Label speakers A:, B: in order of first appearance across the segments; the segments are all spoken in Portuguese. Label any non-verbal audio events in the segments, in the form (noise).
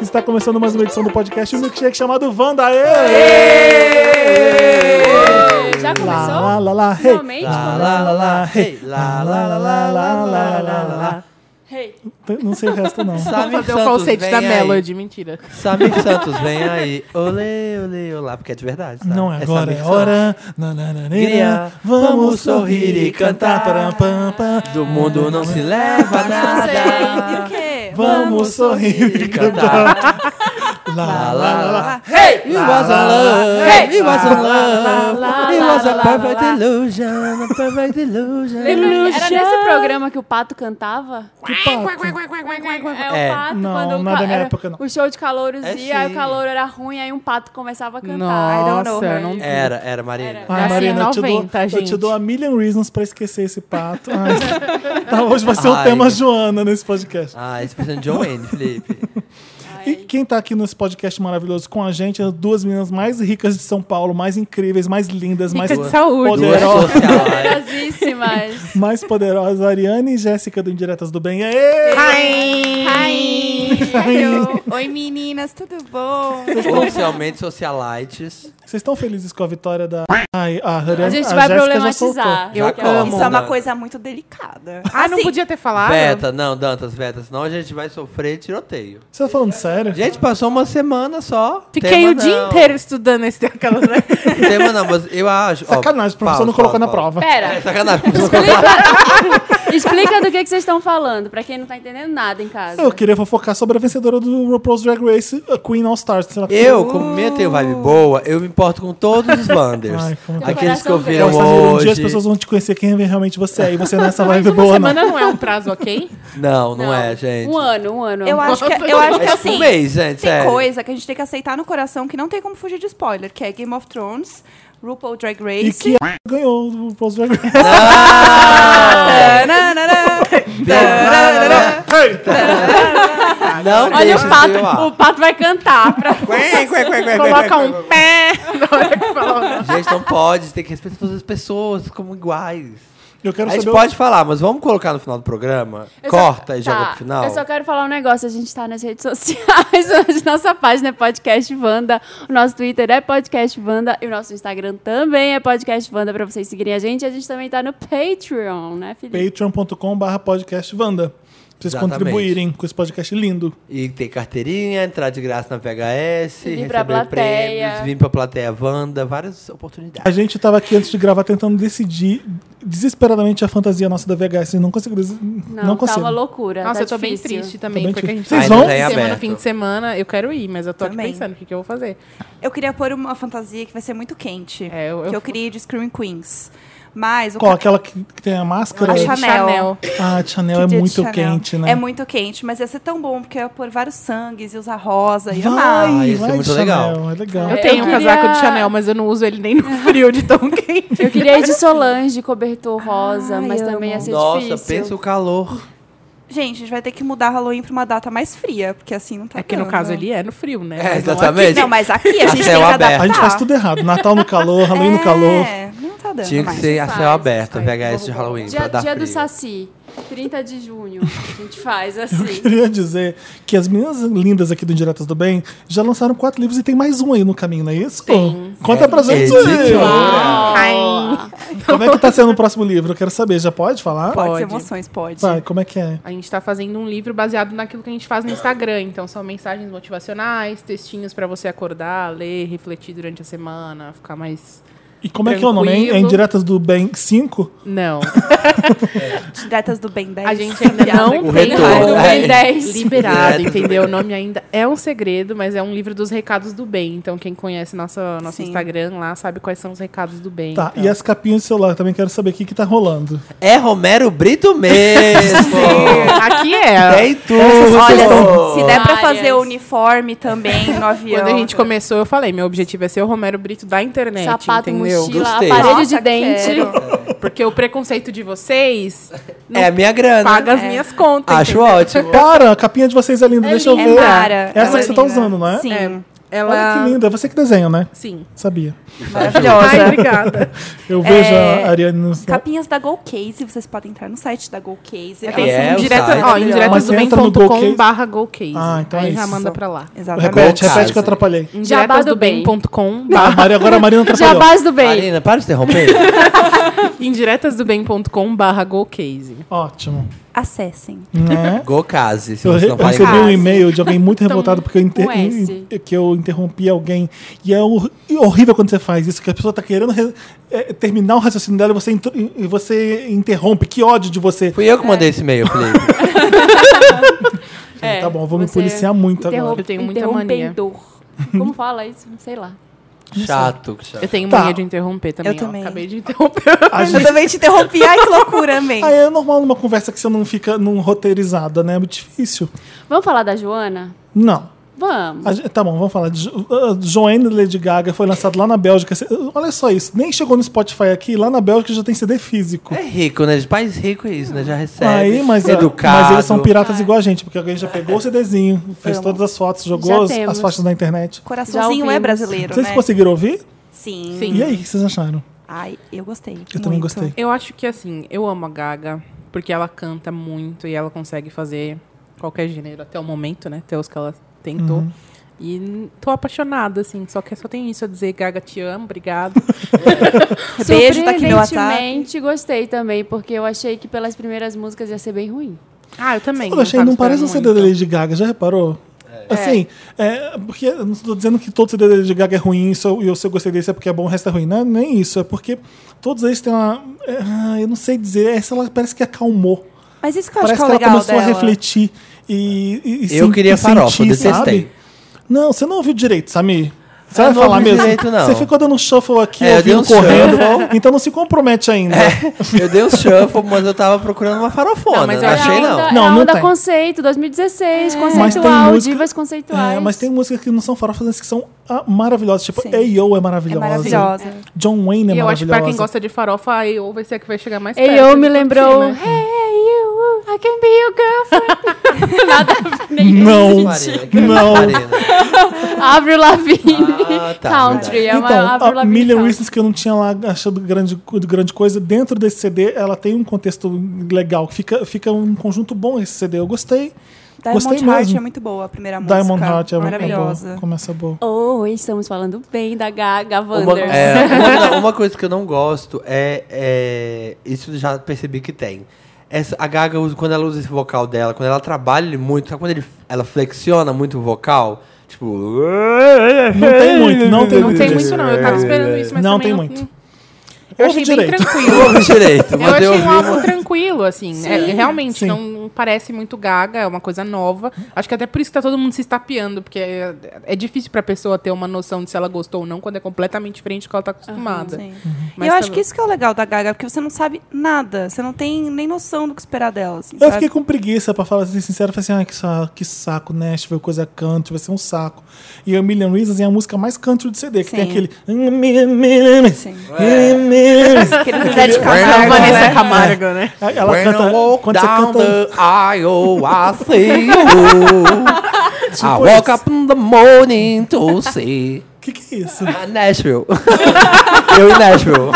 A: Está começando mais uma edição do podcast um Milkshake chamado Wanda. Aê!
B: Já começou?
A: Lá, lá, lá, lá, hey.
B: Finalmente
C: Lá,
B: começou.
C: lá, lá, lá, hey. lá, lá, lá, lá, lá, lá, lá, lá, lá.
B: Hey.
A: Não sei o resto, não.
C: Samir
D: Fazer o
C: Santos,
D: falsete
C: vem
D: da
C: aí.
D: Melody, mentira.
C: Samir Santos, vem aí. Olê, olê, olá, porque é de verdade, sabe?
A: Não é agora,
C: Samir
A: é
C: Santos.
A: hora. Nananina,
C: Guia,
A: vamos sorrir e cantar. Param, pam, pam.
C: Do mundo não se leva
B: Não sei. E o
C: nada.
B: quê?
A: Vamos sorrir e cantar. Lá,
C: Lá,
A: lá, lá, lá.
C: lá, Hey! It was a love,
B: Hey!
C: it was a
D: lá, lá,
C: love, it was a
D: lá,
C: perfect
D: lá, lá.
C: illusion, a perfect illusion.
B: Lembra, era nesse programa que o pato cantava?
A: Que papo.
B: É,
C: É.
B: o pato
A: Não,
B: quando o
A: não é da
B: ca-
A: minha
B: era-
A: época, não.
B: O show de calouros
C: É
B: ia, aí o
C: sim.
B: calor era ruim, aí um pato começava a cantar. I don't know
D: Nossa,
B: her.
D: não-
C: Era, era, Marina.
A: Ai,
D: Assim,
A: Marina, eu, te dou,
D: 90,
A: eu te
D: gente.
A: dou a million reasons pra esquecer esse pato. Ai, (laughs) tá, hoje vai ser o
C: Ai.
A: tema Joana nesse podcast.
C: Ah, esse personagem de John Wayne, Felipe.
A: E quem tá aqui nesse podcast maravilhoso com a gente, as duas meninas mais ricas de São Paulo, mais incríveis, mais lindas, mais,
D: Fica de saúde.
C: Duas
A: Poderosa.
C: sociais.
D: (laughs)
B: Poderosíssimas.
A: mais poderosas, Ariane e Jéssica do Indiretas do Bem. Aê!
E: Oi meninas, tudo bom?
C: Oficialmente socialites.
A: Vocês estão felizes com a vitória da. Ai, a, Ariane,
B: A gente
A: a Jéssica já
B: vai problematizar.
A: soltou.
D: Eu
C: Já cola.
D: amo.
E: Isso é uma
C: Amanda.
E: coisa muito delicada.
D: Ah, não
E: Assim,
D: podia ter falado?
C: Veta, não, Dantas, Veta, senão a gente vai sofrer tiroteio.
A: Você tá falando sério?
C: Gente, passou uma semana só.
D: Fiquei
C: Tema
D: o dia
C: não.
D: inteiro estudando esse aquela, né?
C: Tema não, mas eu acho. ó,
A: É Sacanagem, o professor
C: pausa,
A: não colocou na
C: pausa, pausa.
A: prova.
C: (laughs)
B: Pera,
C: É, sacanagem.
B: explica, (laughs) explica do que, que vocês estão falando, pra quem não tá entendendo nada em casa.
A: Eu queria fofocar sobre a vencedora do RuPaul's Drag Race, a Queen All Stars. Será que-
C: Eu, como minha tem vibe boa, eu me importo com todos os Wanders.
A: Ai, como tá.
C: Aqueles que
B: Teu
C: ouviram
A: Elas sabem, um
C: hoje.
A: dia as pessoas vão te conhecer quem realmente você é. E você não é
B: (laughs)
A: essa
D: Mas
A: vibe
D: uma
A: boa, não.
D: semana não é um prazo (laughs) ok?
C: Não, não, é, gente.
B: Um ano, um
D: Então.
B: ano.
E: eu acho que, eu acho que
C: É tipo um
E: assim,
C: mês, gente,
E: tem
C: sério.
E: coisa que a gente tem que aceitar no coração que não tem como fugir de spoiler, que é Game of Thrones, RuPaul Drag
A: E é
E: Race. Ah,
A: que a ganhou do RuPaul's Drag Race. Ah!
E: Tananana, tananana.
C: Não,
B: Olha
C: deixa
B: o
C: isso aí,
B: pato,
C: ó.
B: o pato vai cantar pra
C: Quém, quém, quém, quém,
D: Coloca
C: quém,
D: um pé na hora que falou.
C: quém. Gente, não pode, tem que respeitar todas as pessoas como iguais.
A: Eu quero
C: A gente
A: saber.
C: pode falar, mas vamos colocar no final do programa?
B: Eu só-
C: Corta e
B: Tá,
C: joga pro final?
B: Eu só quero falar um negócio. A gente tá nas redes (laughs) sociais. hoje Nossa página é Podcast Vanda. O nosso Twitter é Podcast Vanda. E o nosso Instagram também é Podcast Vanda pra vocês seguirem a gente. E a gente também tá no Patreon, né, Felipe?
A: patreon.com.br podcastvanda. Pra vocês
C: Exatamente.
A: contribuírem com esse podcast lindo.
C: E tem carteirinha, entrar de graça na VHS,
B: Vir
C: receber
B: pra plateia.
C: prêmios, vir pra plateia Wanda, várias
A: A
C: oportunidades.
A: gente tava aqui antes de gravar tentando decidir desesperadamente a fantasia nossa da VHS. Não consigo. desi-
B: Não,
A: Não,
B: tá
A: consigo.
B: uma loucura.
D: Nossa,
B: tá
D: eu tô bem
B: difícil.
D: triste também,
A: Tá bem
D: porque a gente
A: triste. Vocês
D: vai
A: vão?
D: essa semana,
C: é Aberto.
D: fim de semana, eu quero ir, mas eu tô aqui
E: Também.
D: pensando o que, que eu vou fazer.
E: Eu queria pôr uma fantasia que vai ser muito quente,
D: É, eu- eu-
E: que eu queria de Scream Queens. Mas o
A: Qual?
E: ca-
A: Aquela que, é que tem a máscara?
E: A
A: Ah,
E: Chanel.
A: Ah, a Chanel
E: Que
A: é
E: dia de
A: muito
E: Chanel.
A: quente, né?
E: É muito quente, mas ia ser tão bom, porque eu ia pôr vários sangues, ia usar rosa, ia amar.
C: Ah,
A: Vai,
C: isso é
A: vai,
C: muito
A: Chanel.
C: legal.
A: É legal.
D: Eu
B: É,
D: tenho
B: eu
D: um casaco de
B: queria-
D: Chanel, mas eu não uso ele nem no frio de tão quente.
B: Eu queria
D: (laughs)
B: ir de Solange, cobertor rosa,
E: Ai,
B: mas
E: eu
B: também ia
E: amo.
B: ser
C: Nossa,
B: difícil. Então,
C: pensa o calor.
E: Gente, a gente vai ter que mudar Halloween pra uma data mais fria, porque assim não tá
D: É que no
E: dando.
D: caso ele é no frio, né?
C: É,
D: Mas não
C: exatamente.
E: Não, mas aqui a
C: A
E: gente tem que
C: céu
E: adaptar.
C: aberto.
A: Tá A gente faz tudo errado. Natal no calor, Halloween no calor.
E: É, não tá dando
C: Tinha que
E: mais.
C: ser a céu
B: Faz,
C: aberto, a
E: faz.
C: VHS de Halloween,
B: Dia,
C: pra dar
B: dia do
C: frio.
B: Saci, 30 de junho. A
A: (laughs)
B: gente faz assim.
A: Queria dizer que as meninas lindas aqui do Indiretas do Bem já lançaram quatro livros e tem mais um aí no caminho, não é isso?
D: Sim.
A: Conta
C: É
A: pra gente!
C: Editora.
B: Ó.
A: Como é que tá sendo o próximo livro? Eu quero saber, já pode falar?
E: Pode,
D: Pode.
E: ser emoções, pode.
A: Vai, como é que é?
D: A gente tá fazendo um livro baseado naquilo que a gente faz no Instagram. Então, são mensagens motivacionais, textinhos pra você acordar, ler, refletir durante a semana, ficar mais.
A: E como é que é o nome? hein? É
D: Tranquilo.
A: Indiretas do Bem 5?
D: Não.
E: Diretas do Ben 10.
D: A gente ainda
E: Piada.
D: não
C: (laughs) O
D: tem
C: retorno.
D: nada
C: É.
B: Bem 10.
D: liberado,
C: Direto.
D: entendeu? O nome ainda é um segredo, mas é um livro dos recados do bem. Então, quem conhece nosso, nosso
E: Sim.
D: Instagram lá sabe quais são os recados do bem.
A: Tá,
D: (laughs) Então,
A: e as capinhas de celular também quero saber o que, que tá rolando.
C: É Romero Brito
B: (laughs)
C: mesmo!
D: Aqui é.
C: Tem tudo!
E: Olha, se der pra
B: Várias.
E: fazer o
A: (laughs)
E: uniforme também no avião.
D: Quando a gente começou, eu falei: meu objetivo é ser o Romero Brito da internet.
B: Sapato,
D: entendeu?
B: mochila,
C: Gostei.
B: aparelho
E: Nossa,
B: de dente.
A: Tá
E: quero.
D: Porque o preconceito de vocês não
C: É a minha grana.
D: paga as minhas
B: um
D: contas.
C: Acho
D: entendeu?
C: ótimo.
A: Para, a capinha de vocês é linda,
D: É
A: deixa eu
D: linda.
A: ver.
E: Para,
A: Essa
E: é
A: que você tá
E: linda.
A: usando, não é?
E: Sim.
D: É,
E: Ela.
A: Olha que linda. Você que desenha, né?
D: Sim.
A: Sabia.
D: Ai,
E: Maravilhosa.
D: obrigada.
A: Eu vejo
E: É,
A: a Ariane nos...
E: Capinhas da Go Case, vocês podem entrar no site da Go Case.
D: Tem
E: Elas
C: é,
E: são
C: o
E: direto-
C: site.
D: ó,
E: ó, indireto-
A: né? Mas você entra no Golcase?
D: indiretas.com barra golcase.
A: Ah, então é
D: Aí já
A: isso.
D: manda pra lá.
E: Exatamente.
A: Repete,
C: Golcase.
A: repete que eu atrapalhei.
B: Jabá do bem.
D: Indiretasdobem.com
A: A Mari, agora a Marina atrapalhou.
B: Jabás do (laughs) bem.
C: Marina, para de interromper.
B: (laughs)
D: indiretasdobem.com barra golcase.
A: Ótimo.
E: Acessem.
A: Né?
C: Gocase, se
A: Eu,
C: você (laughs)
A: re-
C: não
A: eu
C: fala
A: recebi um
C: inglês.
A: e-mail de alguém muito revoltado porque eu, inter-
B: com S.
A: in- que eu interrompi alguém. E é hor- e horrível quando você faz isso, que a pessoa tá querendo re- é, terminar o raciocínio dela e você, intro- e você interrompe. Que ódio de você.
C: Fui eu que mandei esse e-mail, Felipe.
B: (laughs) É,
A: tá bom, vou me
B: você
A: policiar muito agora.
B: interrom-
D: Eu tenho muita mania.
B: interrompedor. Como fala isso? Sei lá.
C: chato, que chato.
D: Eu tenho
A: Tá.
D: mania de interromper também.
E: Eu
D: ó.
E: também.
D: Acabei de interromper. (laughs)
A: A
E: Eu
A: gente-
E: também te interrompi. Ai, que loucura, amém.
A: Ah, é normal numa conversa que você não fica não roteirizada, né? É muito difícil.
B: Vamos falar da Joana?
A: Não.
B: Vamos.
A: A gente- tá bom, vamos falar. de Jo- ah, Joanne Lady Gaga foi lançado lá na Bélgica. Cê- uh, Olha só isso, nem chegou no Spotify aqui, lá na Bélgica já tem CD físico.
C: É rico, né? De país rico é isso, né? Já recebe.
A: Aí, mas, ah,
C: educado.
A: mas eles são piratas igual a gente, porque alguém já pegou o CDzinho, fez todas as fotos,
B: Já
A: jogou as,
B: temos.
A: as faixas na internet.
E: Coraçãozinho é
B: ouvimos.
E: brasileiro,
A: Vocês
E: né?
A: conseguiram ouvir?
E: Sim.
D: Sim.
A: E aí, o que vocês acharam?
E: Ai, eu gostei.
A: Eu também gostei.
D: Eu acho que assim, eu amo a Gaga, porque ela canta muito e ela consegue fazer qualquer gênero até o momento, né? Até os que ela tentou.
A: Uhum.
D: E n- tô apaixonada, assim, só que só tem isso a dizer, Gaga, te
A: (laughs)
D: amo, obrigado.
E: Beijo, tá aqui meu WhatsApp.
B: Surpreendentemente, gostei também, porque eu achei que pelas primeiras músicas ia ser bem ruim.
D: Ah, eu também.
A: Eu achei,
D: tava
A: não parece um
D: esperando
A: CD
D: é muito.
A: da Lady Gaga, já reparou? Assim, é, porque eu não estou dizendo que todo CD da Lady Gaga é ruim e se eu, eu- se eu gostei desse é porque é bom, o resto é ruim. Não é nem isso, é porque todos eles têm uma. é, ah, eu não sei dizer, essa ela parece que acalmou.
E: Mas isso que eu acho
A: Parece que
E: que é o
A: ela
E: legal
A: começou
E: dela.
A: a refletir e. e- e
C: Eu
A: sen-
C: queria
A: e
C: farofa,
A: sentir,
C: detestei.
A: sabe? Não, você não ouviu direito, Samir. Você
C: Ah,
A: vai
C: não
A: falar
C: ouvi
A: mesmo?
C: direito, não.
A: Você ficou dando um shuffle aqui,
C: É, eu dei
A: ouvindo,
C: um
A: correndo.
C: shuffle.
A: Então não se compromete ainda.
C: Eu dei um shuffle, mas eu tava procurando uma farofona. Não,
D: Não, mas eu
C: achei,
B: Era a é
C: não.
B: onda-
A: Não,
B: era a
A: não
B: onda
A: tem.
B: conceito, 2016, conceitual, divas conceituais.
A: É, mas tem músicas que não são farofas, mas que são ah, maravilhosas. Tipo, A.O. é
E: É
A: maravilhosa.
E: maravilhosa.
A: John Wayne é
D: E eu acho
A: maravilhosa.
D: que pra quem gosta de farofa, a EO vai ser a que vai chegar mais perto.
B: Ei, eu
D: de
B: me lembrou. Hey,
D: Tocinho, né?
B: hey, you, I can be your girlfriend. (laughs)
A: Não,
D: (laughs)
C: Marina, né? que
A: não.
C: Marina.
B: Avril Lavigne.
C: Ah, tá,
B: Country.
C: verdade.
B: É uma Avril
A: Então, a
B: Lavigne
A: Million
B: Country.
A: Reasons que eu não tinha lá achado grande, grande coisa, dentro desse CD ela tem um contexto legal, fica, fica um conjunto bom esse CD, eu gostei. gostei
E: Diamond Heart
A: mesmo.
E: é muito boa, a primeira música.
A: Diamond Heart é muito boa,
E: maravilhosa.
A: começa boa.
B: Oh, estamos falando bem da Gaga
C: Uma,
B: Wander.
C: é, uma- não, uma coisa que eu não gosto é, é- Isso já percebi que tem. Essa, a Gaga, usa- quando ela usa esse vocal dela, quando ela trabalha ele muito, sabe quando ele- ela flexiona muito o vocal? Tipo.
A: Não tem muito, não tem
D: Não
A: muito
D: tem
A: disso.
D: muito, não. Eu tava esperando isso, mas
A: Não
D: também
A: tem
D: não...
A: muito.
D: Eu
A: Ouve
D: achei bem
A: direito.
D: tranquilo.
C: Eu ouvi
A: Tá
C: direito,
D: Eu
C: mas
D: achei
C: eu ouvi.
D: um álbum tranquilo, assim. É, realmente,
A: Sim.
D: não parece muito gaga, é uma coisa nova. Acho que até por isso que tá todo mundo se estapeando, porque é, é difícil pra pessoa ter uma noção de se ela gostou ou não, quando é completamente diferente do que ela tá acostumada.
E: Sim.
A: Uhum.
D: Mas
E: e eu
D: tá
E: acho
D: bom.
E: que isso que é o legal da Gaga, porque você não sabe nada. Você não tem nem noção do que esperar dela, assim,
A: Eu
E: sabe?
A: fiquei com preguiça, pra falar assim, sincero. Eu falei assim, ah, que saco, que saco, né? Nashville, coisa country, vai ser um saco. E a Million Reasons é a música mais country do CD, que
E: Sim.
A: tem aquele... "Hum, Sim. hum,
E: Sim.
A: Ela hum,
E: Aquele Zé de Camargo,
C: Vanessa
E: né?
D: Camargo, né?
C: When
A: canta...
C: I walk
A: Quando você
C: down
A: canta... um
C: the aisle, I see you.
A: (laughs) Tipo
C: I woke up in the morning to see.
A: O que que é isso?
C: Ah, Nashville. (laughs) eu e Nashville.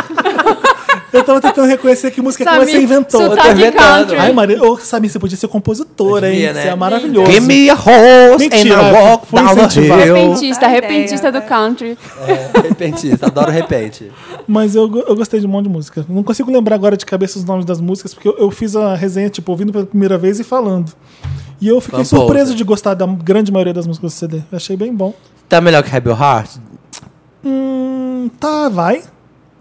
A: Eu tava tentando reconhecer que música que
B: Samir,
A: você inventou.
C: Eu tô
B: Sotaque
C: inventando.
B: country.
A: tá Ai, Maria, ô, Samir, você podia ser compositora, hein?
C: Podia,
A: Você
C: né?
A: é maravilhoso.
C: Give me a horse
A: Mentira,
C: and I walk
A: fui
C: down the
A: incentivado.
C: hill.
B: Repentista,
E: Eu-
B: repentista do
E: É.
B: country.
C: É, repentista, adoro repente.
A: Mas eu, go- eu gostei de um monte de música. Não consigo lembrar agora de cabeça os nomes das músicas, porque eu, eu fiz a resenha, tipo, ouvindo pela primeira vez e falando. E eu fiquei
C: Compousa.
A: surpreso de gostar da grande maioria das músicas do CD. Eu achei bem bom.
C: Tá melhor que Rebel Heart?
A: Hum, tá, vai.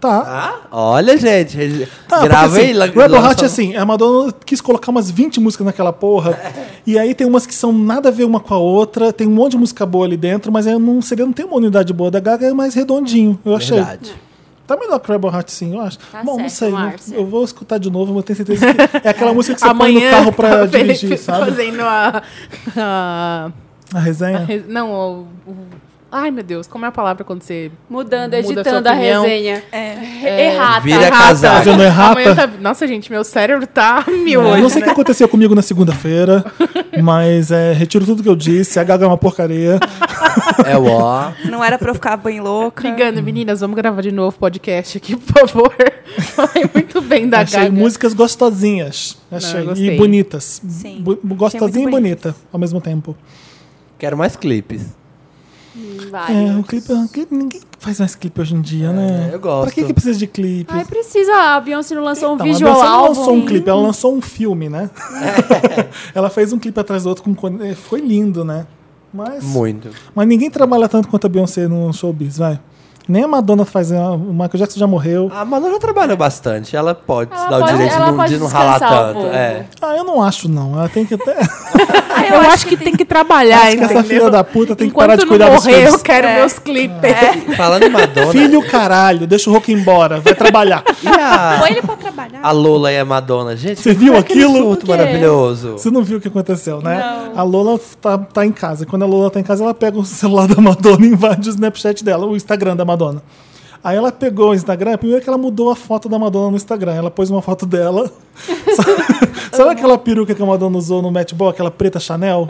C: Ah,
A: Tá.
C: Olha, gente. re-
A: Tá,
C: grava
A: porque,
C: aí. la-
A: assim, Rebel
C: lança-
A: Heart, assim, a Madonna quis colocar umas 20 músicas naquela porra. e aí tem umas que são nada a ver uma com a outra. Tem um monte de música boa ali dentro, mas eu não, CD não tem uma unidade boa. Da Gaga é mais redondinho, eu achei.
C: Verdade.
A: Tá melhor que Rebel Heart, sim, eu acho.
B: Tá
A: Bom, não
B: certo,
A: sei. não-
B: Márcia.
A: Eu vou escutar de novo, mas eu tenho certeza que é aquela música que você põe no
D: Amanhã
A: carro
D: (laughs)
A: pra
D: o Felipe
A: dirigir, sabe?
D: fazendo a... a-
A: A resenha.
D: Não, o, o Ai, meu Deus, como é a palavra quando você.
B: Mudando,
D: Muda a sua
B: editando a,
D: opinião.
B: resenha.
E: É.
B: Errada.
C: Vira
D: Errata.
C: casaca.
A: Fazendo
D: Amanhã
A: errata.
D: tá- Nossa, gente, meu cérebro tá (laughs) a mil
A: É, Eu
D: hoje.
A: não sei o que aconteceu comigo na segunda-feira, mas é, retiro tudo que eu disse. A Gaga é uma porcaria.
C: É o ó.
E: Não era pra eu ficar bem louca.
D: Brigando, meninas, vamos gravar de novo o podcast aqui, por
A: (laughs)
D: favor. Falei muito bem da
A: Achei
D: Gaga.
A: músicas gostosinhas. Achei.
D: gostei.
A: e bonitas.
E: Sim.
A: Bu- gostosinha e
E: muito
A: bonita ao mesmo tempo.
C: Quero mais clipes.
B: Vai.
A: É, o clipe, o clipe- Ninguém faz mais clipe hoje em dia, né?
C: É, eu gosto.
A: Pra que, que precisa de clipe?
B: Ai, precisa. A Beyoncé não lançou
A: Então,
B: um
A: a
B: visual
A: Beyoncé não
B: álbum.
A: lançou um clipe, ela lançou um filme, né? ela fez um clipe atrás do outro com con- eh, foi lindo, né? Mas,
C: Muito.
A: mas ninguém trabalha tanto quanto a Beyoncé no showbiz, vai. Nem a Madonna faz, ah, o Michael Jackson já morreu.
C: A Madonna trabalha
A: É.
C: bastante. Ela pode
B: Ela
C: se dar
B: pode-
C: o direito de
B: ela
C: não,
B: pode
C: de não ralar
B: descansar um
C: tanto.
B: pouco.
C: É.
A: Ah, eu não acho não. Ela tem que até
D: Eu, acho, que, tem que trabalhar,
A: acho que essa filha da puta tem que
D: Enquanto
A: parar de
D: não
A: cuidar dos
D: morrer, eu
A: filhos.
D: quero meus clipes.
C: Falando em Madonna.
A: Filho caralho, deixa o Hulk embora, vai trabalhar.
C: E a,
E: Põe ele pra trabalhar.
C: a Lola e a Madonna? Gente,
A: Você viu
C: foi aquele
A: aquilo?
C: surto
B: O quê?
C: maravilhoso.
A: Você não viu o que aconteceu, né? A Lola tá, tá em casa. Quando a Lola tá em casa, ela pega o celular da Madonna e invade o Snapchat dela, o Instagram da Madonna. Aí ela pegou o Instagram, primeiro que ela mudou a foto da Madonna no Instagram. Ela pôs uma foto dela. Sabe, sabe aquela peruca que a Madonna usou no Matchbox, aquela preta Chanel?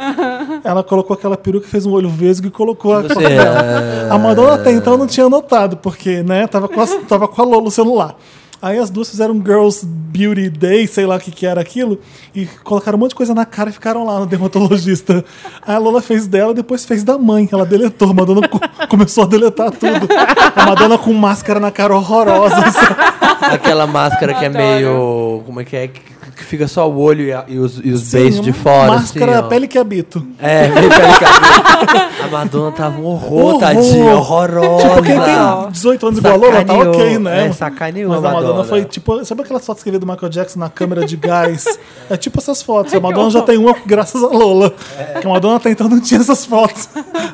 A: Ela colocou aquela peruca, fez um olho vesgo e colocou a foto
C: Você,
A: dela.
C: ah,
A: A Madonna até então não tinha notado, porque, né, tava com a, tava com a Lola no celular. Aí as duas fizeram um Girls Beauty Day, sei lá o que, que era aquilo, e colocaram um monte de coisa na cara e ficaram lá no dermatologista. Aí a Lola fez dela, depois fez da mãe. Ela deletou, a Madonna co- começou a deletar tudo. A Madonna com máscara na cara horrorosa. assim.
C: aquela máscara que é meio. Como é que é? Que que fica só o olho e, a- e os, e os beiços de fora.
A: Máscara,
C: assim, ó.
A: pele que habito.
C: É, meio pele cabelo. A Madonna tava um horror,
A: Horror.
C: tadinha, horrorosa.
A: Porque quem tem 18 anos igual a Lola, tá
C: Sacaneou.
A: ok, né?
C: É, sacaneou
A: Mas
C: a
A: a Madonna
C: Madonna.
A: foi tipo. Sabe aquelas fotos que ele do Michael Jackson na câmera de gás?
C: (laughs)
A: É tipo essas fotos. A Madonna já tem uma graças a Lola.
C: É.
A: Que a Madonna até então não tinha
C: (laughs)
A: essas fotos.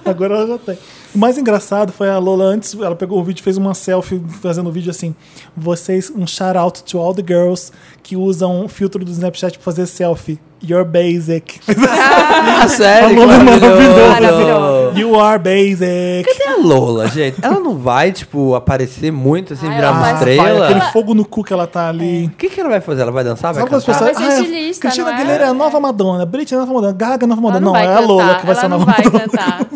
A: Agora ela já tem. O mais engraçado foi a Lola antes, ela pegou o vídeo e fez uma selfie fazendo o vídeo assim. Vocês, um shout out to all the girls que usam o filtro do Snapchat pra fazer selfie.
C: (laughs)
A: You're basic.
C: Ah, sério?
A: a
C: que
A: Lola é
C: maravilhoso.
E: maravilhosa.
A: You are basic.
C: E é a Lola, gente? Ela não vai, tipo, aparecer muito, assim,
B: Ah,
C: virar
B: ela
C: uma
B: faz-
C: estrela?
A: aquele fogo no cu que ela tá ali.
C: O que, que ela vai fazer? Ela vai dançar? Vai
A: Sabe quando as
C: cantar?
A: pessoas.
B: Ela vai ser
A: "Ah,
B: estilista,
A: Cristina
B: não é?"
A: Aguilera é a nova Madonna, Britney é a nova Madonna, Gaga é a nova
B: Ela
A: Madonna.
B: não,
A: Não,
B: vai
A: é
B: cantar.
A: a Lola que vai
B: ela
A: ser a
B: não
A: nova
B: vai
A: Madonna. (laughs)
B: cantar.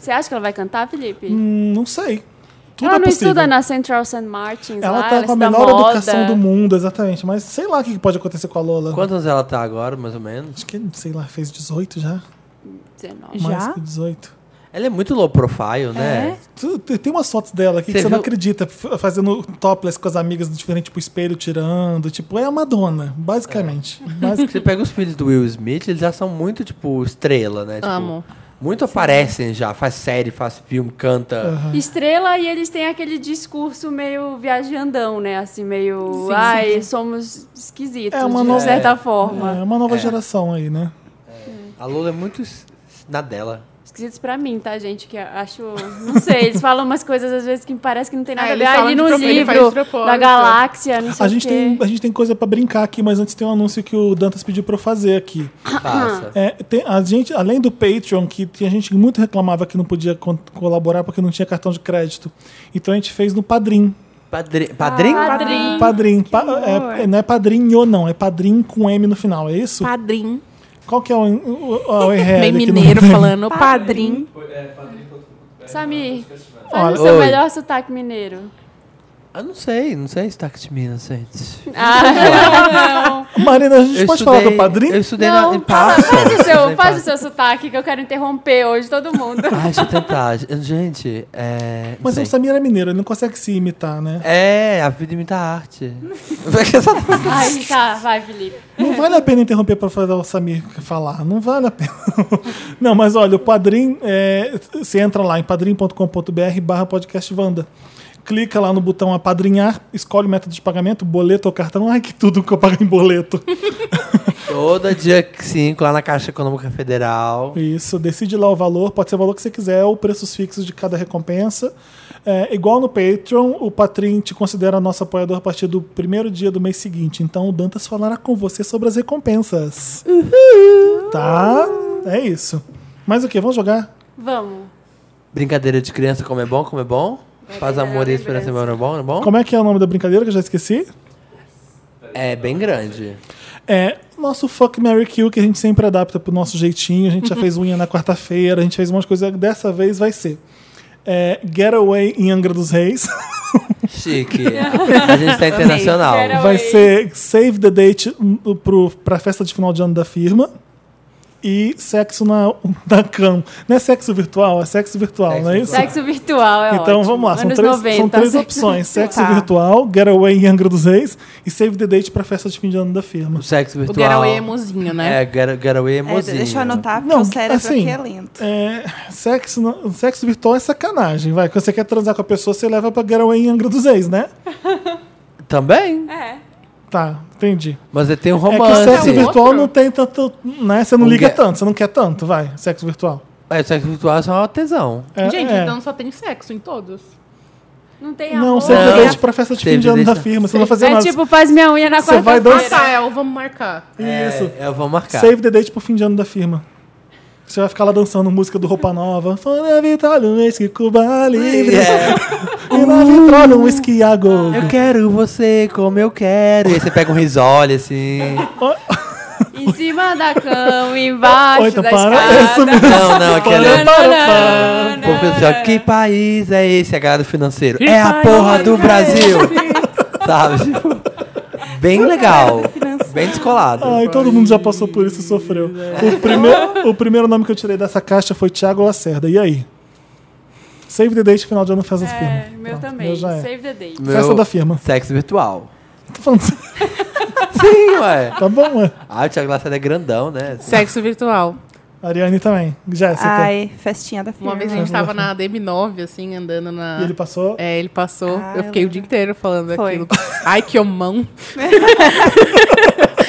B: Você acha que ela vai cantar, Felipe?
A: Hum, não sei. Tudo
B: ela
A: é
B: não
A: possível.
B: estuda na Central St. Martins
A: Ela
B: lá,
A: tá
B: ela
A: com a
B: estuda
A: melhor
B: moda.
A: educação do mundo, exatamente. Mas sei lá o que pode acontecer com a Lola.
C: Quantos anos ela tá agora, mais ou menos?
A: Acho que, sei lá, fez 18 já.
B: 19.
A: Mais
E: Já?
A: que 18.
C: Ela é muito low profile,
B: É.
C: né?
A: Tu- tu- Tem umas fotos dela aqui
C: Você
A: que você não
C: viu?
A: acredita, f- fazendo topless com as amigas diferente pro espelho, tirando. Tipo, é a Madonna,
C: É.
A: basicamente. Mas
C: Você pega os filhos do Will Smith, eles já são muito, tipo, estrela, né? Tipo,
D: Amo.
C: Muito aparecem já, faz série, faz filme, canta.
B: Estrela e eles têm aquele discurso meio viajandão, né? Assim, meio. Ai, somos esquisitos,
A: É uma
B: de
A: nova-
B: certa
A: é
B: forma.
A: uma nova geração aí, né?
C: A Lola é muito s- na dela.
B: Esquisitos pra mim, tá, gente? Que eu acho. Não sei, eles falam umas coisas às vezes que me parece que não tem nada
D: Ah,
B: a ver.
D: eles
B: Ah,
D: falam
B: Ali
D: de
B: no
D: propo- ele faz de
B: livro da
D: propósito.
B: galáxia, não
A: A
B: sei o
A: gente,
B: quê.
A: tem, a gente tem coisa pra brincar aqui, mas antes tem um anúncio que o Dantas pediu pra eu fazer aqui.
B: Ah,
C: Passa.
A: É, tem- a gente, além do Patreon, que tinha gente que muito reclamava que não podia con- colaborar porque não tinha cartão de crédito. Então a gente fez no Padrim.
C: Padri- Padrinho?
D: Ah,
B: Padrinho.
A: Padrim. Pa- é- é- não é padrinho não, é padrim com M no final, é isso?
D: Padrinho.
A: Qual que é o, o, o, o URL
D: (laughs) Bem
A: aqui no-
D: mineiro falando padrinho.
B: Samir,
A: Olha,
B: faz o seu
C: oi.
B: melhor sotaque mineiro.
C: Eu não sei, não sei se tá de Minas, gente.
B: Ah,
A: Marina, a gente
C: Eu
A: pode falar
C: estudei-
A: do padrim?
C: Eu estudei
B: não.
C: na, em
B: Não, fala,
C: Passo.
B: faz o
C: Estudei
B: seu,
C: em
B: faz o
C: Passo.
B: seu sotaque, que eu quero interromper hoje todo mundo.
C: Ai, deixa eu tentar. Gente, é. não
A: Mas
C: sei.
A: o Samir é mineiro, ele não consegue se imitar, né?
C: É, a vida imita a
A: (laughs)
C: arte. Essa-
B: Ai, tá, vai, Felipe.
A: Não vale a pena interromper para fazer o Samir falar. Não vale a pena. (laughs) Não, mas olha, o Padrim, é, você entra lá em padrim.com.br barra podcastvanda. Clica lá no botão apadrinhar, escolhe o método de pagamento, boleto ou cartão. Ai, que tudo que eu pago em boleto.
C: Todo dia 5 lá na Caixa Econômica Federal.
A: Isso, decide lá o valor, pode ser o valor que você quiser, ou preços fixos de cada recompensa. É, igual no Patreon, o Patrim te considera nosso apoiador a partir do primeiro dia do mês seguinte. Então o Dantas falará com você sobre as recompensas. Tá? É isso. Mas o que? Vamos jogar?
B: Vamos.
C: Brincadeira de criança, como é bom, como é bom. Faz amor e esperança, como é bom, como é bom.
A: Como é que é o nome da brincadeira que eu já esqueci?
C: É bem grande.
A: É o nosso Fuck Mary Kill que a gente sempre adapta pro nosso jeitinho. A gente já fez unha na quarta-feira, a gente fez um monte de coisa. Dessa vez vai ser é, Getaway em Angra dos Reis. (laughs)
C: Chique. A gente tá internacional.
B: Quero-
A: Vai
B: Oi.
A: ser Save the Date hum, pro, pra festa de final de ano da firma. E sexo na, na cama. Não é sexo virtual, é sexo virtual,
C: Sexo
A: não é isso?
C: virtual.
B: Sexo virtual é
A: Então
B: ótimo.
A: vamos lá, são
B: Anos
A: três,
B: 90,
A: são três
B: sexo
A: opções:
B: (laughs)
A: sexo
E: Tá.
A: virtual, Getaway em Angra dos Reis e Save the Date pra festa de fim de ano da firma.
C: O sexo
D: O
C: virtual.
D: Getaway é mozinho, né?
C: É, get- Getaway é
E: É,
C: mozinho.
E: deixa eu anotar, porque
A: Não,
E: o cérebro
A: assim,
E: aqui é lento.
A: É, sexo, na- sexo virtual é sacanagem, vai. Quando você quer transar com a pessoa, você leva pra Getaway em Angra dos Reis, né?
C: Também.
A: Tá, entendi.
C: Mas tem um
A: É que o
C: romance.
A: sexo
B: É
A: virtual
B: outro.
A: não tem tanto. Né? Você não
C: Um
A: liga
C: ga-
A: tanto, você não quer tanto, vai. Sexo virtual.
C: É, sexo virtual é só uma tesão.
A: É,
D: Gente,
A: é.
D: então só tem sexo em todos.
B: Não tem amor.
A: Não, save the
C: Não.
A: date pra festa de fim
C: É. Save
A: de
C: the
A: ano da
C: date.
A: firma. Você não vai fazer
B: É
A: nada.
B: tipo, faz minha unha na
A: Você
D: Ah,
A: vai
D: tá.
B: quarta-feira.
A: dançar.
D: El, vamos marcar.
A: Isso.
C: É, eu vou marcar.
A: Save the date pro fim de ano da firma. Você vai ficar lá dançando música do Roupa Nova. Fora Vitória, um whisky Cuba livre.
C: É. Yeah.
A: E na Vitória, um whisky a gol.
C: Eu quero você como eu quero. E aí você pega um risole, assim.
B: Em cima da cama, embaixo
A: Oi, então
B: da
A: para. Isso
B: escada.
A: mesmo.
C: Não, não, aquele é...
B: Tananana.
C: O povo pensa assim, ó, que país é esse, a galera do financeiro?
D: Que
C: é a
D: país
C: porra
D: é
C: do Brasil! (laughs) Sabe? Tipo, bem legal. Bem descolado.
A: Ai, todo mundo já passou por isso e sofreu. O primeiro, o primeiro nome que eu tirei dessa caixa foi Thiago Lacerda. E aí? Save the date, final de ano, festa da
B: É,
A: firma.
B: meu
A: Pronto,
B: também.
A: meu já é.
B: Save the date.
C: Meu
A: Festa da firma.
C: Sexo virtual.
A: Tô falando (laughs) assim,
C: Sim, ué.
A: tá bom, é.
C: Ah, o Thiago Lacerda é grandão, né?
D: Sexo virtual.
A: Ariane também. Jéssica.
E: Ai, festinha da firma.
D: Uma vez a gente tava na DM9, assim, andando na.
A: E
C: ah.
A: ele passou.
D: É, ele passou.
E: Ah,
D: eu fiquei o dia inteiro falando
E: Foi.
D: aquilo. Ai, que homão.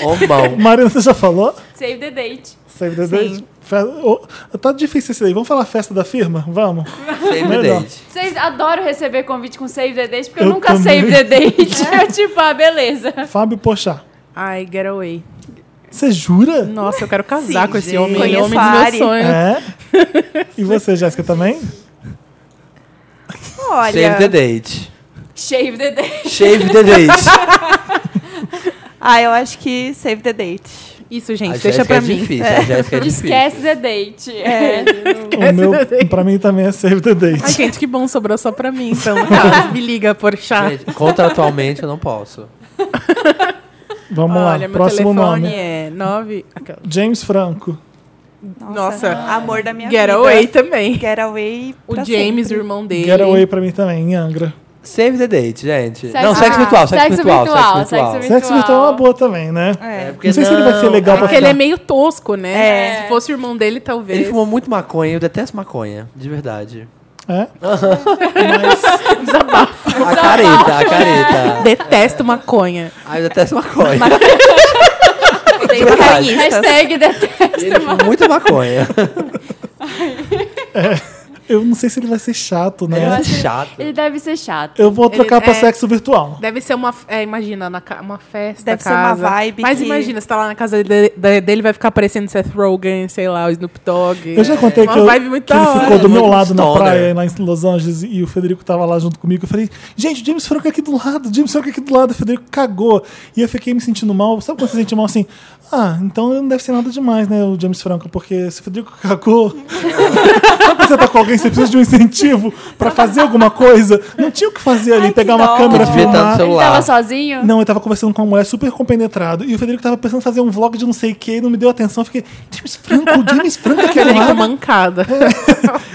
C: Homão.
A: Mariana, você já falou?
B: Save the date.
A: Save the
E: Sim.
A: date? Fe- ô, tá difícil isso daí. Vamos falar festa da firma? Vamos.
C: Save
A: Melhor.
C: date.
B: Vocês adoram receber convite com save the date, porque eu,
A: Eu
B: nunca
A: também.
B: save the (laughs) date. Eu tipo, ah, beleza.
D: É.
A: Fábio Pochá.
D: Ai, getaway.
A: Você jura?
D: Nossa, eu quero casar
E: Sim,
D: com esse
C: gente.
D: homem. Ele é o homem
E: Conheço
D: dos
E: a
D: meus
E: Ari.
D: sonhos. (laughs)
A: É? E você, Jéssica, também?
E: Olha,
C: Save the date.
B: Shave the date.
C: Shave the date.
E: ah, eu acho que save the date.
D: Isso,
C: A
D: gente, deixa
C: Jéssica
D: pra
C: é
D: mim.
C: difícil, a Jéssica é difícil.
B: Esquece the date. É.
A: O meu, pra mim também é save the
D: Ai,
A: date.
D: gente, que bom, sobrou só pra mim. (laughs) Então, tá, me liga, porchá.
C: Gente, contratualmente eu não posso.
A: Vamos
D: Olha,
A: lá,
D: meu
A: próximo
D: telefone
A: nome.
D: é 9.
A: James Franco.
D: Nossa.
E: amor da minha vida.
D: Getaway também.
E: Getaway.
D: O
E: pra
D: James,
E: sempre.
D: o irmão dele.
A: Getaway pra mim também, em Angra.
C: Save the date, gente.
B: Sexo-
C: não, sexo
B: Ah,
C: virtual, sexo,
B: sexo
C: virtual,
B: virtual,
C: sexo virtual.
B: sexo
A: Sexo virtual é uma boa também, né?
E: É.
C: porque
A: Não sei se ele vai ser legal pra
D: Porque ele
A: ficar.
D: é meio tosco, né?
E: É.
D: Se fosse o irmão dele, talvez.
C: Ele fumou muito maconha, eu detesto maconha, de verdade.
A: É?
C: A careta, a
D: (laughs)
C: careta.
D: Detesto maconha.
C: Ah, eu detesto maconha.
E: Tem
C: Verdade.
E: carinhistas.
B: Hashtag detesto.
C: Ele fuma muito maconha.
A: Eu não sei se ele vai ser chato,
C: Ele
A: né?
C: é chato.
B: Ele deve ser chato.
A: Eu vou
D: Ele-
A: trocar pra
D: é.
A: sexo virtual.
D: Deve ser uma. É, imagina, na ca- uma festa.
E: Deve ser
D: casa.
E: uma vibe
D: Mas
E: que-
D: imagina, você tá lá na casa de- de- dele, vai ficar parecendo Seth Rogen, sei lá, o Snoop Dogg.
A: Eu já contei
D: Uma
A: que, eu-
D: vibe muito
A: que ele
D: da hora.
A: ficou do meu
C: Muito
A: lado na
C: stoner.
A: praia, lá em Los Angeles, e o Federico tava lá junto comigo. Eu falei, gente, o James Franco é aqui do lado, o James Franco é aqui do lado. O Federico cagou. E eu fiquei me sentindo mal. Sabe quando você se sente mal assim? Ah, então não deve ser nada demais, né, o James Franco? Porque se o Federico cagou. (laughs) Sabe quando você tá com alguém, você precisa de um incentivo pra fazer alguma coisa? Não tinha o que fazer ali,
E: Ai, que
A: pegar uma
E: dó.
A: câmera,
C: Devia estar no
A: filmar.
B: Ele
C: celular.
B: tava sozinho?
A: Não, eu tava conversando com uma mulher super compenetrado e o Federico tava pensando em fazer um vlog de não sei o que e não me deu atenção. Eu fiquei, James Franco, o James Franco é
D: (laughs)
A: aqui do
D: Federico
A: lado.
D: mancada.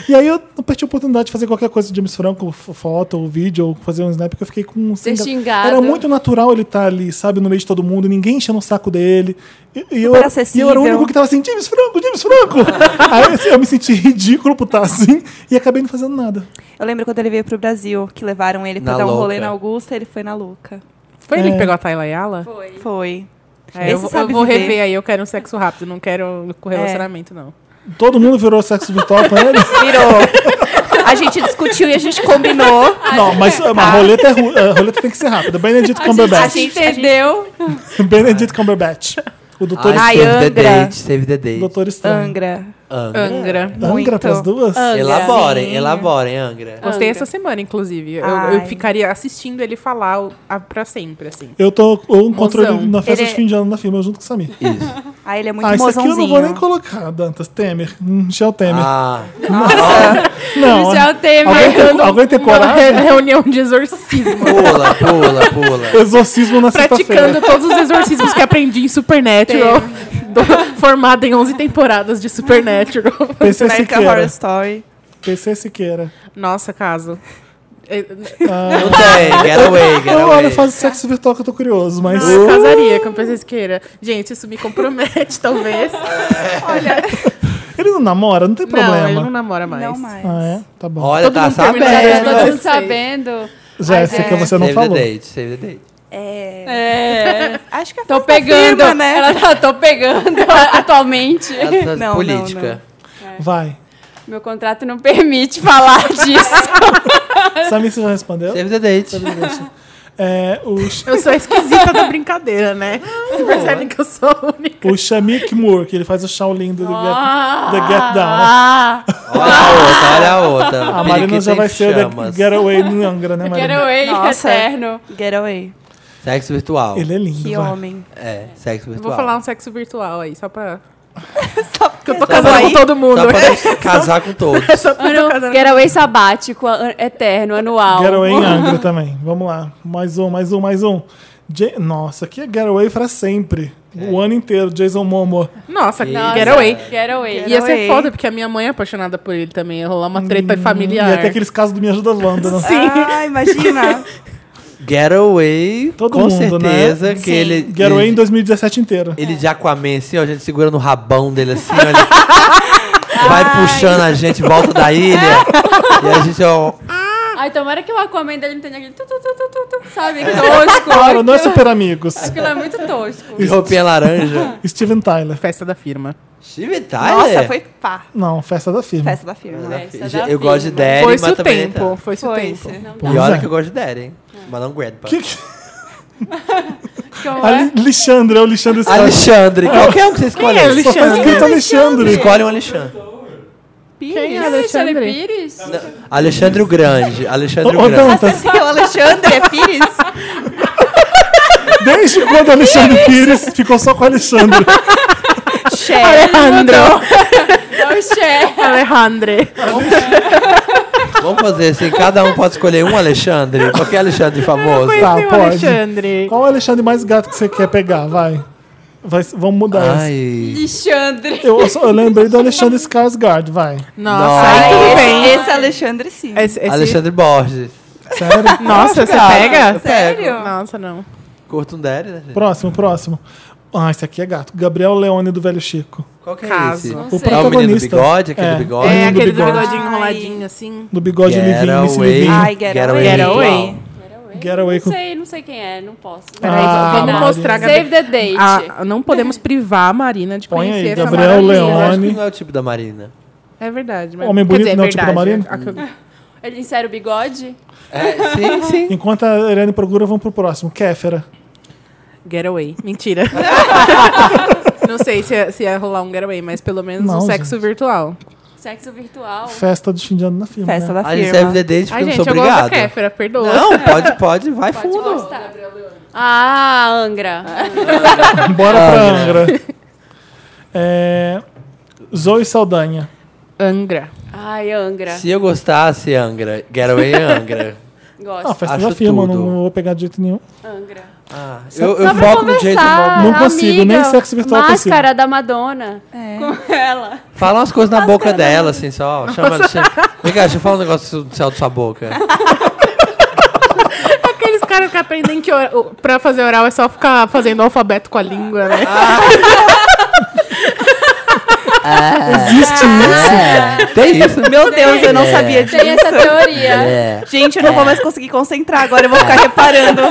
A: E aí eu não perdi a oportunidade de fazer qualquer coisa do James Franco, f- foto ou vídeo, ou fazer um snap, porque eu fiquei com...
B: Ser xingado.
A: Era muito natural ele estar ali, sabe, no meio de todo mundo, ninguém enchendo o saco dele. E, e eu, era- e eu era
E: acessível.
A: o único que tava assim, James Franco, James Franco! (laughs) aí assim, eu me senti ridículo por estar assim e acabei não fazendo nada.
E: Eu lembro quando ele veio pro Brasil, que levaram ele pra
C: Na
E: dar um
C: Louca.
E: rolê na Augusta, ele foi na Luca.
D: Foi ele
A: É.
D: que pegou a Tayla Yala?
B: Foi.
E: Foi.
D: É, eu,
E: Esse
D: vou- eu
E: sabe
D: vou
E: viver.
D: rever aí, eu quero um sexo rápido, não quero com relacionamento, não.
A: Todo mundo virou sexo virtual pra
B: (laughs)
A: ele.
E: Virou. (laughs) A gente discutiu e a gente combinou.
A: Não, mas mas a roleta, é ru- a roleta tem que ser rápida. Benedito
B: A gente,
A: Cumberbatch.
B: entendeu.
A: Benedict Cumberbatch. O O doutor,
E: Ai,
C: save the
E: Angra.
C: date, save the date.
A: doutor Estranho.
E: Angra.
C: Angra.
D: Angra.
A: Angra
E: Muito.
A: pras duas?
B: Angra.
C: Elaborem,
E: Sim.
C: elaborem, Angra.
D: Gostei
B: Angra.
D: essa semana, inclusive. Eu,
E: Ai.
D: eu ficaria assistindo ele falar o- a- pra sempre, assim.
A: Eu tô eu encontro
D: Mozão.
A: ele na festa
E: Ele
A: de
E: é-
A: fim de ano na firma junto com o Samir.
C: Isso.
E: Ah, ele é muito
A: Ah, isso aqui eu
E: mozãozinho.
A: não vou nem colocar, Dantas. Temer. Hum, Michel Temer.
C: Ah,
A: não,
B: Michel Temer.
A: alguém tem, alguém tem
D: Uma
A: coragem?
D: re- reunião de exorcismo.
C: pula, pula, pula.
A: Exorcismo na (laughs) sexta-feira.
D: praticando todos os exorcismos que aprendi em Supernatural. Do- formada em 11 temporadas de Supernatural. (laughs)
A: PC
E: American Horror
A: Siqueira.
E: Story.
A: PC Siqueira.
D: Nossa, caso. É, Eu-
A: Ah,
C: (laughs) Não tem, get away, get
A: eu olha,
C: away.
A: faz sexo virtual que eu tô curioso, mas.
D: Ah, eu casaria com o PC Siqueira. Gente, isso me compromete, talvez.
A: Ele não namora, não tem
D: Não, ele
A: problema.
D: não namora mais.
E: Não mais.
A: Ah, é? Tá bom.
C: Olha,
D: Todo
C: tá
D: mundo termina
A: é,
C: sabendo.
B: Todo
D: Não
B: mundo
D: sei.
B: sabendo.
A: Jéssica,
E: é.
A: você não
C: save
A: falou.
C: the date, save the date.
E: É.
B: É.
E: Acho que é
B: Tô
E: festa
B: pegando.
E: firma, né?
B: Ela tá, tô pegando (laughs) atualmente. (laughs)
C: Essa
E: Não,
C: tá política.
A: Vai.
B: Meu contrato não permite falar (laughs) disso.
A: Samir, você já respondeu? (laughs)
C: Save the date.
A: É, o,
D: Eu sou a esquisita da brincadeira, né? Vocês percebem que eu sou a única.
A: o Shamik Moore, que ele faz o Shaolin do The Get Down.
B: Ah,
C: Olha a outra, olha a outra.
A: A Marina
C: Periquita
A: já vai
C: em
A: ser o The
C: chamas.
A: Getaway no Angra, né, Marina?
B: Getaway
E: Nossa.
B: eterno.
E: Getaway.
C: Sexo virtual.
A: Ele é lindo.
E: Que
A: vai.
E: homem.
C: É, sexo
D: Eu
C: virtual.
D: Vou falar um sexo virtual aí, só pra.
E: Só porque eu tô
D: Casar com todo mundo.
C: Dá pra casar com todos.
D: (laughs) Só porque eu tô
B: Ano,
D: casando
B: getaway sabático, an- eterno, anual.
A: Getaway em Angra também. Vamos lá. Mais um, mais um, mais um. Ja- Nossa, aqui é Getaway pra sempre. O
C: É.
A: ano inteiro, Jason Momoa.
D: Nossa,
B: Nossa,
D: getaway.
B: Getaway.
D: Ia ser
E: Getaway.
D: foda, porque a minha mãe é apaixonada por ele também. Ia rolar uma treta
A: E
D: familiar.
A: até aqueles casos do Me Ajuda né? London.
D: Sim.
E: Ah, imagina.
C: Getaway,
A: Todo
C: com
A: mundo, né?
C: certeza, que
E: Sim.
C: ele...
A: Getaway em
C: ele,
A: 2017 inteiro.
C: ele de Aquaman, assim, ó, a gente segura no rabão dele, assim, ó, ele vai puxando a gente, volta da ilha, e a gente, ó,
B: Ai, tomara que o Aquaman dele não tenha aquele tu, tu, tu, tu, tu, tu, sabe?
A: (laughs)
B: Tosco.
A: Claro, não é super amigos.
B: Aquilo é muito tosco.
C: de roupinha laranja.
A: Steven Tyler.
D: Festa da firma.
C: Steve Tyler?
E: Nossa, foi pá.
A: Não, festa da firma.
E: Festa da firma.
B: Festa
C: Gente,
B: da
C: Eu gosto de
B: firma.
C: Derry,
D: Foi-se
C: mas
D: o
C: também
D: tempo.
C: tá.
D: Foi-se o
E: Foi.
D: tempo.
A: Pois
C: E olha
A: é.
C: que eu gosto de Derry, hein? Mas não aguento, pá.
A: Que que-
B: Como é?
A: Alexandre, é o Alexandre Santos.
C: Alexandre, qualquer um que você escolhe.
D: é
A: Só tá escrito Alexandre.
C: Escolhe um Alexandre.
D: Quem é
B: Alexandre
D: Alexandre?
B: Pires?
C: Alexandre o Grande. Alexandre
A: Ô,
C: o
A: ô,
C: Grande.
A: Dantas,
E: Sim, o Alexandre É Pires.
A: desde quando Alexandre Pires ficou só com Alexandre?
E: Cher.
D: Alejandro.
B: É o Cher.
D: Alejandre.
C: Vamos fazer assim, cada um pode escolher um Alexandre. Qualquer Alexandre famoso.
A: Tá,
D: Tem o
A: pode.
D: Alexandre.
A: Qual o Alexandre mais gato que você quer pegar? Vai. Vai vamos mudar essa.
C: Ai.
B: Alexandre.
A: Eu, eu lembrei do Alexandre Skarsgård, vai.
D: Nossa,
C: Nossa.
D: aí tudo bem. É,
E: Esse, esse Alexandre sim.
D: Esse- esse-
C: Alexandre Borges.
A: Sério?
D: Nossa, você pega?
E: Sério?
D: Nossa, não.
C: Curto um Derry, né? gente?
A: Próximo, próximo. Ah, esse aqui é gato. Gabriel Leone do Velho Chico.
C: Qual que é
D: Caso.
C: esse?
D: Não
A: O
B: sei.
C: É o menino do
A: protagonista.
C: bigode? Aquele
A: É.
C: do bigode?
D: É
A: Olha
D: aquele do
A: bigode.
D: bigodinho
E: Ai.
D: enroladinho, assim.
A: Do bigode livinho, nesse livinho.
E: Ai, get away.
D: Get away.
A: Getaway
B: Não
A: com...
B: sei, não sei quem é, não posso.
A: Peraí, Ah,
D: vamos
A: Marina.
D: mostrar,
B: Save the date.
D: Ah, não podemos privar a Marina de
A: Põe aí,
D: conhecer essa
A: Gabriel
D: maravilha.
A: Leão.
C: Eu acho que
A: Leone.
C: não é o tipo da Marina.
D: É verdade. mas-
A: Homem
D: quer
A: bonito
D: dizer, é
A: não é o tipo da
D: verdade. A-
B: Ele insere o bigode?
C: É, sim, sim.
A: Enquanto a Irene procura, vamos pro próximo. Kéfera.
D: (laughs) Getaway. Mentira. (laughs) não sei se ia, se ia rolar um getaway, mas pelo menos
A: Não,
D: um sexo
A: gente.
D: virtual.
B: Sexo virtual?
A: Festa de fim de ano na firma.
E: Festa
A: né?
E: da
C: A gente
E: firma.
C: serve the date porque
D: Ai,
C: eu não
D: gente,
C: sou
D: eu gosto da
C: obrigado.
D: Kéfera, perdoa.
C: Não, pode, pode, vai
B: Pode
C: fundo.
B: gostar. Ah, Angra.
A: Bora pra
C: Ah, né?
A: Angra. É... Zoe Saldanha.
D: Angra.
B: Ai, Angra.
C: Se eu gostasse, Angra. Getaway é Angra.
B: Gosto.
A: Ah, festa
C: Acho
A: da firma,
C: tudo.
A: não, não vou pegar de jeito nenhum.
B: Angra.
C: Ah, eu
B: Só
C: eu
B: pra
C: foco no Jason
B: conversar,
C: Momoa.
A: Não consigo,
B: amiga,
A: nem sexo virtual eu consigo.
B: Máscara da Madonna.
E: É.
B: Com ela.
C: (laughs) Fala umas coisas na boca dela, assim, só. Chama, chama. Vem cá, deixa eu falar um negócio do céu da sua boca.
D: Aqueles caras que aprendem que or- o- pra fazer oral é só ficar fazendo alfabeto com a língua, né?
A: Existe
C: Tem isso.
E: Meu Deus, eu não
C: É.
E: sabia disso.
B: Tem essa teoria.
C: É.
E: Gente, eu não vou mais conseguir concentrar agora, eu vou ficar reparando.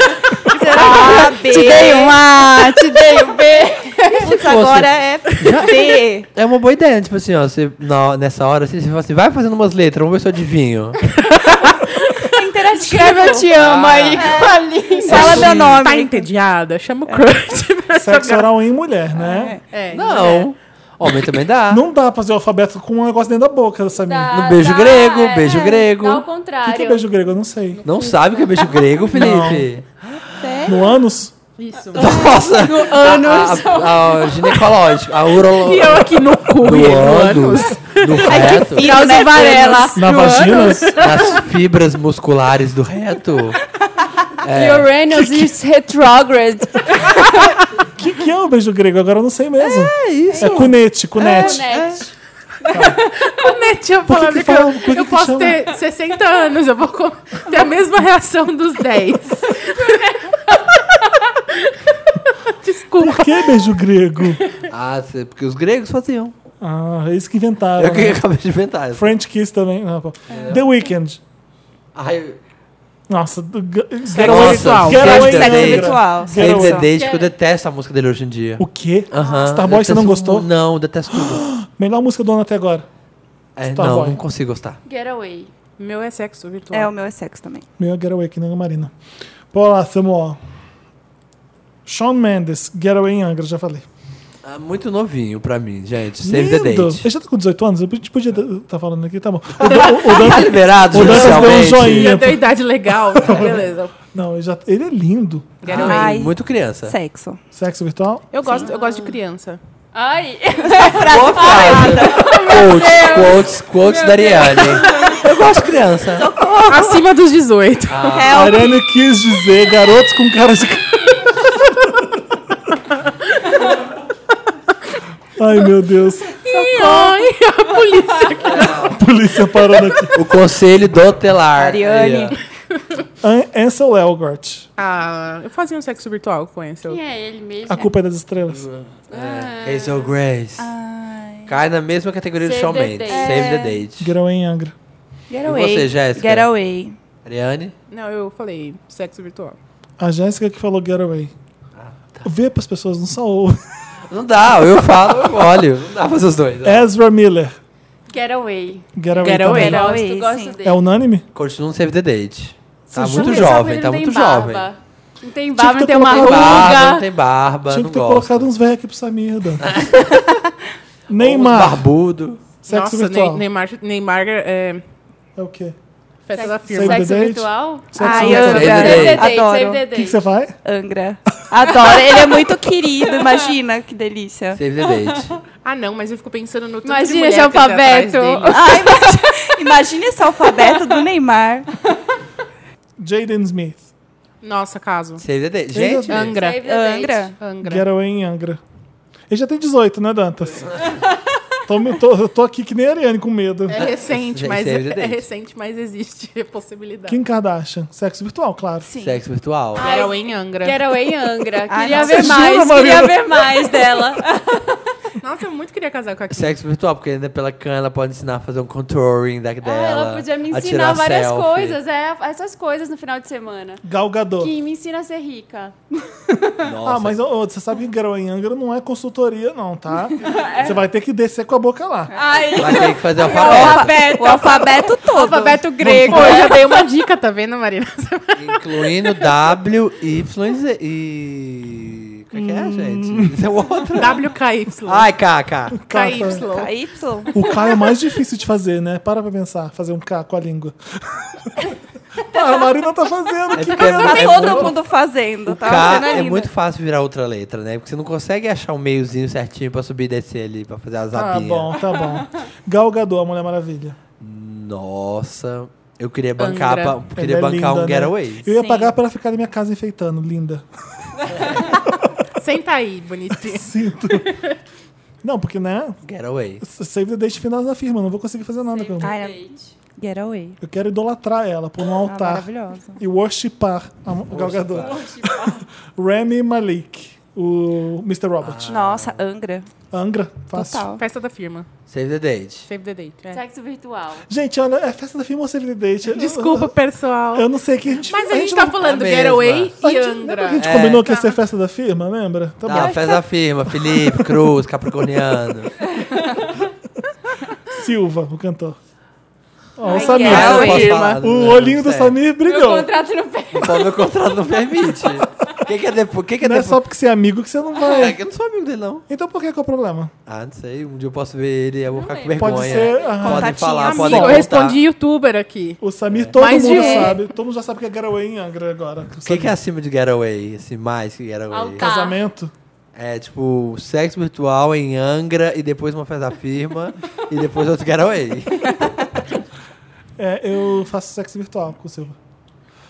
E: Será que Te dei um A, te dei um B. Putz, agora é B.
C: É uma boa ideia, tipo assim, ó, você, na- nessa hora, assim, você fala assim, vai fazendo umas letras, vamos ver se eu adivinho.
E: Interativo,
B: escreve eu te amo aí com a língua. Fala meu nome.
D: Ah. Tá entediada? Chama o crush. pra
A: Sexo
D: jogar.
A: oral em mulher, né?
D: É,
C: Não. Homem também dá.
A: Não dá pra fazer o alfabeto com um negócio dentro da boca, Samir.
B: Dá,
C: beijo
B: dá,
C: grego, beijo grego.
B: é. Dá ao
A: O
B: contrário.
A: que, que é beijo grego? Eu não sei.
C: Não sabe o que é beijo grego, Felipe?
A: No ânus?
D: Isso.
C: Nossa!
B: Anos.
C: A, a, a ginecológico, a urologia.
D: E eu aqui no cu.
C: Do
D: e ele no
C: ânus,
D: ânus.
C: do reto,
B: Drauzio
E: né,
B: Varela.
A: Na vagina?
C: das fibras musculares do reto.
B: Uranus is retrograde.
A: O que, que é o beijo grego? Agora eu não sei mesmo. É isso. É cunete, cunete.
B: né? Net.
D: (laughs) Prometi a
A: Por que
D: palavra
A: que
D: Né, que,
A: fala- por que
D: eu, eu
A: que
D: posso
A: chama?
D: ter 60 anos, eu vou co- ter a mesma reação dos 10. Desculpa.
A: Por que beijo grego?
C: Ah, cê- porque os gregos faziam.
A: (laughs) Ah, eles que inventaram.
C: Eu que
A: né?
C: acabei de inventar. essa.
A: French Kiss também. Ah, pô. The Weeknd.
C: Ai,
A: Nossa, do- g- get
D: Sexo
A: away.
D: virtual.
A: Get away,
C: Sexo
A: Sandra.
E: virtual.
A: Get
C: Save
A: away.
C: the Date, que tipo, eu detesto a música dele hoje em dia.
A: O quê?
C: Aham.
A: Starboy, você
C: Detesto
A: não gostou?
C: mu- Não, detesto
A: (gasps)
C: tudo.
A: Melhor música do ano até agora.
C: É, não,
A: Starboy.
C: não consigo gostar.
B: Getaway.
D: Meu é sexo virtual.
E: É, o meu é sexo também.
A: Meu Getaway, que nem a Marina. Próximo, ó. Shawn Mendes, Getaway em Angra, já falei.
C: Ah, muito novinho pra mim, gente. Save the
A: Lindo.
C: Date.
A: Ele já tá com 18 anos? A gente podia estar falando aqui, tá bom. O, Dan- o Dan-
C: Tá liberado,
A: O Dantas deu um
C: socialmente?
A: joinha.
D: Já deu idade legal,
A: (laughs)
D: tá? beleza.
A: não, ele, já- ele é lindo.
D: Quero
E: Ah.
D: ver.
E: Ai.
C: Muito criança.
E: Sexo.
A: Sexo virtual?
D: Ah, Eu gosto, eu gosto de criança.
B: Ai, (laughs)
C: Boa frase. (laughs) Quotes, quotes, quotes da Ariane. Eu gosto de criança.
D: Acima dos 18. (laughs)
A: A
E: Help.
A: Ariane quis dizer garotos com cara de. Ai meu Deus,
D: Ai, a polícia.
A: a (laughs) polícia parando aqui.
C: O conselho dotelar.
E: Ariane.
C: Aí,
A: An- Ansel Elgort,
D: Ah, eu fazia um sexo virtual com esse.
B: quem
D: Eu...
B: é ele mesmo?
A: a culpa é das estrelas.
C: ó. É. Hazel Grace. Cai na mesma categoria do
B: Ah. Save
C: Shawn
B: the
C: Mendes.
B: date. É.
C: Save the Date.
A: Grão em Angra.
E: Get
C: E
E: away.
C: você, Jéssica?
E: Get away.
C: Ariane?
D: Não, eu falei sexo virtual.
A: A Jéssica que falou Getaway. Vê pras pessoas, não só ouve.
C: Não dá, eu falo, eu olho. Não dá pra fazer os dois. ó.
A: (laughs) Ezra Miller,
B: Getaway.
A: Getaway.
D: Getaway.
A: também.
B: Gosto,
E: Getaway,
B: gosto
E: sim.
B: dele.
A: É unânime?
C: Continua no Save the Date. Tá
A: Você
C: muito
A: jura?
C: jovem, tá muito jovem.
B: Não tem barba,
A: ter
B: não tem uma
A: colocado
C: Barba, não
B: ruga.
C: tem barba,
A: Tinha
C: não
A: que ter
C: gosto.
A: colocado uns velhos aqui pro Samir.
C: Ou
A: Dan. (laughs)
C: uns
A: Neymar,
C: barbudo.
A: sexo
D: Nossa,
A: virtual.
D: Ney- Neymar, Neymar é
A: É o quê?
D: festa da firma.
A: Save the
B: Sexo
A: date.
B: virtual?
A: Sexo
E: Ai,
A: virtual.
E: Angra.
C: Save the date.
B: Save
E: Adoro.
B: the
A: O que que
B: date.
A: você vai?
E: Angra. Adoro. Ele é muito querido, imagina. Que delícia.
C: Save the
B: (laughs)
C: Date.
D: Ah, não, mas eu fico pensando no tanto de
B: Imagina
D: mulher
B: esse
D: que tá atrás
B: alfabeto.
D: dele.
E: Ai, imagina, imagina esse alfabeto do Neymar.
A: Jaden Smith,
D: Nossa, caso.
C: Save the Date.
A: Save the
C: Gente,
A: date.
D: Angra.
B: Save the date.
E: Angra.
D: Angra.
A: Getaway em Angra. Ele já tem 18, né, Dantas? tô, me- tô- eu tô aqui que nem a Ariane com medo.
D: É (laughs) recente,
C: Save
D: mas
C: the
D: é
C: date.
D: recente, mas existe a possibilidade.
A: Kim Kardashian, sexo virtual, claro.
B: Sim.
C: sexo virtual.
B: Ai,
D: Era o em Angra.
B: Getaway Angra.
E: Ai,
B: Queria
E: nossa,
B: ver
A: jura,
B: mais,
A: Marina?
B: queria ver mais
E: (laughs)
B: dela.
D: Nossa, eu muito queria casar com a Kim.
C: Sexo virtual, porque ainda pela Khan ela pode ensinar a fazer um contouring da
B: Ah,
C: dela.
B: ela podia me
C: a
B: ensinar
C: tirar
B: várias
C: selfie.
B: coisas, é, essas coisas no final de semana.
A: Gal Gadot.
B: Que me ensina a ser rica.
C: Nossa,
A: Ah, mas ô, ô, você sabe que Garou em Angra não é consultoria,
C: (laughs)
A: não, tá?
C: É.
A: Você vai ter que descer com a boca lá.
B: Ai,
C: vai ter que fazer o
E: O
C: papel,
E: alfabeto, o alfabeto todo.
B: alfabeto grego.
D: Pô, eu já dei uma dica, tá vendo, (laughs) Marina?
C: incluindo W, Y e Z. e... Como é que
A: Hum.
C: é, gente? Isso é outra.
D: WKY.
C: Ai, K, K.
D: KY.
E: A Tá Y.
A: O K é mais difícil de fazer, né? Para pra pensar, fazer um K com a
C: (laughs)
A: língua. Ah, a Marina tá fazendo,
C: É
A: que
C: porque é,
A: pena.
C: é
E: todo
C: muito...
E: mundo fazendo. Tá uma
C: K
E: cena
C: é
E: linda.
C: muito fácil virar outra letra, né? Porque você não consegue achar um meiozinho certinho pra subir e descer ali, pra fazer as
A: Tá
C: abinhas.
A: bom, tá bom. Gal Gadot, a Mulher Maravilha.
C: Nossa, eu queria bancar,
D: Angra.
C: pra- queria
A: Ela é
C: bancar
A: linda,
C: um
A: né?
C: getaway.
A: Eu ia
E: Sim.
A: pagar pra ela ficar na minha casa enfeitando, linda. (laughs)
D: Senta aí, bonitinho.
A: Sinto. Não, porque, né?
C: Getaway.
A: Save the date final da firma, não vou conseguir fazer nada com ela.
E: Ai, Get away.
A: Eu quero idolatrar ela por um
C: Tá.
E: Ah,
A: altar
E: maravilhosa.
A: e worshipar a Gal Gadot. Remy Malik, o Mr. Robert.
E: Ah. Nossa, Angra.
A: Angra, fácil.
D: (laughs)
E: Total.
D: Festa da firma.
C: Save the date.
D: Save the date. é.
B: Sexo virtual.
A: Gente, olha, é festa da firma ou Save the Date? Eu-
D: Desculpa, pessoal.
A: Eu, eu não sei o que a gente
D: Mas a gente
A: não-
D: tá falando
C: É
D: Getaway
C: mesmo.
D: e
A: Lembra
D: Angra.
A: que a gente
C: É,
A: combinou que ia
D: tá.
A: ser festa da firma, lembra? Tá
C: Tá, faz a firma, Felipe,
A: (laughs)
C: Cruz, Capricorniano.
A: bom. Silva, o cantor. Ó, o
E: Ai,
A: Samir.
E: é,
C: eu
E: Irma.
C: posso falar,
A: O
C: não,
A: olhinho do
C: sério.
A: Samir
B: Meu
A: brilhou.
B: contrato não perde.
C: Pô, meu é contrato não permite. O que, que é depois? Que que é
A: Não é
C: depois?
A: só porque você é amigo que você não
C: É
A: vai.
C: que eu não sou amigo dele, não.
A: Então por que que é o problema?
C: Ah, não sei. Um dia eu posso ver ele e eu vou ficar com
B: lembro.
C: vergonha.
A: Pode ser, ah,
C: podem
E: contatinho,
C: falar,
E: amigo.
C: podem
D: Eu
C: contar.
D: respondi youtuber aqui.
A: O
C: É.
A: Samir, todo
D: Mais de
A: mundo
D: um.
A: sabe. Todo mundo já sabe que é Garaway em Angra agora.
C: O que, que é acima de getaway? Assim, mais que getaway?
B: Altar.
A: Casamento?
C: É tipo, sexo virtual em Angra e depois uma festa da firma e depois outro getaway.
A: É, eu faço sexo virtual com o Silva.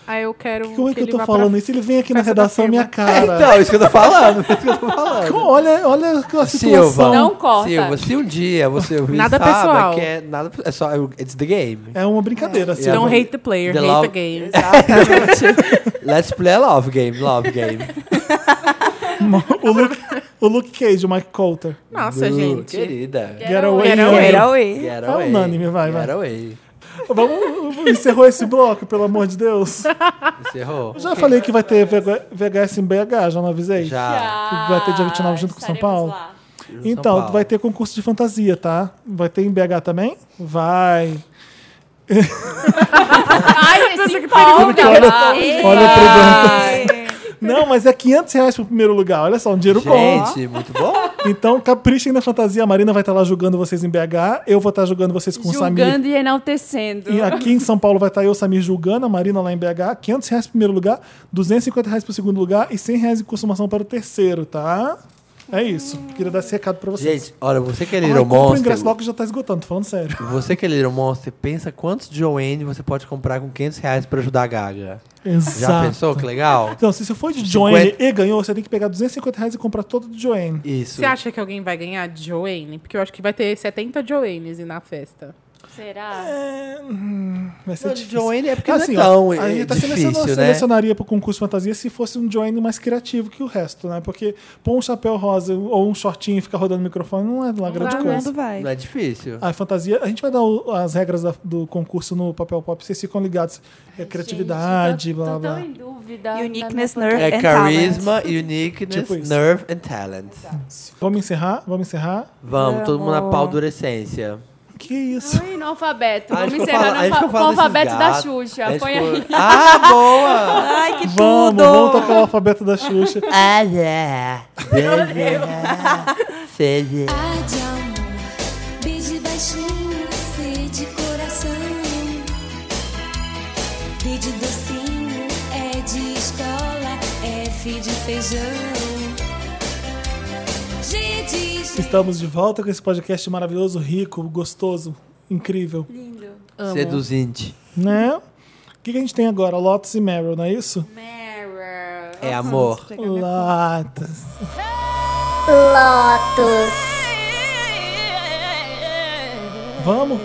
D: Aí eu quero.
A: Como é que,
D: ele
A: eu tô
D: vá
A: falando
D: pra...
A: isso? Ele vem aqui na
D: festa da
A: redação,
D: firma.
A: minha cara.
C: (laughs) Então, isso que eu tô falando. Isso que eu tô falando.
A: Olha, olha a
C: Então, Silva,
A: situação.
B: Não corta.
C: Silva, se um dia você ouvir
D: Nada
C: Saba,
D: pessoal.
C: que é nada é só it's the game.
A: É uma brincadeira, Silva.
D: Don't hate the player,
C: The
D: hate
C: love-
D: the (laughs) game.
C: Let's play a love game, love game.
A: (laughs) o, Luke, o Luke Cage, o Mike Coulter.
D: Nossa,
C: Uh,
D: gente.
C: Querida.
A: Getaway.
E: Getaway. Getaway.
C: Get
A: É unânime, vai, vai.
C: Get away.
A: Vamos, encerrou esse bloco, pelo amor de Deus.
D: (laughs)
C: Encerrou?
A: Eu já falei que vai ter VH VHS em BH, já não avisei?
C: Já.
A: Vai ter dia 29 junto com São Paulo? (laughs) Então,
C: Paulo.
A: vai ter concurso de fantasia, tá? Vai ter em BH também? Vai.
B: Ai, se empolga.
A: Olha a pergunta.
E: Ai.
A: Não, mas é 500 reais pro primeiro lugar. Olha só, um dinheiro bom.
C: Gente, muito bom.
A: (laughs) Então, caprichem na fantasia. A Marina vai estar lá julgando vocês em BH. Eu vou estar julgando vocês com o Samir.
B: Julgando e enaltecendo.
A: E aqui em São Paulo vai estar eu, Samir, julgando. A Marina lá em BH. 500 reais pro primeiro lugar. 250 reais pro segundo lugar. E 100 reais de consumação para o terceiro, tá? É isso. Queria dar esse recado pra vocês.
C: Gente, olha, você que é
A: Ai,
C: Little
A: compra o ingresso
C: Monster.
A: logo que já tá esgotando. Tô falando sério.
C: Você que é Little Monster, pensa quantos Joanne você pode comprar com 500 reais pra ajudar a Gaga.
A: Exato.
C: Já pensou? Que legal.
A: Então, se você for de Joanne
C: 50.
A: e ganhou, você tem que pegar 250 reais e comprar todo de Joanne.
C: Isso.
D: Você acha que alguém vai ganhar de Joanne? Porque eu acho que vai ter 70 Joannes na festa.
A: É,
B: Será?
A: Vai ser
C: Não, de
A: difícil.
C: Joanne é porque
A: Assim,
C: não é tão
A: ó, a gente tá
C: difícil,
A: seleciona-
C: né?
A: selecionaria pro concurso fantasia se fosse um Joanne mais criativo que o resto, né? Porque pôr um chapéu rosa ou um shortinho e ficar rodando o microfone não é lá grande
E: Todo
A: coisa.
E: mundo vai.
C: Não é difícil.
A: A fantasia, a gente vai dar o- as regras da- do concurso no papel pop, vocês ficam ligados. É criatividade,
B: Gente, tô-
A: blá
B: tô
A: blá.
B: tá tão em dúvida.
E: Uniqueness,
B: da minha-
E: nerve
C: É
E: and
C: carisma, uniqueness,
A: né? Tipo isso.
C: nerve and talent.
A: Vamos encerrar? Vamos encerrar?
C: Tá. Vamos, todo mundo na
E: Vamos.
C: paldurecência.
A: Que isso?
B: Ai, no alfabeto.
C: Ah, a
B: Vamos
C: gente ficou
B: encerrar
C: falando- a
B: no
C: gente
B: fa-
C: ficou
B: com
C: falando
B: o
C: desses
B: alfabeto da
C: gatos. A
B: Xuxa.
C: gente
B: Põe
C: ficou-
B: aí.
C: Ah, boa! (laughs) Ah,
E: talent. Ai, que
A: Vamos,
E: tudo!
A: vamos tocar o alfabeto da Xuxa.
C: (laughs) Seja.
F: Ah, de amor, beije baixinho, sede de coração. B de docinho, é de escola, F de feijão. G de gente.
A: Estamos de volta com esse podcast maravilhoso, rico, gostoso, incrível,
B: Lindo.
C: Seduzinte.
A: né? O que, que a gente tem agora? Lotus e Meryl, não é isso?
B: Meryl.
C: É amor.
A: Lotus. Vamos?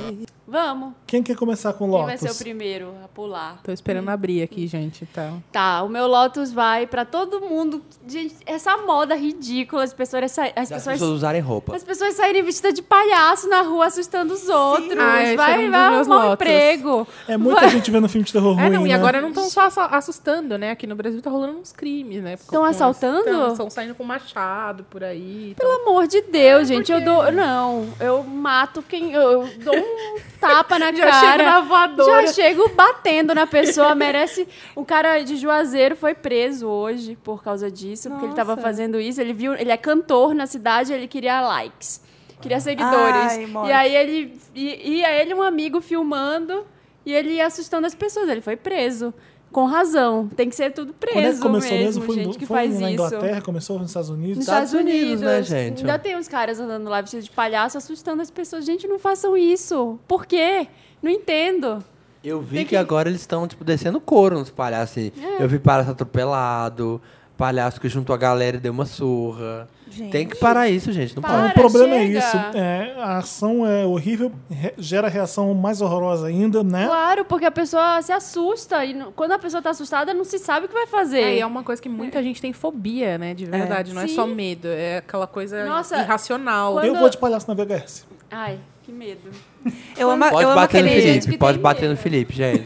B: Vamos.
A: Quem quer começar com
B: Quem
A: Lotus?
B: vai ser o primeiro a pular?
D: Tô esperando abrir aqui, gente. Tá.
B: Tá, o meu Lotus vai pra todo mundo. Gente, essa moda ridícula, as pessoas, sa- as
C: As
B: pessoas
C: pessoas usarem roupa.
B: As pessoas saírem vestidas de palhaço na rua assustando os outros.
D: Ah, esse era um
B: vai
D: dos
B: vai
D: meus
B: arrumar um
D: lotos.
B: emprego.
A: É muita gente vendo filme de terror ruim,
D: É, não, e
A: né?
D: agora não estão só assa- assustando, né? Aqui no Brasil tá rolando uns crimes, né?
B: Tão assaltando?
D: Estão saindo com machado por aí.
B: Pelo amor de
D: É,
B: Deus, gente, eu dou. Não, eu mato quem. Eu, eu dou um tapa
D: (laughs)
B: na
D: Já
B: cara.
D: chega na voadora.
B: Já chego batendo na pessoa. Merece. Um cara de Juazeiro foi preso hoje por causa disso, porque ele tava
E: Nossa.
B: fazendo isso. Ele viu. Ele é cantor na cidade, ele queria likes. Queria seguidores.
E: Ai, morte.
B: e aí ele. E, ia ele e um amigo filmando e ele ia assustando as pessoas. Ele foi preso. Com razão. Tem que ser tudo preso
A: Quando é que começou
B: mesmo,
A: mesmo? Foi,
B: gente
A: em-
B: que
A: foi
B: faz
A: na
B: isso.
A: Inglaterra? Começou nos Estados Unidos?
B: Nos
A: Tá.
B: Estados,
C: Estados Unidos,
B: Unidos,
C: né, gente?
B: Ainda tem uns caras andando lá vestidos de palhaço, assustando as pessoas. Gente, não façam isso. Por quê? Não entendo.
C: Eu vi
B: Tem
C: que...
B: que-
C: agora eles estão, tipo, descendo couro nos palhaços. assim. Eu vi palhaço atropelado, palhaço que juntou a galera e deu uma surra.
E: Gente.
C: Tem que parar isso, gente. Não
A: Então,
B: Para,
A: o problema é
B: chega.
A: isso. É, a ação é horrível, re- gera reação mais horrorosa ainda, né?
B: Claro, porque a pessoa se assusta. E não- quando a pessoa tá assustada, não se sabe o que vai fazer.
D: É, e é uma coisa que muita gente tem fobia, né? De verdade, não é
B: Sim.
D: só medo, é aquela coisa
B: Nossa,
D: irracional.
B: quando-
A: Eu vou de palhaço na VHS.
B: Ai, que medo.
E: Eu amo,
C: Pode
E: eu amo
C: bater no
E: aquele.
B: gente que
C: Felipe,
B: tem
C: pode bater
B: medo.
C: no Felipe, gente.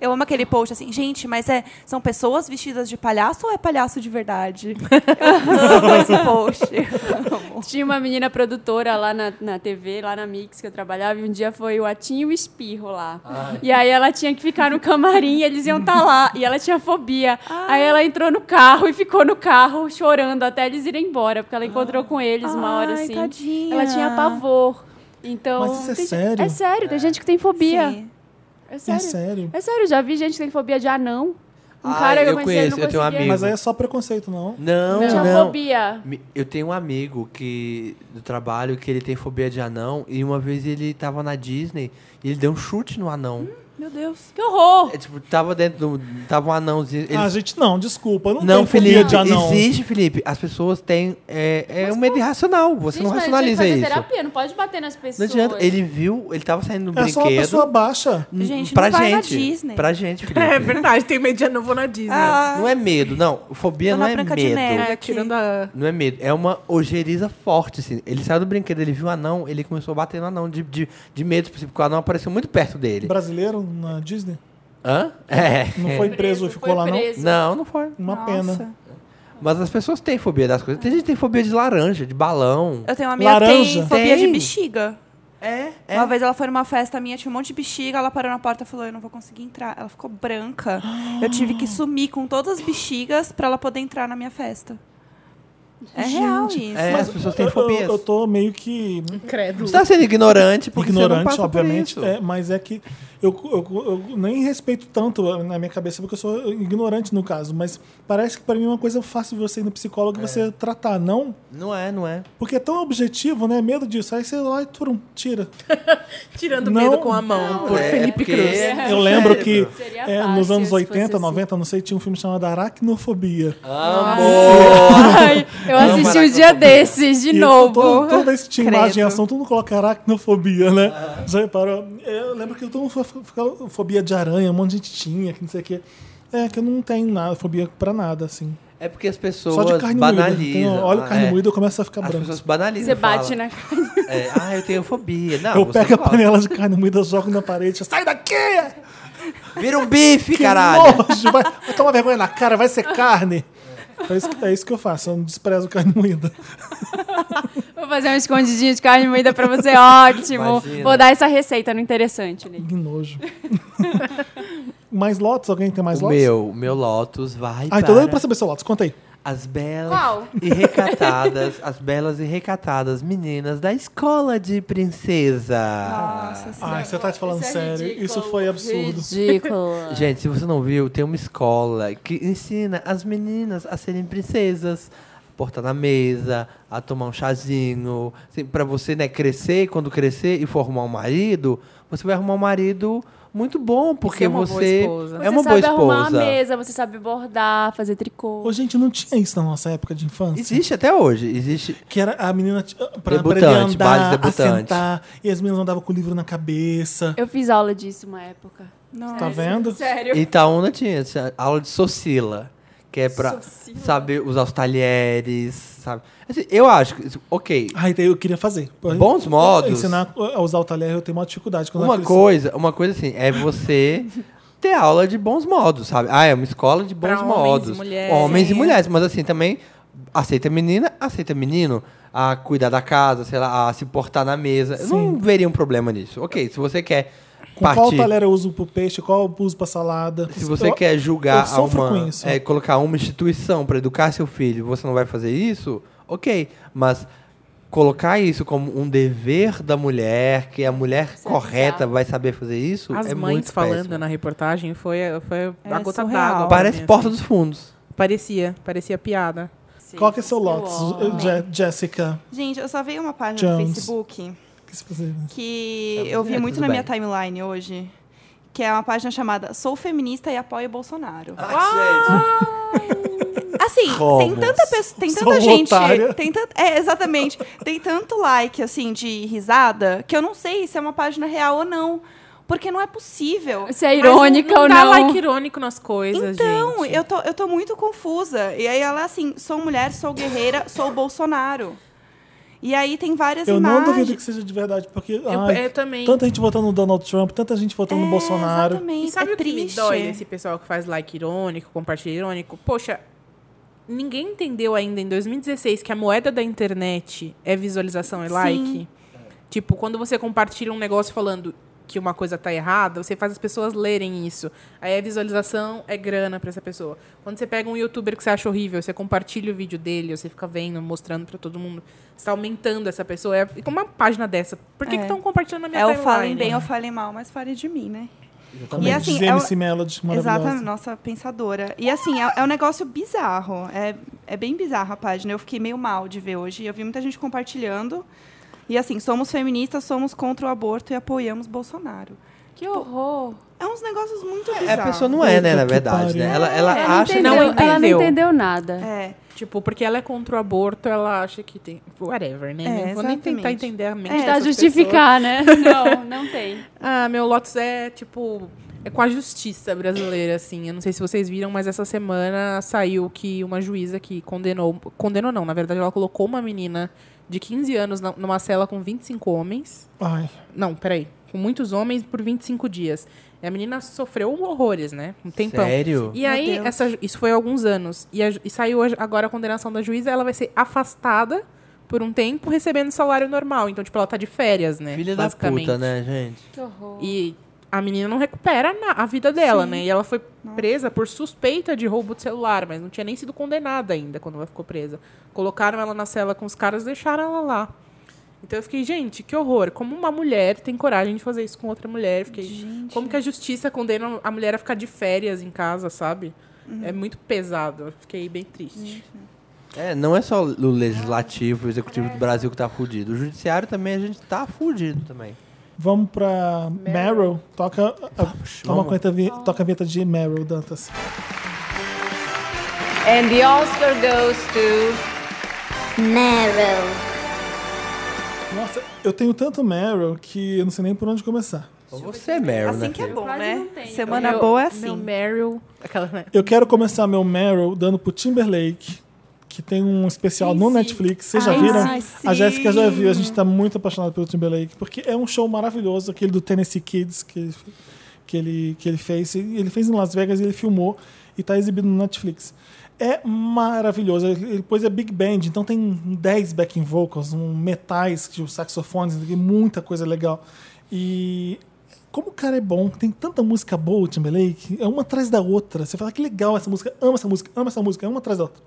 E: Eu amo aquele post assim, gente, mas é, são pessoas vestidas de palhaço ou é palhaço de (laughs) verdade? Eu amo esse post. Amo.
B: Tinha uma menina produtora lá na, na TV, lá na Mix que eu trabalhava, e um dia foi o Atinho e o Espirro lá. E aí ela tinha que ficar no camarim, e eles iam estar lá, e ela tinha fobia. Aí ela entrou no carro e ficou no carro chorando até eles irem embora, porque ela encontrou com eles uma hora
E: Ai,
B: assim.
E: tadinha.
B: Ela tinha pavor. Então,
A: Mas isso é
B: tem gente-
A: sério?
B: É sério, tem gente que tem fobia.
E: Sim.
B: É
A: É
B: sério.
A: sério.
B: É sério, já vi gente que tem fobia de anão. Um
C: Ah,
B: cara que
C: eu
B: eu conheci, ele não
C: conheço, eu tenho um
B: conseguia.
C: amigo.
A: Mas aí é só preconceito, não.
C: Não,
B: Tinha
C: não.
B: fobia.
C: Me- Eu tenho um amigo que do trabalho que ele tem fobia de anão e uma vez ele tava na Disney e ele deu um chute no anão.
E: Meu Deus.
B: Que horror!
C: É, tipo, tava dentro do tava um anãozinho. ele-
A: Ah, gente, não, desculpa. eu Não,
C: não,
A: tenho fobia
C: Felipe,
A: de anão.
C: existe, Felipe. As pessoas têm é, é um medo irracional. Você
B: Gente,
C: não
B: mas a gente
C: racionaliza
B: tem que
C: isso.
B: fazer terapia, não pode bater nas pessoas.
C: Não adianta. Ele viu, ele tava saindo do
A: É só uma
C: brinquedo.
A: pessoa baixa.
C: N-
E: Gente,
C: pra
E: não vai na
C: gente,
E: Disney.
C: Pra gente, Felipe.
D: É verdade, tem medo de não vou na Disney.
E: Ah,
C: Não é medo, não. Fobia
E: Dona
C: não é
E: Branca de
C: medo.
E: Neve.
D: é, tirando a.
C: Não é medo, é uma ojeriza forte, assim. Ele saiu do brinquedo, ele viu o anão, ele começou a bater no anão de, de, de medo, tipo, porque o anão apareceu muito perto dele.
A: Brasileiro na Disney.
C: Hã? É.
A: Não foi preso,
B: Foi
A: ficou lá, não.
B: preso.
C: Não, não foi.
A: Uma pena.
C: Mas as pessoas têm fobia das coisas. Tem gente que tem fobia de laranja, de balão.
E: Eu tenho uma amiga que
A: Laranja.
E: tem fobia de
C: Tem.
E: bexiga.
C: É,
E: Uma vez ela foi numa festa minha, tinha um monte de bexiga, ela parou na porta e falou, eu não vou conseguir entrar. Ela ficou branca. Eu tive que sumir com todas as bexigas pra ela poder entrar na minha festa. É real isso.
C: É, as pessoas têm fobias.
A: Eu, eu tô meio que
D: Credo.
C: Você tá sendo ignorante, porque você não
A: ignorante,
C: passa
A: obviamente.
C: Por isso.
A: é, mas é que eu, eu- eu nem respeito tanto na minha cabeça, porque eu sou ignorante no caso. Mas parece que pra mim é uma coisa fácil de você ir no psicólogo
C: É.
A: e você tratar, não?
C: Não é, não é.
A: Porque é tão objetivo, né? Medo disso. Aí você lá e turum, tira.
D: Tirando o
A: Não.
D: medo com a mão, por
C: É,
D: Felipe
C: porque-
D: Cruz.
A: Eu lembro que
B: Seria
A: é,
B: fácil
A: nos
B: se
A: anos
B: fosse
A: 80,
B: assim.
A: 90, não sei, tinha um filme chamado Aracnofobia.
B: Ai, eu assisti um dia desses, de
A: E
B: novo.
A: Toda, toda vez que tinha
E: Credo.
A: imagem em ação, todo mundo coloca aracnofobia, né? Já reparou? Eu lembro que todo mundo fa- ficava fobia de aranha, um monte de gente tinha, que não sei o quê. É, que eu não tenho nada, fobia pra nada, assim.
C: É porque as
A: Só
C: pessoas
A: de carne moída.
C: banalizam.
A: Tenho, olha o carne
C: é.
A: moída, eu começo a ficar
C: As
A: branco.
C: pessoas banalizam.
B: Você bate né?
C: falam,
B: na
C: é, ah, eu tenho fobia. Não,
A: Eu
C: "Ah, você
A: pego a
C: não
A: panela de carne moída, jogo na parede, sai daqui!
C: gosta. Vira um bife,
A: Que
C: caralho.
A: nojo! Vai, vai tomar vergonha na cara, vai ser carne! É isso, é isso que eu faço, eu não desprezo carne moída.
B: Vou fazer um escondidinho de carne moída pra você, (laughs) ótimo.
C: Imagina.
B: Vou dar essa receita no interessante, Ney.
A: Que nojo. (laughs) mais lotes? Alguém tem mais
C: O
A: lotes?
C: meu, o meu Lotus vai
A: Ah,
C: para
A: então dando pra saber seu lotes, conta aí.
C: as belas
B: Qual?
C: e recatadas, as belas e recatadas meninas da escola de princesa.
E: Nossa assim, senhora.
A: Ai, você tá te falando
B: Isso é
A: sério.
B: ridículo.
A: Isso foi absurdo.
B: Ridícula.
C: Gente, se você não viu, tem uma escola que ensina as meninas a serem princesas, a portar na mesa, a tomar um chazinho, assim, para você, né, crescer, quando crescer e for arrumar um marido, você vai arrumar um marido muito bom, porque
D: é uma boa
C: você
D: esposa.
B: Você
C: é uma boa
B: sabe arrumar a
C: esposa.
B: mesa, você sabe bordar, fazer tricô.
A: Ô, gente, não tinha isso na nossa época de infância.
C: Existe até hoje,
B: (laughs)
C: existe
A: Que era a menina t- pra, pra ele
C: Debutante, base
A: andar,
C: debutante.
A: assentar, e as meninas andavam com o livro na cabeça.
B: Eu fiz aula disso uma época.
E: Nossa.
A: Tá vendo?
B: Sério.
C: Itaúna tinha, tinha aula de socila, que é pra
B: Socila?
C: saber usar os talheres, sabe? Assim, eu acho que, ok,
A: Ai, daí eu queria fazer.
C: Bons modos.
A: Ensinar a usar o talher, eu tenho uma dificuldade. Quando
C: uma
A: eu cresci-
C: coisa, uma coisa assim, é
A: (laughs)
C: você ter aula de bons modos, sabe? Ah, é uma escola de bons
D: Pra homens e
C: modos.
D: mulheres. É.
C: Homens e
D: Sim.
C: mulheres, mas assim, também aceita menina, aceita menino, a cuidar da casa, sei lá, a se portar na mesa. Eu não veria um problema nisso. Ok, se você quer
A: Com qual
C: partir...
A: talher eu uso pro peixe, qual eu uso pra salada.
C: Se você
A: Eu-
C: quer julgar
A: eu sofro
C: uma-
A: com isso.
C: é, colocar uma instituição para educar seu filho, você não vai fazer isso? OK, mas colocar isso como um dever da mulher, que a mulher correta vai saber fazer isso,
D: é As
C: é
D: mães
C: muito
D: falando né?
C: péssimo.
D: na reportagem foi, foi
E: É
D: a gota
E: surreal.
D: d'água.
C: Parece
D: assim.
C: porta dos fundos.
D: Parecia, parecia piada.
A: Qual que é seu lotes,
B: Eu amo.
A: Je- Jessica?
E: Gente, eu só vi uma página
A: Jones.
E: no Facebook
A: O que você fazer?
E: que
C: É,
E: eu vi
C: é,
E: muito
C: tudo
E: na
C: bem.
E: minha timeline hoje. Que é uma página chamada Sou Feminista e Apoio
C: Ah,
E: Bolsonaro.
D: Ah,
E: Assim, tem
C: Como?
E: tanta pessoa, tem
A: Sou
E: tanta gente,
A: otária.
E: tem tan- é exatamente, tem tanto like assim de risada que eu não sei se é uma página real ou não, porque não é possível.
B: Se é
D: Mas não-
B: irônica
D: não
B: ou
D: dá
B: não.
D: like irônico nas coisas,
E: Então,
D: é gente.
E: eu tô, eu tô muito confusa. E aí ela assim, sou mulher, sou guerreira, sou Bolsonaro. E aí tem várias
A: Eu não
E: imagens.
A: duvido que seja de verdade, porque
D: Eu,
A: ai,
D: eu também.
A: tanta gente votando no Donald Trump, tanta gente votando no
E: É,
A: Bolsonaro.
E: Exatamente.
D: E sabe
E: é
D: o que me
E: triste.
D: dói desse pessoal que faz like irônico, compartilha irônico? Poxa, ninguém entendeu ainda em 2016 que a moeda da internet é visualização e
E: Sim.
D: like. Tipo, quando você compartilha um negócio falando que uma coisa tá errada, você faz as pessoas lerem isso. Aí a visualização é grana pra essa pessoa. Quando você pega um youtuber que você acha horrível, você compartilha o vídeo dele, você fica vendo, mostrando pra todo mundo, você tá aumentando essa pessoa. É como uma página dessa. Por que
E: É.
D: estão compartilhando na minha
E: É o
D: timeline?
E: falem bem ou falem mal, mas falem de mim, né?
A: Também.
E: E assim,
A: Diz
E: ela-
A: MC Melody, maravilhosa.
E: Exatamente, nossa pensadora. E assim, é, é um negócio bizarro. É, é bem bizarro a página. Eu fiquei meio mal de ver hoje. Eu vi muita gente compartilhando. E assim, somos feministas, somos contra o aborto e apoiamos Bolsonaro.
B: Que horror.
E: É uns negócios muito
C: É, a
E: bizarros.
C: pessoa não é, né,
A: Puta
C: na
A: que
C: verdade,
A: pariu.
C: né? Ela, ela
B: Ela não
C: acha que
B: entendeu,
D: É, não
B: Ela não
D: entendeu.
B: entendeu nada.
E: É.
D: Tipo, porque ela é contra o aborto, ela acha que tem. Whatever, né?
E: É,
D: não vou nem tentar
E: exatamente.
D: entender a mente.
E: É,
D: dessas
B: Pra
D: pessoas.
B: tá
C: (laughs)
B: justificar, né? Não, não tem.
D: Ah, meu Lotus é tipo. É com a justiça brasileira, assim. Eu não sei se vocês viram, mas essa semana saiu que uma juíza que condenou. Condenou não, na verdade, ela colocou uma menina de 15 anos na- numa cela com 25 homens.
A: Ai,
D: Não, peraí. Com muitos homens por 25 dias. E a menina sofreu horrores, né? Um tempão.
C: Sério?
D: E
E: Meu
D: aí,
E: Deus.
D: essa ju- isso foi há alguns anos. E, a ju- e saiu a ju- agora a condenação da juíza, ela vai ser afastada por um tempo, recebendo salário normal. Então, tipo, ela tá de férias, né?
C: Filha da
D: basicamente.
C: puta, né, gente?
B: Que horror.
D: E a menina não recupera na- a vida dela, né? E ela foi presa por suspeita de roubo de celular, mas não tinha nem sido condenada ainda quando ela ficou presa. Colocaram ela na cela com os caras e deixaram ela lá. Então eu fiquei, gente, que horror. Como uma mulher tem coragem de fazer isso com outra mulher? Eu Fiquei,
E: Gente.
D: como que a justiça condena a mulher a ficar de férias em casa, sabe?
G: Uhum.
D: É muito pesado. Eu Fiquei bem triste.
C: É, não é só o legislativo, o executivo
D: É.
C: do Brasil que tá fudido. O judiciário também, a gente tá fudido também.
A: vamos pra Meryl. Toca, a- toma
C: vamos.
A: conta, vi- toca a vinheta de Meryl, Dantas.
G: And the Oscar goes to.
F: Meryl.
A: Nossa, eu tenho tanto Meryl que eu não sei nem por onde começar.
C: Você é Meryl, né?
E: Assim que é
C: filha?
E: bom,
B: Quase
E: né?
B: não tem.
E: Semana
D: Meu-
E: boa é
D: Meu
E: assim.
D: Meryl. Aquela, né?
A: Eu quero começar meu Meryl dando pro Timberlake, que tem um especial no Netflix. Vocês já
B: Ai,
A: viram?
E: sim.
A: A Jéssica já viu, a gente tá muito apaixonado pelo Timberlake, porque é um show maravilhoso, aquele do Tennessee Kids que ele, que ele, que ele fez. E Ele fez em Las Vegas e ele filmou e tá exibido no Netflix. É maravilhoso. Ele ele pôs a Big Band, então tem 10 backing vocals, um metais, tipo, saxofones, muita coisa legal. E como o cara é bom, tem tanta música boa, o Timberlake, é uma atrás da outra. Você fala "Ah, que legal essa música, ama essa música, ama essa música, é uma atrás da outra.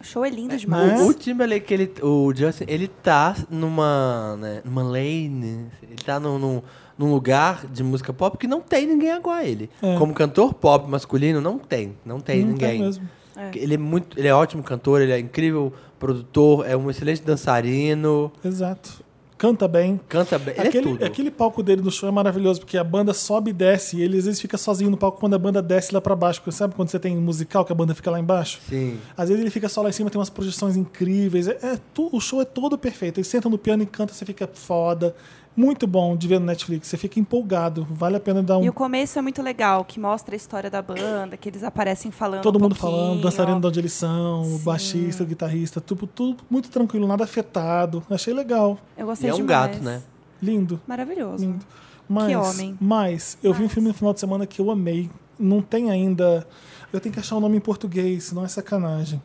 E: O show é
A: Né?
E: lindo demais.
A: Mas-
C: O, o Timberlake, ele, o Justin, ele tá numa, né, numa lane, ele tá num, num, num lugar de música pop que não tem ninguém igual a ele.
A: É.
C: Como cantor pop masculino, não tem, não tem
A: Não tem
C: ninguém.
A: mesmo.
C: Ele é muito, ele é ótimo cantor, ele é incrível produtor, é um excelente dançarino,
A: Exato. Canta bem.
C: canta bem, ele é
A: Aquele,
C: tudo.
A: aquele palco dele do show é maravilhoso, porque a banda sobe e desce, e ele às vezes fica sozinho no palco quando a banda desce lá pra baixo. Sabe quando você tem um musical que a banda fica lá embaixo?
C: Sim.
A: Às vezes ele fica só lá em cima, tem umas projeções incríveis. É, é tu- o show é todo perfeito. Ele senta no piano e canta, você fica foda. Muito bom de ver no Netflix. Você fica empolgado. Vale a pena dar um.
E: E o começo é muito legal, que mostra a história da banda, que eles aparecem falando.
A: Todo
E: um
A: mundo
E: pouquinho.
A: falando, dançarino de onde eles são, o baixista, o guitarrista, tudo, tudo muito tranquilo, nada afetado. Achei legal.
E: Eu
C: E
E: gostei
C: é um
E: demais.
C: gato, né?
A: Lindo.
E: Maravilhoso.
A: Lindo. Mas,
E: homem.
A: mas eu vi um filme no final de semana que eu amei. Não tem ainda. Eu tenho que achar o nome em português, senão é sacanagem.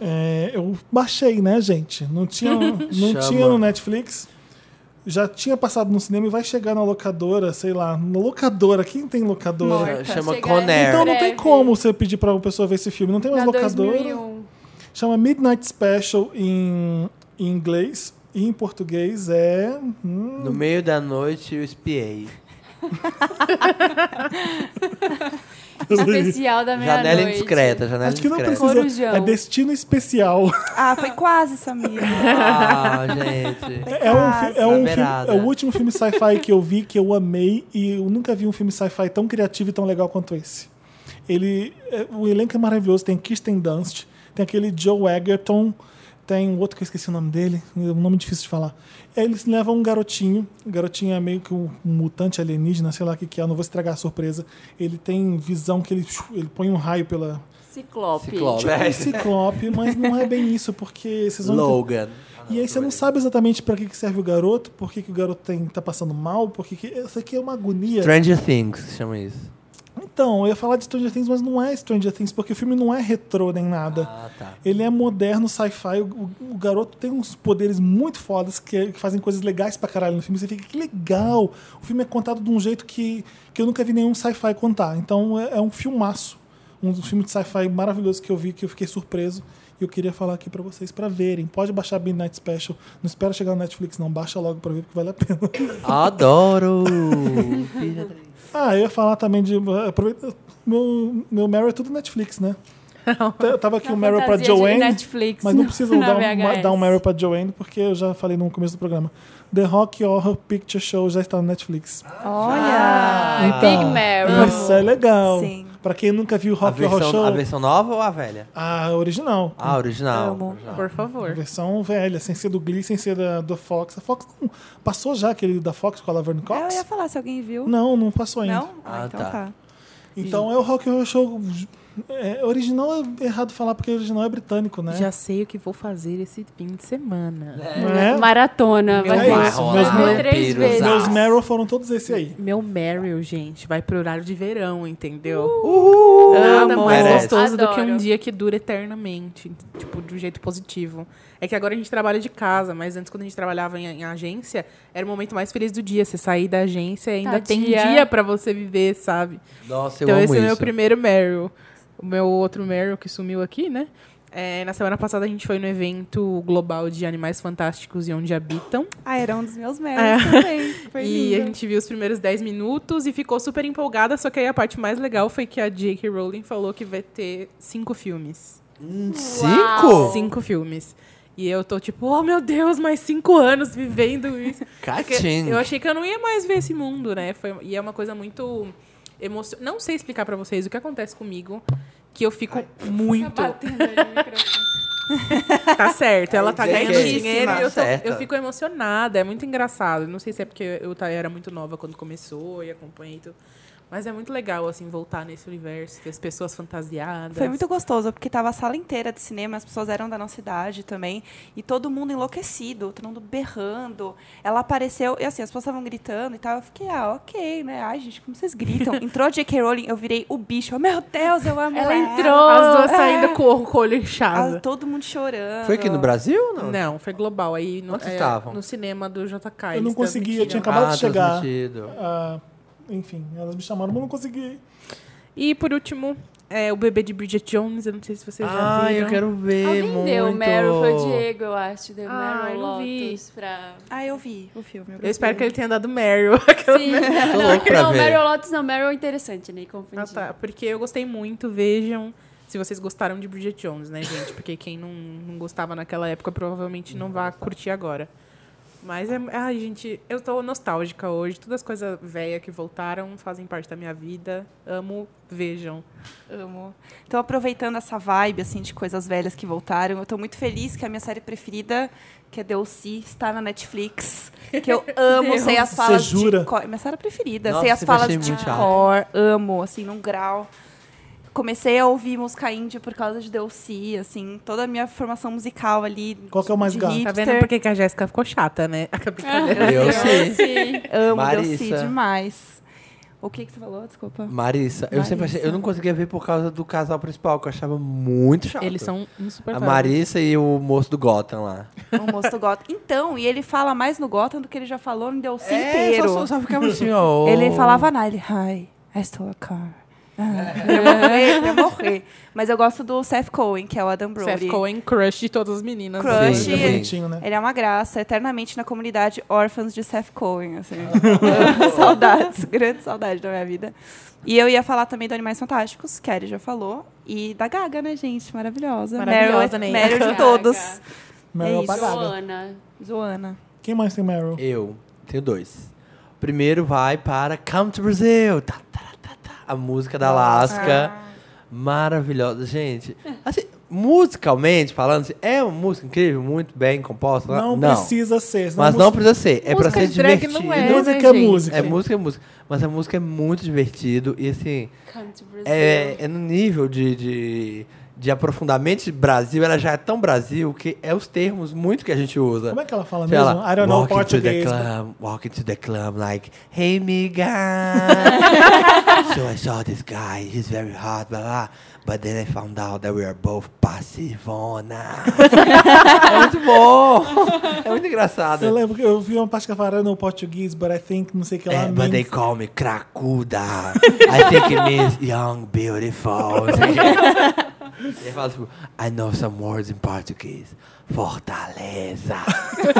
A: É, eu baixei, né, gente? Não tinha, um, não
C: Chama.
A: tinha no Netflix. Já tinha passado no cinema e vai chegar na locadora, sei lá. Na locadora, quem tem locadora?
E: Morta.
C: Chama
B: Chegar-
C: Conair.
A: Então não tem
B: Breve.
A: como você pedir pra uma pessoa ver esse filme. Não tem mais
B: Na
A: locadora.
B: 2001.
A: Chama Midnight Special em, em inglês. E em português é. hum,
C: No meio da noite eu espiei.
B: (laughs) Especial da meia-noite.
C: Janela indiscreta, janela
A: Acho que não
C: indiscreta.
A: precisa.
B: Corujão.
A: É Destino Especial.
E: Ah,
D: (laughs)
E: foi quase, Samir.
C: Ah, gente.
A: (laughs) É, um, fi- é,
C: Tá
A: um
C: beirada.
A: filme- é o último filme sci-fi que eu vi que eu amei e eu nunca vi um filme sci-fi tão criativo e tão legal quanto esse. Ele, é, o elenco é maravilhoso. Tem Kirsten Dunst, tem aquele Joe Egerton, tem um outro que eu esqueci o nome dele, um nome difícil de falar. Eles levam um garotinho, o garotinho é meio que um mutante alienígena, sei lá o que, que é, eu não vou estragar a surpresa. Ele tem visão que ele, ele põe um raio pela
B: Ciclope.
C: Ciclope.
A: tipo, um ciclope, mas não é bem isso, é porque vocês vão
C: Logan.
A: E aí você não sabe exatamente pra que que serve o garoto, por que, que o garoto tem, tá passando mal, por que que... Isso aqui é uma agonia.
C: Stranger Things chama isso.
A: Então, eu ia falar de Stranger Things, mas não é Stranger Things, porque o filme não é retrô nem nada.
C: Ah, tá.
A: Ele é moderno, sci-fi. O, o- o garoto tem uns poderes muito fodas que, que fazem coisas legais pra caralho no filme. Você fica, que legal! O filme é contado de um jeito que, que eu nunca vi nenhum sci-fi contar. Então é, é um filmaço. Um dos filmes de sci-fi maravilhoso que eu vi, que eu fiquei surpreso. E eu queria falar aqui pra vocês, pra verem. Pode baixar Midnight Special. Não espera chegar no Netflix, não. Baixa logo pra ver, porque vale a pena.
B: (laughs)
D: (laughs)
C: Adoro!
A: Ah, eu ia falar também de. eh, Aproveita, meu, meu Meryl é tudo Netflix,
B: (laughs)
A: né? Eu tava aqui o um Meryl pra
B: fantasia de
A: Joanne.
B: Netflix,
A: mas não
B: na-
A: precisa
B: na
A: dar, um,
B: VHS.
A: dar um Meryl pra Joanne, porque eu já falei no começo do programa. The Rock Horror Picture Show já está no Netflix.
E: Olha!
B: Ai,
A: Então,
B: Ah, Big Meryl.
A: Isso é legal.
E: Sim.
A: Pra quem nunca viu o
C: a,
A: Rock Horror
C: versão,
A: Show,
C: a
A: a,
C: versão nova ou a velha?
A: original.
C: Ah, a original.
E: Amo.
C: original.
D: Por
A: A
D: favor.
A: versão velha, sem ser do Glee, sem ser da, do Fox. A Fox não- passou já aquele da Fox com a Laverne
E: Eu ia
A: Cox?
E: falar se alguém viu.
A: Não, não passou ainda.
E: Não? Ah,
C: Ah,
E: então
C: tá.
E: tá.
A: Então é o Rock Horror Show. É, original é errado falar porque original é britânico, né?
D: Já sei o que vou fazer esse fim de semana.
C: É.
A: Né?
B: Maratona.
A: Meu
B: Vai
A: Deus,
B: ver.
A: isso, meus
B: Vai ver
A: vampiros,
B: três vezes.
A: Meus Meryl foram todos esse aí.
D: Meu Meryl, gente, vai pro horário de verão, entendeu? Nada
E: Amo.
D: mais
C: Merece.
D: gostoso do que um
B: Adoro.
D: dia que dura eternamente, tipo, de um jeito positivo. É que agora a gente trabalha de casa, mas antes, quando a gente trabalhava em, em agência, era o momento mais feliz do dia. Você sair da agência e ainda tem
B: Tadinha.
D: dia pra você viver, sabe?
C: Nossa, eu
D: então
C: amo
D: esse é
C: isso.
D: meu primeiro Meryl. O meu outro Meryl que sumiu aqui, né? É, na semana passada a gente foi no evento global de Animais Fantásticos e Onde Habitam.
E: Ah, era um dos meus méritos também. Foi
D: É. e a
E: lindo.
D: gente viu os primeiros 10 minutos e ficou super empolgada, só que aí a parte mais legal foi que a J.K. Rowling falou que vai ter cinco filmes.
C: Hum, Cinco?
D: Cinco filmes. E eu tô tipo, oh meu Deus, mais cinco anos vivendo isso. Porque
C: Catim.
D: Eu achei que eu não ia mais ver esse mundo, né? Foi, e é uma coisa muito emocionante. Não sei explicar pra vocês o que acontece comigo, que eu fico muito. (laughs) tá certo, ela tá
C: Ai,
D: ganhando
C: gente, tá
D: dinheiro e eu, tô-
C: certa.
D: eu fico emocionada. É muito engraçado. Não sei se é porque eu ta- era muito nova quando começou e acompanhei tudo. Mas é muito legal, assim, voltar nesse universo, ver as pessoas fantasiadas.
E: Foi muito gostoso, porque tava a sala inteira de cinema, as pessoas eram da nossa idade também, e todo mundo enlouquecido, todo mundo berrando. Ela apareceu, e assim, as pessoas estavam gritando e tal. Eu fiquei, ah, ok, né? Ai, gente, como vocês
D: (laughs)
E: gritam? Entrou a J.K. Rowling, eu virei o bicho. Eu, meu Deus, eu amo
B: Ela
E: ela.
B: entrou.
D: As duas saindo com o olho
E: Ah,
D: inchado.
E: todo mundo chorando.
C: Foi aqui no Brasil ou não?
D: Não, foi global. Aí no, é,
C: Onde estavam?
D: no cinema do JK.
A: Eu não
D: eles
A: consegui, eu tinha
D: transmitiram.
A: acabado
C: Ah,
A: de chegar.
C: transmitido.
A: Ah, enfim, elas me chamaram, mas não consegui.
D: E por último, é, o bebê de Bridget Jones. Eu não sei se vocês já
C: Ah,
D: viram.
C: eu quero ver
B: Alguém
C: muito.
B: deu o Meryl, foi o Diego, eu acho. Deu
D: Ah,
B: Meryl
D: eu não vi.
B: Lotus pra...
E: Ah, eu vi o filme.
D: Eu espero que ele tenha dado Meryl. (laughs) Aquela-
B: Sim.
C: Tô
B: não,
C: louco pra
B: não
C: ver.
B: Meryl Lotus não. Meryl é interessante, né? Confundi.
D: Ah, tá. Porque eu gostei muito. Vejam se vocês gostaram de Bridget Jones, né, gente? Porque quem não, não gostava naquela época provavelmente não vai curtir agora. Mas, é, ai, gente, eu tô nostálgica hoje. Todas as coisas velhas que voltaram fazem parte da minha vida. Amo, vejam.
E: Amo. Então, aproveitando essa vibe, assim, de coisas velhas que voltaram, eu tô muito feliz que a minha série preferida, que é Delcy, está na Netflix. Que (laughs) eu amo, sei as falas
A: Você jura?
E: de cor. Minha série preferida,
C: Nossa,
E: sei as
C: sempre
E: falas
C: achei
E: de
C: muito chato.
E: cor, amo, assim, num grau. Comecei a ouvir música índia por causa de Delcy, assim, toda a minha formação musical ali.
A: Qual que é o mais
E: de
A: gato?
D: Tá
E: hipster.
D: vendo por que que a Jéssica ficou chata, né? A brincadeira.
C: Eu sim.
D: (laughs)
B: Sim.
E: Amo Delcy
C: Marissa.
E: demais. O que, que você falou? Desculpa.
C: Marissa, eu sempre achei. Eu não conseguia ver por causa do casal principal, que eu achava muito chato.
D: Eles são
C: A
D: insuportáveis.
C: Marissa e o moço do Gotham lá.
E: O moço do Gotham. Então, e ele fala mais no Gotham do que ele já falou no Delcy
C: É,
E: inteiro.
C: Só, só, só ficava assim, ó.
E: (laughs) Ele falava nada, ele, hi, I stole a car.
D: (laughs)
E: Ah, eu ia morrer, eu ia morrer. Mas eu gosto do Seth Cohen, que é o Adam Brody.
D: Seth Cohen, crush de todas as meninas.
E: Crush.
A: Ele é bonitinho, né?
E: Ele é uma graça, eternamente na comunidade órfãos de Seth Cohen, assim. (laughs) Saudades, grande saudade da minha vida. E eu ia falar também do Animais Fantásticos, que a Ari já falou, e da Gaga, né, gente? Maravilhosa.
D: Maravilhosa,
E: Meryl,
D: né?
E: Meryl de
B: Gaga.
E: todos.
A: Meryl
E: É isso.
A: apagada.
B: Joana.
E: Zoana.
A: Quem mais tem Meryl?
C: Eu tenho dois. O primeiro vai para Come to Brazil. Tá, tá, tá, tá. A música da Alaska. Maravilhosa. Gente, assim, musicalmente falando, assim, é uma música incrível, muito bem composta. né?
A: Não, precisa ser. senão
C: Mas
A: a
C: não
A: música-
C: precisa ser. É pra
D: Música
C: ser
D: de drag
C: divertido.
D: não é,
A: Música
D: né,
A: é
D: gente?
A: música.
C: É música, é música. Mas a música é muito divertido e assim.
B: Come to Brazil.
C: É, é no nível de, de de aprofundamento de Brasil, ela já é tão Brasil que é os termos muito que a gente usa.
A: Como é que ela fala
C: Sei lá,
A: mesmo? I don't know né?
C: walk into the
A: Portuguese.
C: club, walk into the club like, hey
A: (laughs)
C: miga. so I saw this guy, he's very hot, blah, blah. But then I found out that we are both
A: (laughs)
C: passivona. é muito bom. É muito engraçado.
A: Eu lembro que eu vi uma parte que ela fala, I don't know Portuguese, but I think não sei o
D: Então,
A: que lá.
C: É, but they
A: means.
C: call me cracuda. (laughs) I think it means young, beautiful. (laughs) Ele fala tipo, I know some words in Portuguese.
D: (laughs)
C: Fortaleza,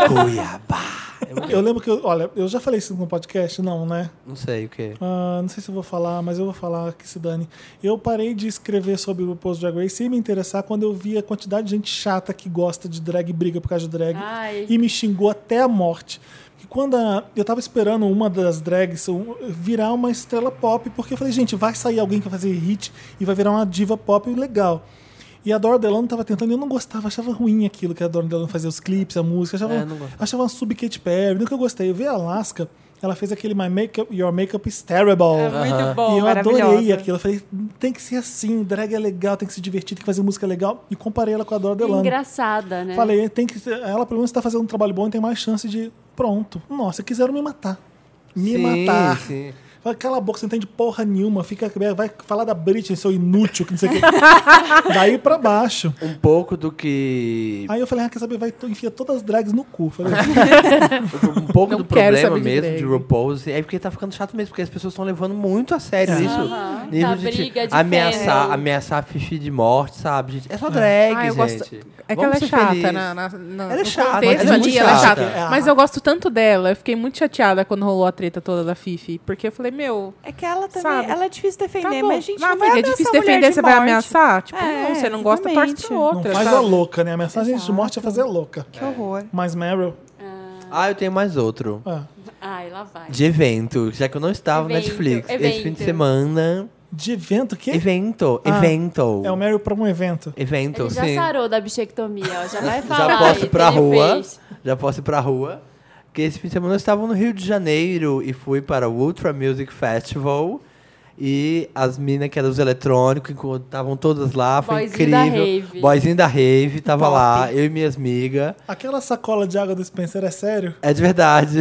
C: Cuiabá. É muito-
A: Eu lembro que, eu- olha, eu já falei isso no podcast? Não, né?
C: Não sei o que.
A: Ah, não sei se eu vou falar, mas eu vou falar que se dane. Eu parei de escrever sobre o RuPaul's Drag Race e me interessar quando eu vi a quantidade de gente chata que gosta de drag e briga por causa de drag.
B: Ai.
A: E me xingou até a morte. E quando a- eu tava esperando uma das drags um, virar uma estrela pop, porque eu falei, gente, vai sair alguém que vai fazer hit e vai virar uma diva pop legal. E a Dora Delano tava tentando, e eu não gostava, achava ruim aquilo que a Dora Delano fazia, os clipes, a música, achava,
C: É, não gosto.
A: achava uma sub Katy Perry, nunca gostei. Eu vi a Alaska, ela fez aquele My Makeup, Your Makeup is Terrible.
E: É Muito
A: E
E: bom,
A: eu adorei
E: maravilhosa.
A: aquilo. Eu falei, tem que ser assim, drag é legal, tem que se divertir, tem que fazer música legal. E comparei ela com a Dora Delano.
B: Engraçada, né?
A: Falei, tem que. ser- Ela pelo menos tá fazendo um trabalho bom e tem mais chance de. Pronto. Nossa, quiseram me matar. Me
C: Sim,
A: matar.
C: sim.
A: Fala, cala a boca, você não entende porra nenhuma. Fica, vai falar da Britney, seu inútil, que não sei o quê. Daí pra baixo.
C: Um pouco do que.
A: Aí eu falei, ah, quer saber? Vai, tu enfia todas as drags no cu. Falei,
C: Um pouco
D: Não
C: do
D: quero
C: problema
D: saber de
C: mesmo
D: drag.
C: de RuPaul é porque tá ficando chato mesmo, porque as pessoas estão levando muito a sério isso. Nível
B: Tá
C: de, te
B: briga de
C: ameaçar,
B: ferro.
C: ameaçar a fifi de morte, sabe? gente? É só drag,
D: Ah, eu gosto-
C: gente.
D: É que
C: Vamos
D: ela é
C: ser
D: chata
C: felizes.
D: na, na, na,
C: Ela é
D: no
C: chata,
D: contexto
A: ela é
D: ali,
A: muito
D: ela é
A: chata.
D: chata.
A: É.
D: Mas eu gosto tanto dela. Eu fiquei muito chateada quando rolou a treta toda da Fifi. Porque eu falei, meu,
E: É que ela também,
D: Sabe?
E: ela é difícil
D: tá
E: defender,
D: bom.
E: mas gente,
D: Ah,
E: não,
D: amiga,
E: vai
D: é
E: ameaçar
D: difícil
E: a mulher
D: defender,
E: de
D: você vai
E: morte.
D: ameaçar? Tipo,
E: É,
D: não, você não gosta, parte
E: exatamente.
D: pra
A: não
D: outra.
A: faz a
D: sabe?
A: louca, né? A mensagem de morte é fazer louca.
E: Que horror.
A: Mas Meryl.
C: Ah, eu tenho mais outro.
A: ah,
B: Ai, lá vai.
C: De evento, já que eu não estava no
B: Evento,
C: Netflix. Esse
B: evento.
C: fim de semana.
A: de evento, o quê?
C: Evento,
A: Ah,
C: evento.
A: É o Meryl pra um evento.
C: Evento,
B: Ele já
C: sim.
B: sarou da bichectomia, ó. Já vai falar.
C: assim, já posso
B: aí,
C: ir pra
B: ele
C: rua.
B: fez.
C: Já posso ir pra rua. Que esse fim de semana eu estava no Rio de Janeiro e fui para o Ultra Music Festival. E as minas que eram os eletrônicos, enquanto estavam todas lá, foi
B: Boyzinho da
C: incrível.
B: rave.
C: Boyzinho da Rave, tava lá, eu e minhas migas.
A: Aquela sacola de água do Spencer é sério?
C: É de
A: (laughs)
C: verdade.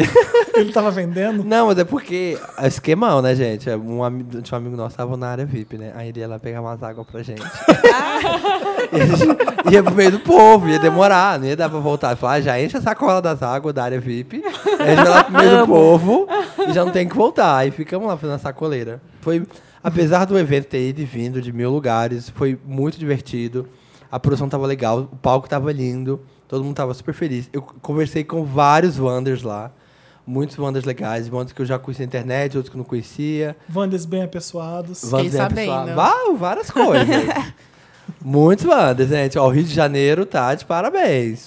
A: Ele tava vendendo?
C: Não, mas é porque é esquemão, né, gente? É Um, ami- tinha um amigo nosso tava na área VIP, né? Aí ele ia lá pegar umas águas pra gente. Ele (laughs) ia pro meio do povo, ia demorar, não ia dar pra voltar. Ele Falou, ah, já enche a sacola das águas da área VIP, aí a gente vai lá pro meio do povo e já não tem que voltar. Aí ficamos lá fazendo a sacoleira. Foi, apesar do evento ter ido e vindo de mil lugares, foi muito divertido. A produção tava legal, o palco tava lindo, todo mundo tava super feliz. Eu conversei com vários Wanders lá. Muitos Wanders legais, Wanders que eu já conhecia na internet, outros que eu não conhecia.
A: Wandas bem apessoados.
C: Wanders
D: Fiquei
C: é pessoa-
D: sabendo.
C: Vá- várias
D: (laughs)
C: coisas. Muitos Wanders, gente. Ó, o Rio de Janeiro tá de parabéns.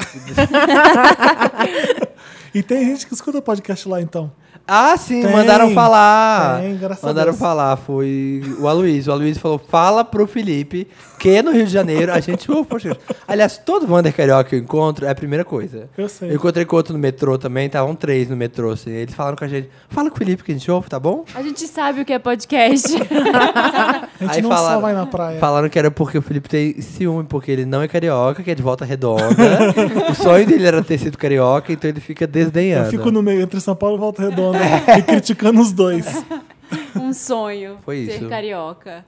A: E tem gente que escuta podcast lá então.
C: ah, sim,
A: Tem,
C: mandaram falar.
A: tem, graças a
C: mandaram
A: Deus.
C: falar, foi o Aloysio. O Aloysio falou, fala pro Felipe que no Rio de Janeiro a gente... (laughs) ouve podcast." Aliás, todo Wander carioca que eu encontro é a primeira coisa.
A: Eu sei.
C: Eu encontrei com outro no metrô também, estavam três no metrô, assim. Eles falaram com a gente, fala com o Felipe que a gente ouve, tá bom?
B: A gente sabe o que é podcast. (laughs)
A: A gente
C: Aí
A: não só
C: falaram-
A: vai na praia.
C: Falaram que era porque o Felipe tem ciúme, porque ele não é carioca, que é de volta redonda. (laughs) o sonho dele era ter sido carioca, então ele fica
A: Eu
C: desdenhando.
A: fico no meio entre São Paulo e Volta
B: (laughs)
A: Redonda e criticando os dois.
B: um sonho.
C: Foi
B: ser
C: isso.
B: carioca.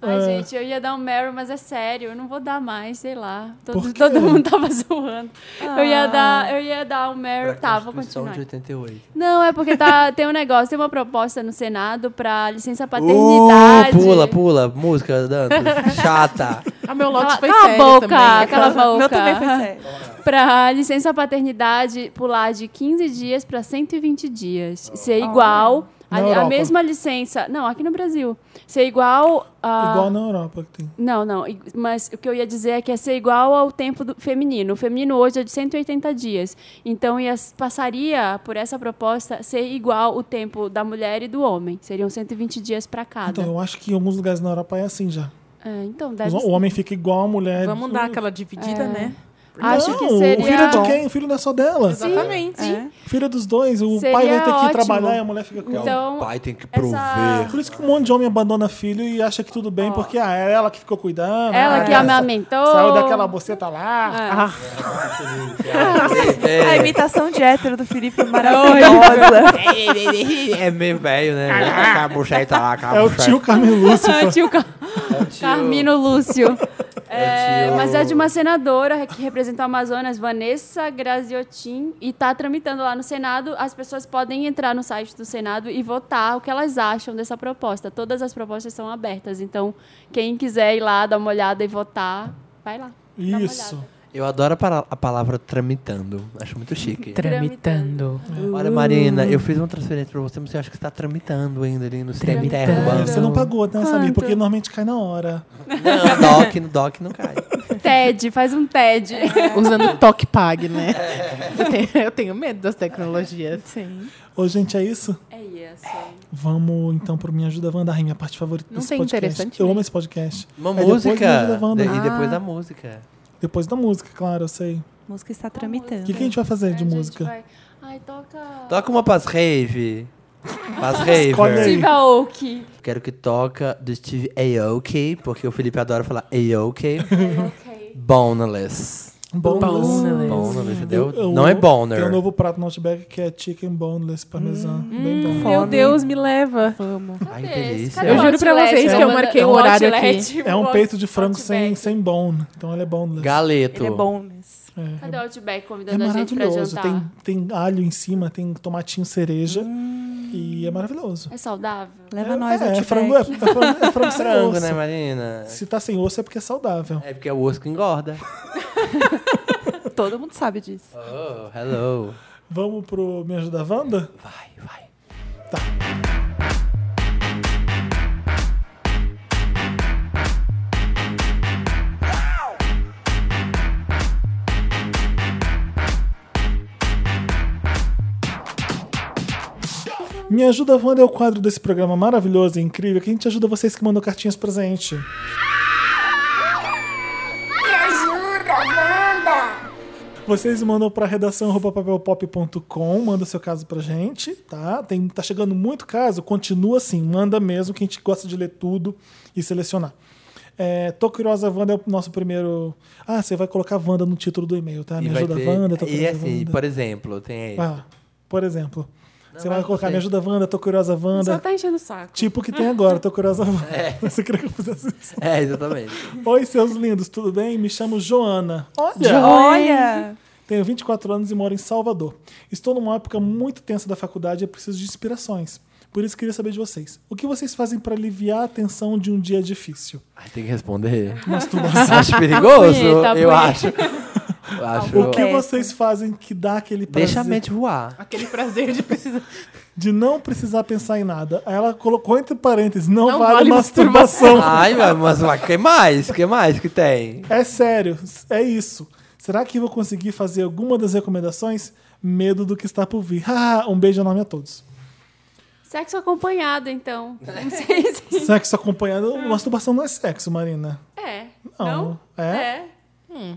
B: Ai,
A: É.
B: gente, eu ia dar um Meryl, mas é sério, eu não vou dar mais, sei lá.
A: Por
B: Todo,
A: quê? Ah.
B: todo mundo tava (laughs) zoando. Eu ia dar, eu ia dar um Meryl. Tá, vou
C: Constituição
B: continuar.
C: de 88.
B: Não, é
C: (laughs)
B: porque tá, tem um negócio, tem uma proposta no Senado pra licença paternidade.
C: Uh, pula, pula, música,
B: (laughs)
C: dança, chata.
D: Ah, meu
B: Cala,
D: Lotus foi
B: cala a
D: sério
B: boca,
D: também.
B: cala a boca.
E: Meu também foi sério.
B: Pra licença paternidade pular de 15 dias pra 120 dias. Ser igual.
A: Na
B: a- A,
A: Europa.
B: mesma licença. Não, aqui no Brasil. Ser igual a.
A: Igual na Europa que tem.
B: Não, não. i- Mas o que eu ia dizer é que ia ser igual ao tempo do feminino. O feminino hoje é de 180 dias. Então ia, s- passaria por essa proposta ser igual o tempo da mulher e do homem. Seriam 120 dias pra cada.
A: Então, eu acho que em alguns lugares na Europa é assim já.
B: É, então
A: Os-
B: tá. deve
A: O homem fica igual a mulher.
D: Vamos dar aquela dividida, né?
B: Acho
A: não,
B: que
A: o filho
B: seria-
A: de quem? O filho não é só dela.
D: Exatamente.
E: É.
A: Filho dos dois. O
B: Seria
A: pai vai ter que
B: ótimo.
A: trabalhar e a mulher fica com ela.
B: Então,
C: o pai tem que
B: essa-
C: prover.
A: Por isso que um monte de homem abandona filho e acha que tudo bem, porque ah, é ela que ficou cuidando.
B: ela que
A: ah,
B: amamentou. Ah.
A: Saiu daquela boceta lá.
B: É.
E: A imitação de hétero do Felipe é maravilhosa.
C: É meio velho, né? Aquela bucheta lá, aquela
A: É o
C: bucheta.
A: tio Carmen
B: (laughs)
A: Lúcio.
B: Ah, tio Ca-
C: É o tio.
B: Carmino Lúcio. É,
C: tio-
B: mas é de uma senadora que representa o Amazonas, Vanessa Graziotin, e está tramitando lá no Senado. As pessoas podem entrar no site do Senado e votar o que elas acham dessa proposta. Todas as propostas são abertas, então quem quiser ir lá, dar uma olhada e votar, vai lá. uma
A: Isso.
B: olhada.
C: Eu adoro a, para- a palavra tramitando. Acho muito chique.
D: Tramitando.
C: Olha, Marina, eu fiz uma transferência pra você, mas você acha que você tá tramitando ainda ali no sistema
D: Tramitando.
A: É,
C: interno.
A: você não pagou, né, Samir?
B: Quanto?
A: Porque normalmente cai na hora.
C: Não, doc, no doc não cai.
B: TED, faz um TED.
D: É. (laughs) Usando toque pag, né? Eu tenho, eu tenho medo das tecnologias. Sim.
A: Ô, gente, é isso?
B: É isso.
A: Vamos então pro Me Ajuda Wanda. Ai, minha parte favorita
D: Não
A: desse
D: tem
A: podcast.
D: interessante,
A: Eu
D: né?
A: amo esse podcast.
C: Uma
A: É depois do Me
C: música.
A: Ajuda Wanda.
C: de- E depois
D: Ah.
C: da música.
A: Depois da música, claro, eu sei.
E: A música está
A: O
E: tramitando.
A: que, é que a gente vai fazer de música?
B: Ai, toca.
C: Toca uma pras rave.
A: (laughs)
C: Pras rave.
A: Escolhe aí.
B: Steve Aoki.
C: Quero que toca do Steve Aoki, porque o Felipe adora falar Aoki.
B: Ok.
C: Boneless.
A: Boneless.
C: Boneless, entendeu?
A: Eu- eu-
C: não é
A: Tem um
C: Boner.
A: novo prato no Outback que é Chicken Boneless Parmesan. Bem bom.
D: hum, Meu Deus, me leva.
E: Vamos.
C: Ai, que
B: Cadê esse?
C: delícia.
B: Cadê
D: Eu juro pra
B: outlet?
D: vocês que eu
B: É um-
D: marquei
B: é
D: o
B: um
D: horário
B: outlet.
A: É um peito de frango sem,
B: Outback.
A: sem bone. Então ele é boneless.
C: Galeto.
E: Ele é bom nesse.
A: É,
B: Cadê o Outback
A: é
B: convidando a gente pra
A: maravilhoso.
B: jantar?
A: Tem, tem alho em cima, tem tomatinho cereja. E é maravilhoso.
B: É saudável?
E: Leva nós
A: é,
E: ao
A: é, frango, é, é frango, é frango sem
C: Frango,
A: osso.
C: né, Marina?
A: Se tá sem osso é porque é saudável.
C: É porque é o osso que engorda.
E: Todo mundo sabe disso.
C: Oh, hello.
A: Vamos pro Me Ajuda Wanda?
C: Vai, vai.
A: Me Ajuda Wanda é o quadro desse programa maravilhoso e incrível que a gente ajuda vocês que mandam cartinhas pra gente.
H: Me ajuda, Wanda!
A: Vocês mandam pra redação arroba papelpop.com, manda seu caso pra gente, tá? Tem, tá chegando muito caso, continua assim, manda mesmo, que a gente gosta de ler tudo e selecionar. É, Tô Curiosa Wanda é o nosso primeiro. Ah, você vai colocar Wanda no título do e-mail, tá? Me
C: vai
A: ajuda
C: ter-
A: Wanda, tô
C: E
A: curiosa
C: assim,
A: Wanda.
C: por exemplo, tem aí.
A: Ah, por exemplo. você vai
C: mas
A: colocar
C: não sei.
A: Me ajuda Wanda, tô curiosa Wanda.
B: Só tá enchendo o saco.
A: Tipo que tem agora, tô
C: (laughs)
A: curiosa Wanda. Você queria que eu fizesse isso?
C: (laughs) É, exatamente.
A: Oi, seus lindos, tudo bem? Me chamo Joana. Olha!
E: Olha!
A: Tenho 24 anos e moro em Salvador. Estou numa época muito tensa da faculdade e preciso de inspirações. Por isso queria saber de vocês. O que vocês fazem para aliviar a tensão de um dia difícil?
C: Ai, tem que responder.
A: Masturbação.
C: acho perigoso,
B: Bonita,
C: eu
B: bonita.
C: acho. Eu (laughs) acho.
A: O que
E: Correto.
A: vocês fazem que dá aquele prazer
C: Deixa a mente voar.
D: Aquele prazer de precisar.
A: de não precisar pensar em nada? Aí ela colocou entre parênteses, não,
D: Não
A: vale,
D: vale
A: masturbação.
C: Ai, mas o que mais? O que mais que tem?
A: É sério, é isso. Será que vou conseguir fazer alguma das recomendações? Medo do que está por vir. (laughs) Ah, um beijo enorme a todos.
B: Sexo acompanhado, então. Não sei se...
A: Sexo acompanhado. Masturbação não é sexo, Marina.
B: É.
A: Não. É?
B: É.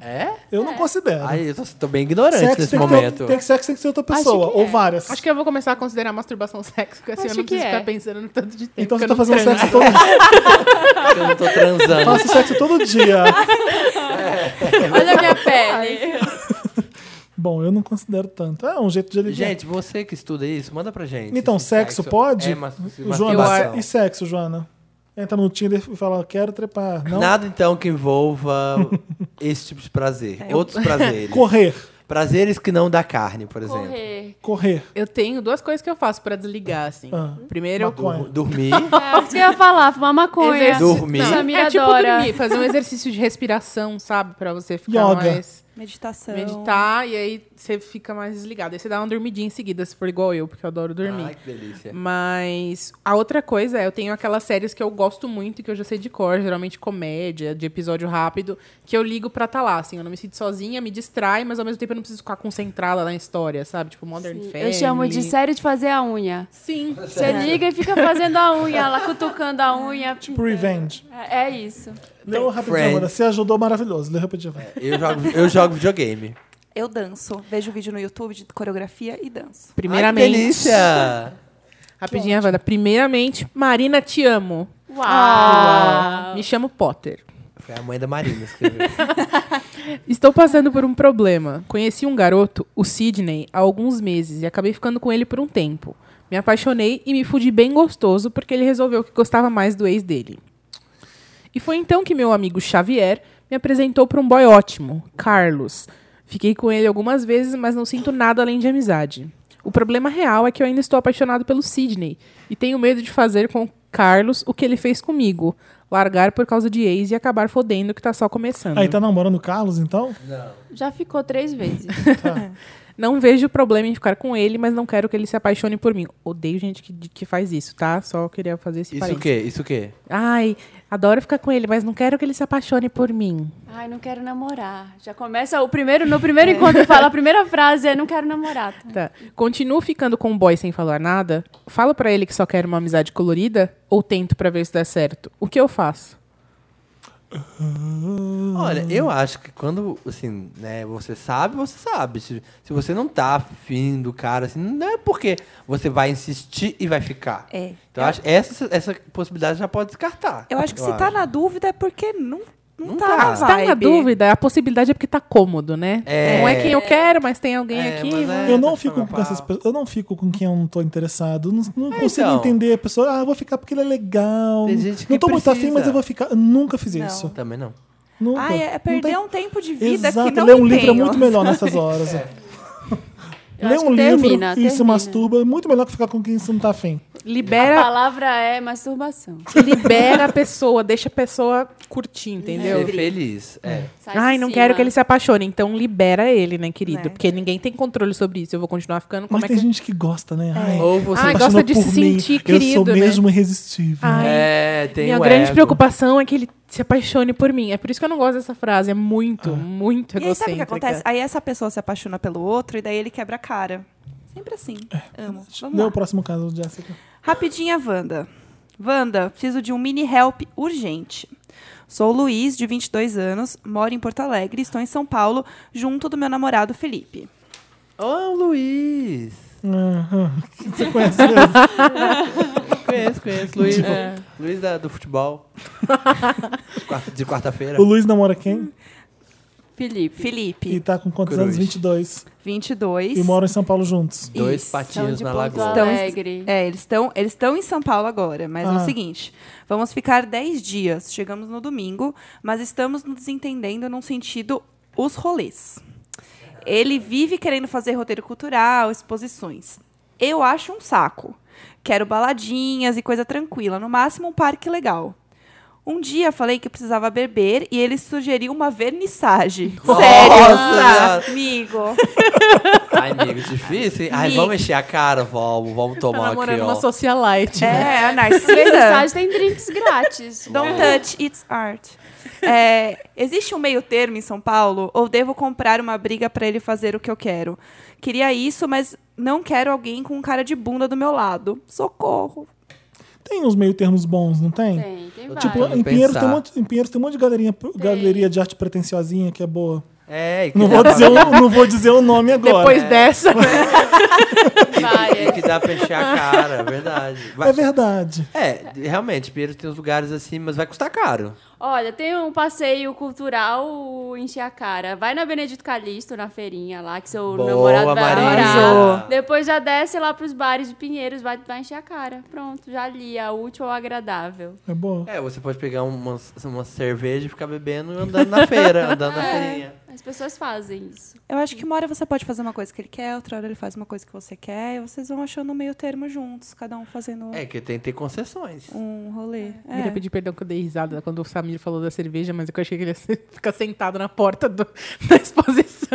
C: É?
A: Eu não considero.
C: Ai, eu tô, tô bem ignorante
A: Sexo
C: é nesse
A: tem que
C: momento.
A: ter- um- tem que- sexo tem que ser outra pessoa,
B: Acho que
A: ou
B: é.
A: várias.
D: Acho que eu vou começar a considerar masturbação sexo, porque assim eu
B: Acho
D: não preciso
B: que é.
D: ficar pensando no tanto de tempo.
A: então
D: que
A: você
D: é eu
A: tá
D: não
A: fazendo
D: transo.
A: sexo todo
C: Eu não tô transando.
A: Faço sexo todo dia.
B: Olha
A: (laughs)
B: a minha pele.
A: Bom, eu não considero tanto. É um jeito de aliviar.
C: Gente, você que estuda isso, manda pra gente.
A: então,
C: Se
A: sexo, pode?
C: É mas,
A: Joana,
C: masturbação.
A: e sexo, Joana? Entra no Tinder e fala, quero trepar. Não,
C: Nada então que
A: (laughs)
C: envolva esse tipo de prazer.
D: É,
C: Outros prazeres.
A: correr.
C: Prazeres que não dá carne, por exemplo.
B: Correr.
A: Correr.
D: Eu tenho duas coisas que eu faço pra desligar, assim.
A: Ah.
D: Primeiro, eu
A: Maconha.
C: Dormir.
B: É, isso que eu ia falar, fumar maconha.
D: Exercício-
C: Dormir.
D: Não,
B: Samira
D: é tipo
B: adora.
D: dormir, fazer um exercício de respiração, sabe? Pra você ficar
A: Yoga.
D: mais. Então.
E: Meditação.
D: Meditar e aí você fica mais desligado. Aí você dá uma dormidinha em seguida, se for igual eu, porque eu adoro (laughs) dormir.
C: Ai, que delícia.
D: Mas a outra coisa é, eu tenho aquelas séries que eu gosto muito e que eu já sei de cor, geralmente comédia, de episódio rápido, que eu ligo pra tá lá, assim, eu não me sinto sozinha, me distrai, mas ao mesmo tempo eu não preciso ficar concentrada na história, sabe? Tipo Modern Family.
B: Eu chamo de série de fazer a unha.
D: Sim.
A: É.
B: Você liga e fica fazendo a unha, lá cutucando a unha.
A: Tipo revenge.
B: É é isso.
A: Leu rapidinho
C: Friends. É.
A: agora. Você ajudou maravilhoso. Leu rapidinho. vai.
C: Eu jogo, eu jogo videogame.
E: Eu danço. Vejo vídeo no YouTube de coreografia e danço.
C: Ai,
D: Primeiramente.
C: que delícia!
D: Rapidinho, Wanda. Primeiramente, Marina, te amo.
A: Ah.
B: Uau!
D: Me chamo Potter.
C: Foi a mãe da Marina,
D: (laughs)
C: escreveu.
D: Estou passando por um problema. Conheci um garoto, o Sidney, há alguns meses e acabei ficando com ele por um tempo. Me apaixonei e me fudi bem gostoso porque ele resolveu que gostava mais do ex dele. E foi então que meu amigo Xavier me apresentou para um boy ótimo, Carlos. Fiquei com ele algumas vezes, mas não sinto nada além de amizade. O problema real é que eu ainda estou apaixonado pelo Sidney e tenho medo de fazer com Carlos o que ele fez comigo. Largar por causa de ex e acabar fodendo que tá só começando.
A: Aí tá namorando o Carlos, então?
B: Já ficou
A: (laughs)
B: três vezes.
D: Não vejo problema em ficar com ele, mas não quero que ele se apaixone por mim. Odeio gente que, que faz isso, tá? Só queria fazer esse
C: Isso o
D: parênteses.
C: quê? Isso o quê?
D: Ai, adoro ficar com ele, mas não quero que ele se apaixone por mim.
B: Ai, não quero namorar. Já começa o primeiro, no
A: É.
B: primeiro encontro fala a primeira frase é não quero namorar.
D: Tá. Continuo ficando com o boy sem falar nada? Falo pra ele que só quero uma amizade colorida? Ou tento pra ver se dá certo? O que eu faço?
C: Olha, eu acho que quando, assim, né, você sabe, você sabe. Se, se você não tá afim do cara, assim, não é porque você vai insistir e vai ficar.
E: É.
C: Então, eu acho, essa, essa possibilidade já pode descartar.
E: Eu acho que se tá na dúvida é porque não, não,
C: Não
E: tá,
C: tá.
E: na
D: Se tá na
E: vibe.
D: dúvida, a possibilidade é porque tá cômodo, né?
C: É.
D: Não é quem eu quero, mas tem alguém
C: É,
D: aqui.
C: mas
D: vamos-
C: é-
A: Eu não
C: tá
A: fico
C: falando
A: com essas
C: pau.
A: pessoas. Eu não fico com quem eu não tô interessado. Não, não
C: É,
A: consigo
C: então.
A: entender a pessoa. Ah, eu vou ficar porque ele é legal.
C: Tem gente que
A: não tô muito afim,
C: precisa.
A: mas eu vou ficar. Eu nunca fiz
E: Não.
A: isso.
C: Também não.
A: Nunca.
E: Ah, é, é
A: Não
E: perder
A: tem-
E: um tempo de vida
A: Exato,
E: que não
A: ler um
E: me
A: livro é
E: tenho.
A: muito melhor
C: (laughs)
A: nessas horas.
C: É.
B: Eu
A: (laughs) Ler
B: acho
A: um livro
B: que termina,
A: e se
B: termina.
A: masturba é muito melhor que ficar com quem você não tá afim.
B: A (laughs)
D: Libera,
B: palavra é masturbação.
D: libera a pessoa, deixa a pessoa curtir, entendeu?
C: Ser feliz. É.
B: Sai de
D: Ai, não
B: cima.
D: quero que ele se apaixone. Então libera ele, né, querido?
E: Tá Né?
D: Porque ninguém tem controle sobre isso. Eu vou continuar ficando como
A: Mas
D: é
A: tem
D: que.
A: gente que gosta, né? Ai,
C: Ou você. tá
D: Ai,
A: se
D: gosta
A: apaixonou
D: de se
A: por mim,
D: sentir
A: Eu sou
D: querido, né?
A: mesmo irresistível.
D: Ai,
C: É, tem
D: Minha
C: o
D: grande
C: ego.
D: preocupação é que ele se apaixone por mim. É por isso que eu não gosto dessa frase. É
C: Ah.
D: muito, muito
E: (laughs) E aí sabe o que
D: egocêntrica. (laughs)
E: acontece? Aí essa pessoa se apaixona pelo outro e daí ele quebra a cara. Sempre assim.
A: É.
E: Amo. Vamos
A: Lê o
E: lá.
A: próximo
C: (laughs)
A: caso, Jéssica.
E: Rapidinha, Wanda. Wanda, preciso de um mini help urgente. Sou o Luiz, de 22 anos, moro em Porto Alegre, estou em São Paulo, junto do meu namorado Felipe.
C: Ô, Luiz.
A: Aham. Você conhece mesmo?
C: (laughs) Conheço, conheço. Luiz, Luiz da- do futebol. Quarta- de quarta-feira.
A: O Luiz namora quem?
B: Felipe.
A: E
E: Felipe,
A: tá com quantos
C: Cruz.
A: anos? 22.
E: 22.
A: E moram em São Paulo juntos.
C: Dois
E: Isso.
B: São
C: patinhos
B: de
C: na
B: Porto
C: lagoa.
E: Então,
B: Alegre.
E: É, eles estão eles estão em São Paulo agora, mas é
A: Ah.
E: o seguinte, vamos ficar 10 dias, chegamos no domingo, mas estamos nos entendendo num sentido os rolês. Ele vive querendo fazer roteiro cultural, exposições. Eu acho um saco. Quero baladinhas e coisa tranquila, no máximo um parque legal. Um dia falei que precisava beber e ele sugeriu uma vernissage.
C: Nossa!
E: Sério, amigo.
C: Ai, amigo, difícil. hein? Ai,
E: Ih.
C: vamos encher a cara, vamos, vamos
D: Tá
C: tomar
D: namorando
C: aqui,
D: uma
C: ó.
D: socialite. né?
E: É, a Narcisa.
B: Mensagem tem
D: (laughs)
B: drinks grátis.
E: Don't touch, it's art. É, existe um meio termo em São Paulo ou devo comprar uma briga pra ele fazer o que eu quero? Queria isso, mas não quero alguém com cara de bunda do meu lado. Socorro.
A: Tem uns meio termos bons, não tem?
B: Tem, tem vários.
A: Tipo,
C: Vamos
A: em Pinheiro, tem um
C: pensar.
A: monte, em Pinheiro tem um monte de galeria, galeria de arte pretensiosinha que é boa.
C: É, e que
A: Não
C: dá
A: vou,
C: pra-
A: dizer o, não vou dizer o
B: (laughs)
A: nome agora.
D: Depois
C: É.
D: dessa.
E: É.
C: E
B: várias.
C: que dá pra encher a cara, é verdade. Vai-
A: É verdade.
C: É, realmente, Pinheiro tem uns lugares assim, mas vai custar caro.
B: Olha, tem um passeio cultural encher a cara. Vai na Benedito Calixto, na feirinha lá, que seu
C: Boa,
B: namorado vai
C: Marisa.
B: adorar. Depois já desce lá pros bares de Pinheiros, vai, vai encher a cara. Pronto, já li, a útil ou agradável.
A: É boa.
C: É, você pode pegar uma, uma cerveja e ficar bebendo e andando na feira, andando na feirinha.
B: As pessoas fazem isso.
E: Eu acho que uma hora você pode fazer uma coisa que ele quer, outra hora ele faz uma coisa que você quer, e vocês vão achando um meio termo juntos, cada um fazendo
C: É, que tem que ter concessões.
E: um rolê.
D: Eu Queria
E: É.
D: pedir perdão que eu dei risada quando o é (laughs) Samir falou da cerveja, mas eu achei que ele ia se- ficar sentado na porta do- da exposição.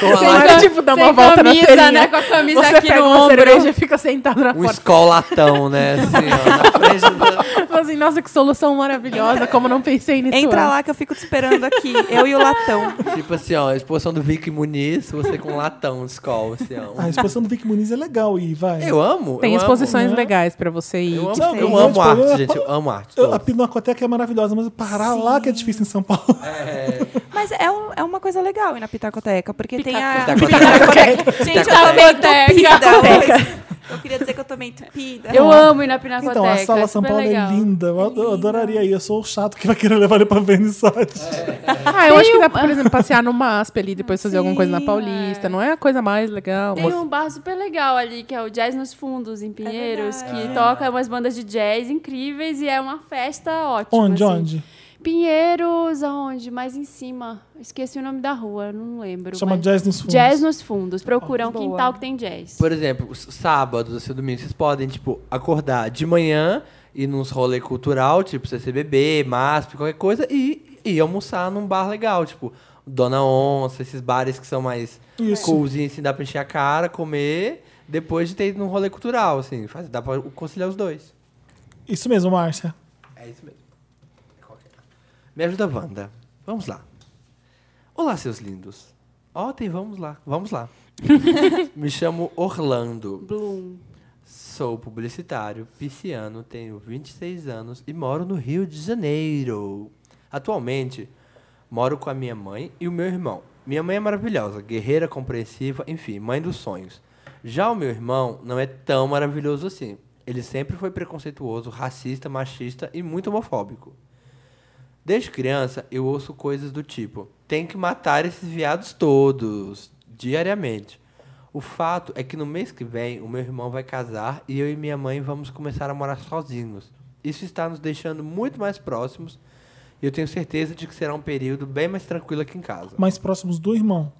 D: Ela, tipo, dá uma
B: sem
D: volta na
B: camisa,
D: feirinha.
B: né? Com a camisa
D: Você
B: aqui
D: pega
B: no
D: uma
B: ombro.
D: cerveja e fica sentado na
C: Um
D: porta.
C: escolatão, né? Assim, ó, na frente do...
D: Fala assim, nossa, que solução maravilhosa. Como não pensei nisso
E: Entra
D: antes."
E: lá que eu fico te esperando aqui. Eu e o latão.
C: Tipo assim, ó, a exposição do Vic Muniz, você com um latão de escola, assim, ó.
A: A exposição do Vic Muniz é legal e vai.
C: Eu amo.
D: Tem
C: eu
D: exposições
A: né?
D: legais pra você ir.
C: Amo. Eu
D: tipo,
C: amo,
A: tem.
C: eu amo
A: Tipo,
C: arte,
A: eu-
C: gente. Eu amo arte.
A: Eu- a
C: todos.
A: Pinacoteca é maravilhosa, mas parar lá que é difícil em São
B: (laughs)
A: Paulo. (laughs)
E: Mas é, um- é uma coisa legal ir na Pitacoteca, porque tem a.
C: Pitacoteca.
E: Gente, eu tô
B: Pitacoteca.
E: entupida hoje. Eu queria dizer que eu também entupida.
B: Eu amo ir na Pinacoteca.
A: Então, a sala
B: é
A: São
B: super
A: Paulo
B: legal.
A: é linda. Eu ado- eu adoraria ir. Eu sou o chato que vai querer levar ele pra vernissage.
C: É.
B: Tipo
D: Ah, eu acho que dá pra, por exemplo, passear no MASP ali, depois fazer alguma coisa na
E: Sim,
D: Paulista. Não é a coisa mais legal.
B: Tem um bar super legal ali, que é o Jazz nos Fundos, em Pinheiros, que toca umas bandas de jazz incríveis e é uma festa ótima.
A: Onde,
B: assim.
A: onde?
B: Pinheiros, aonde? Mais em cima. Esqueci o nome da rua, não lembro.
A: Chama
B: mas-
A: Jazz nos Fundos.
B: Jazz nos Fundos. Procura é um
E: Boa.
B: quintal que tem jazz.
C: Por exemplo, s- sábados, assim, domingo, vocês podem, tipo, acordar de manhã, ir nos rolê cultural, tipo, CCBB, MASP, qualquer coisa, e ir almoçar num bar legal, tipo, Dona Onça, esses bares que são mais
A: Isso.
C: coolzinhos, assim, dá pra encher a cara, comer, depois de ter ido num rolê cultural, assim, faz, dá pra conciliar os dois.
A: Isso mesmo, Márcia.
C: É isso mesmo. É qualquer. Me ajuda, Wanda. Vamos lá. Olá, seus lindos. Ó, tem vamos lá, vamos lá. Me chamo Orlando.
B: Bloom.
C: Sou publicitário, pisciano, tenho 26 anos e moro no Rio de Janeiro. Atualmente, moro com a minha mãe e o meu irmão. Minha mãe é maravilhosa, guerreira, compreensiva, enfim, mãe dos sonhos. Já o meu irmão não é tão maravilhoso assim. Ele sempre foi preconceituoso, racista, machista e muito homofóbico. Desde criança, eu ouço coisas do tipo: tem que matar esses viados todos, diariamente. O fato é que no mês que vem, o meu irmão vai casar e eu e minha mãe vamos começar a morar sozinhos. Isso está nos deixando muito mais próximos e eu tenho certeza de que será um período bem mais tranquilo aqui em casa.
A: Mais próximos do irmão.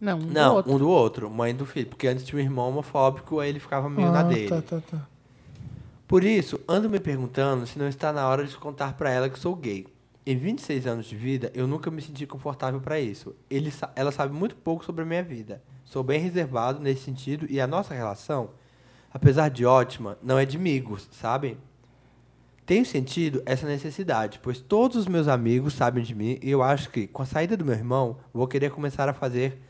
D: Não, um do
C: Não,
D: outro.
C: um do outro, mãe do filho, porque antes tinha um irmão homofóbico, aí ele ficava meio na
A: Ah,
C: dele.
A: tá, tá, tá.
C: Por isso, ando me perguntando se não está na hora de contar pra ela que sou gay. Em 26 anos de vida, eu nunca me senti confortável pra isso. Ele sa- ela sabe muito pouco sobre a minha vida. Sou bem reservado nesse sentido e a nossa relação, apesar de ótima, não é de amigos, sabem? Tenho sentido essa necessidade, pois todos os meus amigos sabem de mim e eu acho que, com a saída do meu irmão, vou querer começar a fazer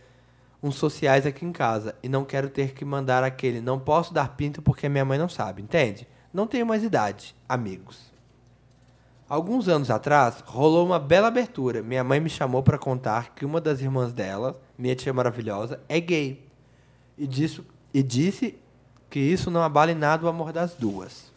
C: uns sociais aqui em casa e não quero ter que mandar aquele não posso dar pinto porque minha mãe não sabe, entende? Não tenho mais idade, amigos. Alguns anos atrás, rolou uma bela abertura. Minha mãe me chamou para contar que uma das irmãs dela, minha tia maravilhosa, é gay. E, disso, e disse que isso não abala em nada o amor das duas.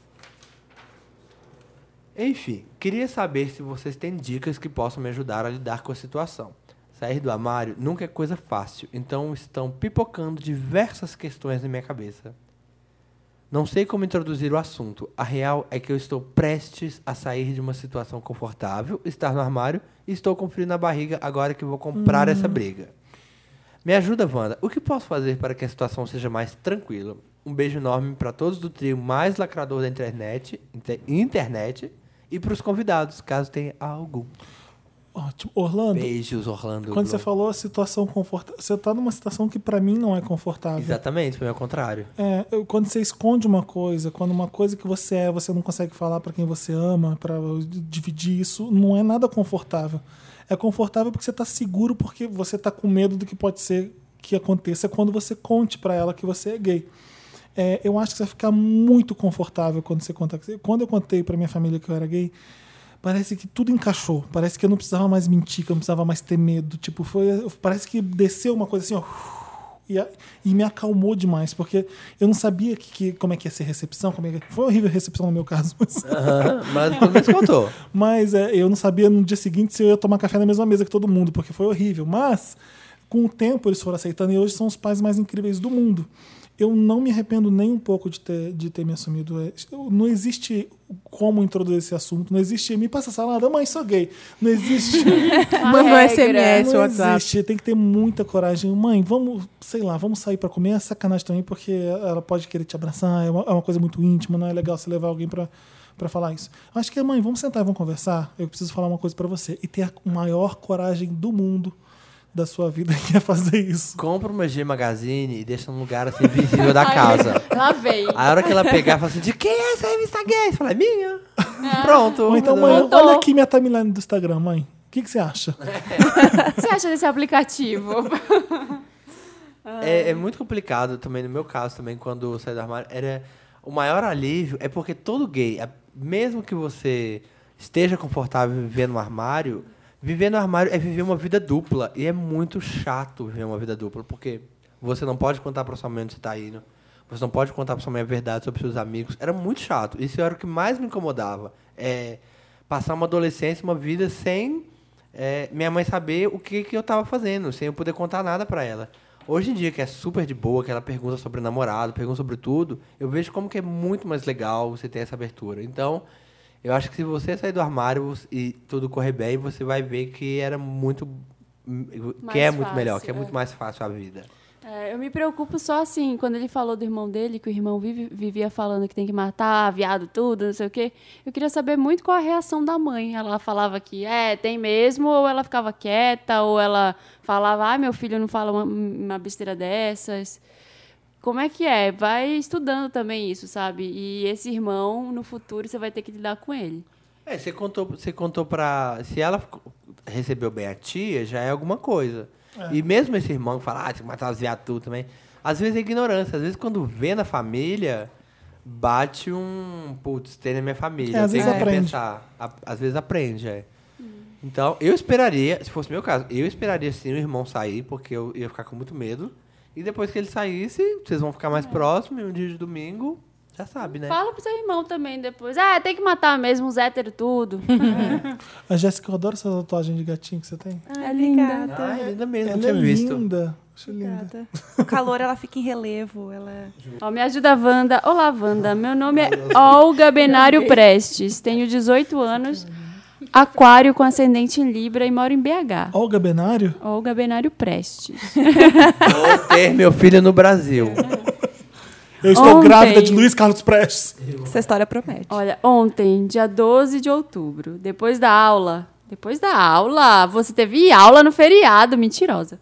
C: Enfim, queria saber se vocês têm dicas que possam me ajudar a lidar com a situação. Sair do armário nunca é coisa fácil, então estão pipocando diversas questões na minha cabeça. Não sei como introduzir o assunto. A real é que eu estou prestes a sair de uma situação confortável, estar no armário e estou com frio na barriga agora que vou comprar essa briga. Me ajuda, Wanda. O que posso fazer para que a situação seja mais tranquila? Um beijo enorme para todos do trio mais lacrador da internet, inter- internet e para os convidados, caso tenha algum.
A: Ótimo. Orlando,
C: Beijos, Orlando.
A: quando você
C: Bloom.
A: falou a situação confortável, você tá numa situação que pra mim não é confortável.
C: Exatamente, foi ao contrário.
A: É, eu- quando você esconde uma coisa, quando uma coisa que você é, você não consegue falar pra quem você ama, pra dividir isso, não é nada confortável. É confortável porque você tá seguro, porque você tá com medo do que pode ser que aconteça quando você conte pra ela que você é gay. É, eu acho que você vai ficar muito confortável quando você contar. Quando eu contei pra minha família que eu era gay, parece que tudo encaixou. Parece que eu não precisava mais mentir, que eu não precisava mais ter medo. Tipo, foi, parece que desceu uma coisa assim, ó e, a- e me acalmou demais, porque eu não sabia que, que- como é que ia ser a recepção, como é que- foi horrível a recepção no meu caso, (laughs) mas,
C: (laughs) Aham, mas pelo menos contou.
A: mas, é, eu não sabia no dia seguinte se eu ia tomar café na mesma mesa que todo mundo, porque foi horrível, mas com o tempo eles foram aceitando e hoje são os pais mais incríveis do mundo. Eu não me arrependo nem um pouco de ter, de ter me assumido. É, eu- Não existe como introduzir esse assunto. Não existe me passa salada, mãe, sou gay. Não existe
D: Manda um
B: regra.
D: SMS,
A: não é
D: WhatsApp.
A: existe, tem que ter muita coragem. Mãe, vamos, sei lá, vamos sair pra comer. É sacanagem também, porque ela pode querer te abraçar, é uma, é uma coisa muito íntima, não é legal você levar alguém pra, pra falar isso. Acho que, mãe, vamos sentar e vamos conversar. Eu preciso falar uma coisa pra você. E ter a maior coragem do mundo da sua vida (laughs) que ia fazer isso.
C: Compra uma G Magazine e deixa num lugar assim visível da casa.
B: (laughs) Lá vem.
A: Ah.
C: A hora que ela pegar, fala assim: de quem é essa revista gay? Você fala: é minha. Pronto.
A: Ou então, mãe,
C: entendeu?
B: Voltou.
A: olha aqui minha timeline do Instagram, mãe. O que, que você acha?
B: O que você acha desse aplicativo?
C: É, é muito complicado também, no meu caso também, quando eu saí do armário, era o maior alívio é porque todo gay, a- mesmo que você esteja confortável vivendo no armário, viver no armário é viver uma vida dupla. E é muito chato viver uma vida dupla, porque você não pode contar pra sua mãe onde você tá indo. Você não pode contar pra sua mãe a verdade sobre seus amigos. Era muito chato. Isso era o que mais me incomodava. É passar uma adolescência, uma vida sem é, minha mãe saber o que, que eu tava fazendo, sem eu poder contar nada pra ela. Hoje em dia, que é super de boa, que ela pergunta sobre namorado, pergunta sobre tudo, eu vejo como que é muito mais legal você ter essa abertura. Então, eu acho que se você sair do armário e tudo correr bem, você vai ver que era muito. que é muito
B: fácil,
C: melhor, que é,
B: é.
C: muito mais fácil a vida.
B: É, eu me preocupo só assim, quando ele falou do irmão dele, que o irmão vive- vivia falando que tem que matar, viado, tudo, não sei o quê. Eu queria saber muito qual a reação da mãe. Ela falava que é, tem mesmo, ou ela ficava quieta, ou ela falava, ah, meu filho não fala uma, uma besteira dessas. Como é que é? Vai estudando também isso, sabe? E esse irmão, no futuro, você vai ter que lidar com ele.
C: É, você contou, você contou pra. Se ela co- recebeu bem a tia, já é alguma coisa.
A: É.
C: E mesmo esse irmão que fala, ah, tem que matar os viados tudo também. Às vezes é ignorância, às vezes quando vê na família, bate um. Putz, tem na minha família.
A: É, às
C: tem
A: vezes
C: que
A: aprende.
C: repensar. A- Às vezes aprende, é. Então, eu esperaria, se fosse meu caso, eu esperaria sim o irmão sair, porque eu ia ficar com muito medo. E depois que ele saísse, vocês vão ficar mais próximos, e um dia de domingo, já sabe, né?
B: Fala pro seu irmão também depois. Ah, tem que matar mesmo, os héteros, tudo.
A: A Jéssica, eu adoro essa tatuagem de gatinho que você tem.
E: É linda.
C: Ah, ainda mesmo, não
A: Ela é
C: tinha visto.
A: linda. Acho linda.
E: Obrigada. O calor, ela fica em relevo. Ela...
B: Ó, me ajuda, Wanda. Olá, Wanda. Meu nome é Olga Benário Prestes. Tenho 18 anos, aquário com ascendente em Libra e moro em BH.
A: Olga Benário?
B: Olga Benário Prestes.
C: Vou ter meu filho no Brasil.
A: Eu estou
B: Ontem.
A: grávida de Luiz Carlos Prestes.
E: Essa história promete.
B: Olha, ontem, dia 12 de outubro, depois da aula. Depois da aula? Você teve aula no feriado, mentirosa.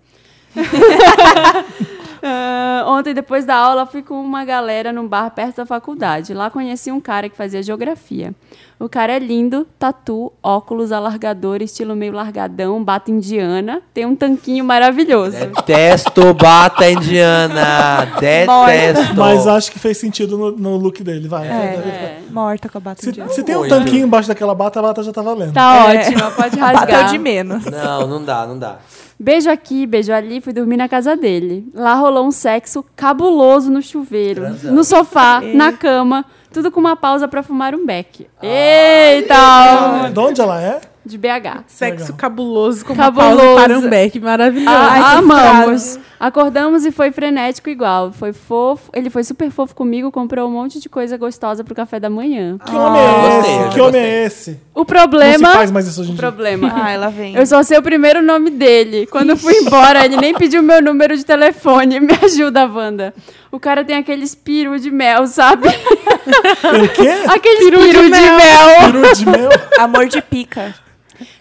B: (laughs) Ah, ontem, depois da aula, fui com uma galera num bar perto da faculdade. Lá conheci um cara que fazia geografia. O cara é lindo, tatu, óculos alargador, estilo meio largadão, bata indiana, tem um tanquinho maravilhoso.
E: É.
C: Detesto bata indiana. Detesto.
A: Mas acho que fez sentido no, no look dele, vai.
E: É, morta com a bata
A: Se,
E: de
A: se tem um
C: Muito.
A: tanquinho embaixo daquela bata, a bata já tá valendo.
B: Tá
E: É.
B: ótimo, pode rasgar.
E: Bateu de menos.
C: Não, não dá, não dá.
B: Beijo aqui, beijo ali, fui dormir na casa dele. Lá rolou um sexo cabuloso no chuveiro,
C: Transão.
B: no sofá, na cama, tudo com uma pausa pra fumar um beck.
A: Ah,
B: Eita!
A: De onde ela é?
B: De BH.
D: Sexo cabuloso como
B: Cabuloso.
D: cabuloso. para um beck maravilhoso.
B: Ah,
D: Ai, que
B: amamos. Acordamos e foi frenético igual. Foi fofo. Ele foi super fofo comigo, comprou um monte de coisa gostosa pro café da manhã.
A: Que homem é esse?
C: Gostei, eu já
A: que homem
C: gostei.
A: é esse?
B: O
A: Não se
B: problema.
A: faz mais isso hoje em
B: O
A: dia.
B: problema.
E: Ah, ela vem.
B: Eu só sei o primeiro nome dele. Quando eu fui embora, ele nem pediu meu número de telefone. (laughs) Me ajuda, Wanda. O cara tem aquele espírito de mel, sabe?
A: O
B: (laughs)
A: quê?
B: Aquele espírito de, mel.
A: Peru de
B: (laughs)
A: mel?
E: Amor de pica.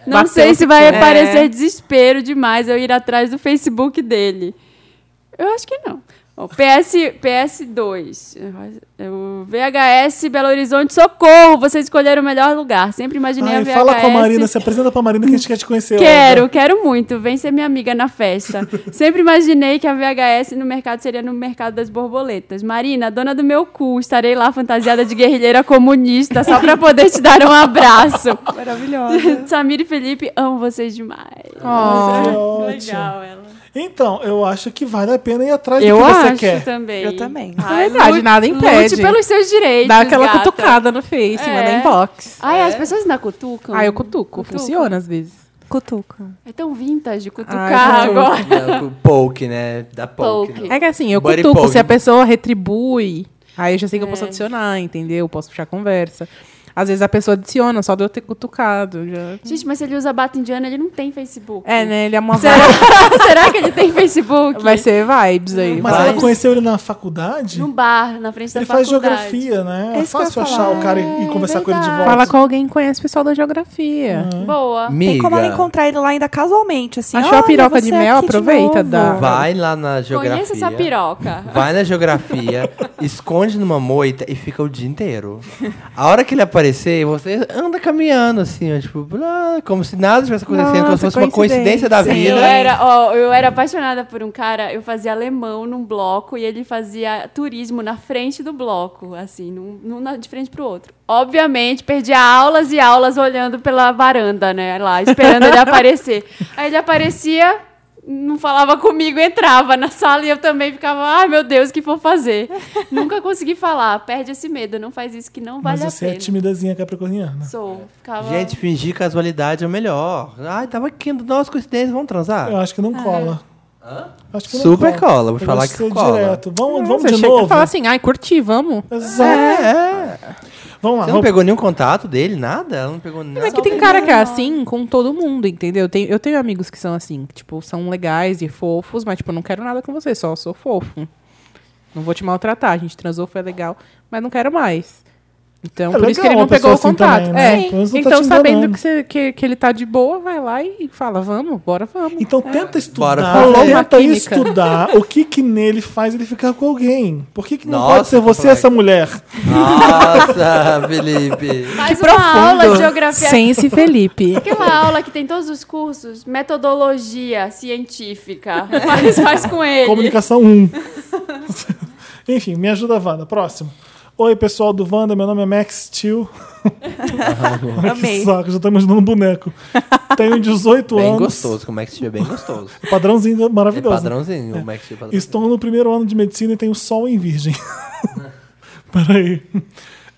B: Não
D: Bateu
B: sei
D: o
B: se vai
E: futuro.
B: parecer
E: É.
B: desespero demais eu ir atrás do Facebook dele. Eu acho que não. Ó, PS, PS2. O VHS Belo Horizonte, socorro! Vocês escolheram o melhor lugar. Sempre imaginei a
A: Ai,
B: VHS.
A: fala com a Marina, é se apresenta pra Marina que a gente quer te conhecer.
B: Quero, quero muito. Vem ser minha amiga
A: (laughs)
B: na festa. Sempre imaginei que a VHS no mercado seria no mercado das borboletas. Marina, dona do meu cu, estarei lá fantasiada de guerrilheira comunista só pra poder te dar um abraço. (laughs)
E: Maravilhosa.
B: Samir e Felipe, amo vocês demais.
A: Olga. Que ótimo.
B: Legal ela.
A: Então, eu acho que vale a pena ir atrás
B: Eu
A: do que
B: acho
A: você quer.
B: também.
E: Eu também.
D: É verdade,
B: lu-
D: nada impede.
B: Lute pelos seus direitos.
D: Dá aquela
B: gata.
D: cutucada no Face,
B: É.
D: manda inbox.
B: Ai, as pessoas ainda cutucam.
D: Ah, eu cutuco. Funciona às vezes.
E: Cutuca.
B: É tão vintage cutucar
D: Ai, cutuco.
B: agora.
C: Não, o Poke, né? Dá poke.
B: Poke.
C: né?
D: É que assim, eu
C: Body
D: cutuco.
C: poke.
A: É.
D: Se a pessoa retribui, aí eu já sei que eu posso adicionar, entendeu? Eu posso puxar conversa. Às vezes a pessoa adiciona, só de eu ter cutucado. já.
B: Gente, mas se ele usa bata indiana, ele não tem Facebook.
D: É, né? Ele é uma
B: Será, (laughs) será que ele tem Facebook?
D: Vai ser vibes aí.
A: Mas
D: vai.
A: ela conheceu ele na faculdade?
B: Num bar, na frente
A: ele
B: da faculdade.
A: faz geografia, né? É
E: isso que eu
A: fácil
E: ia
A: achar
E: falar.
A: o cara e, e conversar com ele de volta.
B: É verdade.
D: Fala com alguém que conhece o pessoal da geografia.
B: Boa.
E: Tem como ela
C: Miga,
E: encontrar ele lá ainda casualmente, assim.
D: Achou
E: "Olha,
D: a piroca de
E: você
D: mel?
E: aqui de
D: Aproveita,
E: novo."
D: dá.
C: vai lá na geografia.
B: Conheça essa piroca.
C: Vai na
B: (laughs)
C: geografia, esconde numa moita e fica o dia inteiro. A hora que ele aparecer, você anda caminhando assim, ó, tipo, blá, como se nada estivesse acontecendo, como
D: Nossa,
C: se fosse uma coincidência da
B: Eu
C: vida.
A: né?
B: era, ó, eu era apaixonada por um cara, eu fazia alemão num bloco e ele fazia turismo na frente do bloco, assim, num, num- na- de frente pro outro. Obviamente, perdia aulas e aulas olhando pela varanda, né, lá, esperando ele aparecer. Aí ele aparecia, não falava comigo, entrava na sala e eu também ficava, ai meu Deus, o que vou fazer? Nunca consegui falar, perde esse medo, não faz isso que não vale
A: Mas
B: a
A: você
B: pena.
A: é timidazinha capricorniana.
B: Sou, ficava...
C: Gente, fingir casualidade é o melhor. Ai, tava aqui, nossa, coincidência, vamos transar?
A: Eu acho que não
D: É.
A: cola. Acho que não
C: Super cola, vou
A: Eu
C: falar
A: gosto
C: que
A: de ser
C: cola.
A: Direto. Vamos,
D: É, Você
A: vamos de
D: chega e
A: novo.
D: fala assim, ai, curti, vamos.
A: Exato. Vamos lá.
C: É, Você não
A: vamos-
C: pegou nenhum contato dele, nada? Ela não pegou nada.
D: Mas que tem cara que é assim com todo mundo, entendeu? Tem- eu tenho amigos que são assim, que, tipo, são legais e fofos, mas, tipo, não quero nada com você, só sou fofo. Não vou te maltratar, a gente transou, foi legal, mas não quero mais. Então,
A: É
D: por isso que
A: legal
D: ele não
A: uma pessoa
D: pegou o
A: assim
D: contato.
A: também, né?
D: É.
A: Pelo menos não tá
D: Então,
A: te
D: sabendo
A: enganando.
D: que, você- que- que ele tá de boa, vai lá e fala, vamos, bora, vamos.
A: Então tenta
C: Bora
A: estudar,
C: fazer.
D: Rolou É. uma
A: tenta
D: química.
A: estudar o que que nele faz ele ficar com alguém. Por que, que não
C: Nossa,
A: pode ser você
C: Frank.
A: essa mulher? (laughs)
C: Nossa, Felipe.
B: Faz uma aula de geografia
D: Sense Felipe.
A: (laughs)
B: Aquela aula que tem todos os cursos, metodologia científica. Mas faz com ele.
A: Comunicação 1. (laughs) Enfim, me ajuda, Wanda. Próximo. Oi, pessoal do Wanda, meu nome é Max Steel. (laughs) Ai, que
E: Amei.
A: saco, já tô imaginando um boneco. Tenho 18
C: Bem
A: anos.
C: gostoso, como é que estiver bem gostoso.
A: Padrãozinho
C: É
A: maravilhoso.
C: padrãozinho, como é que estiver padrãozinho.
A: Estou no primeiro ano de medicina e tenho sol em virgem. (laughs) Peraí.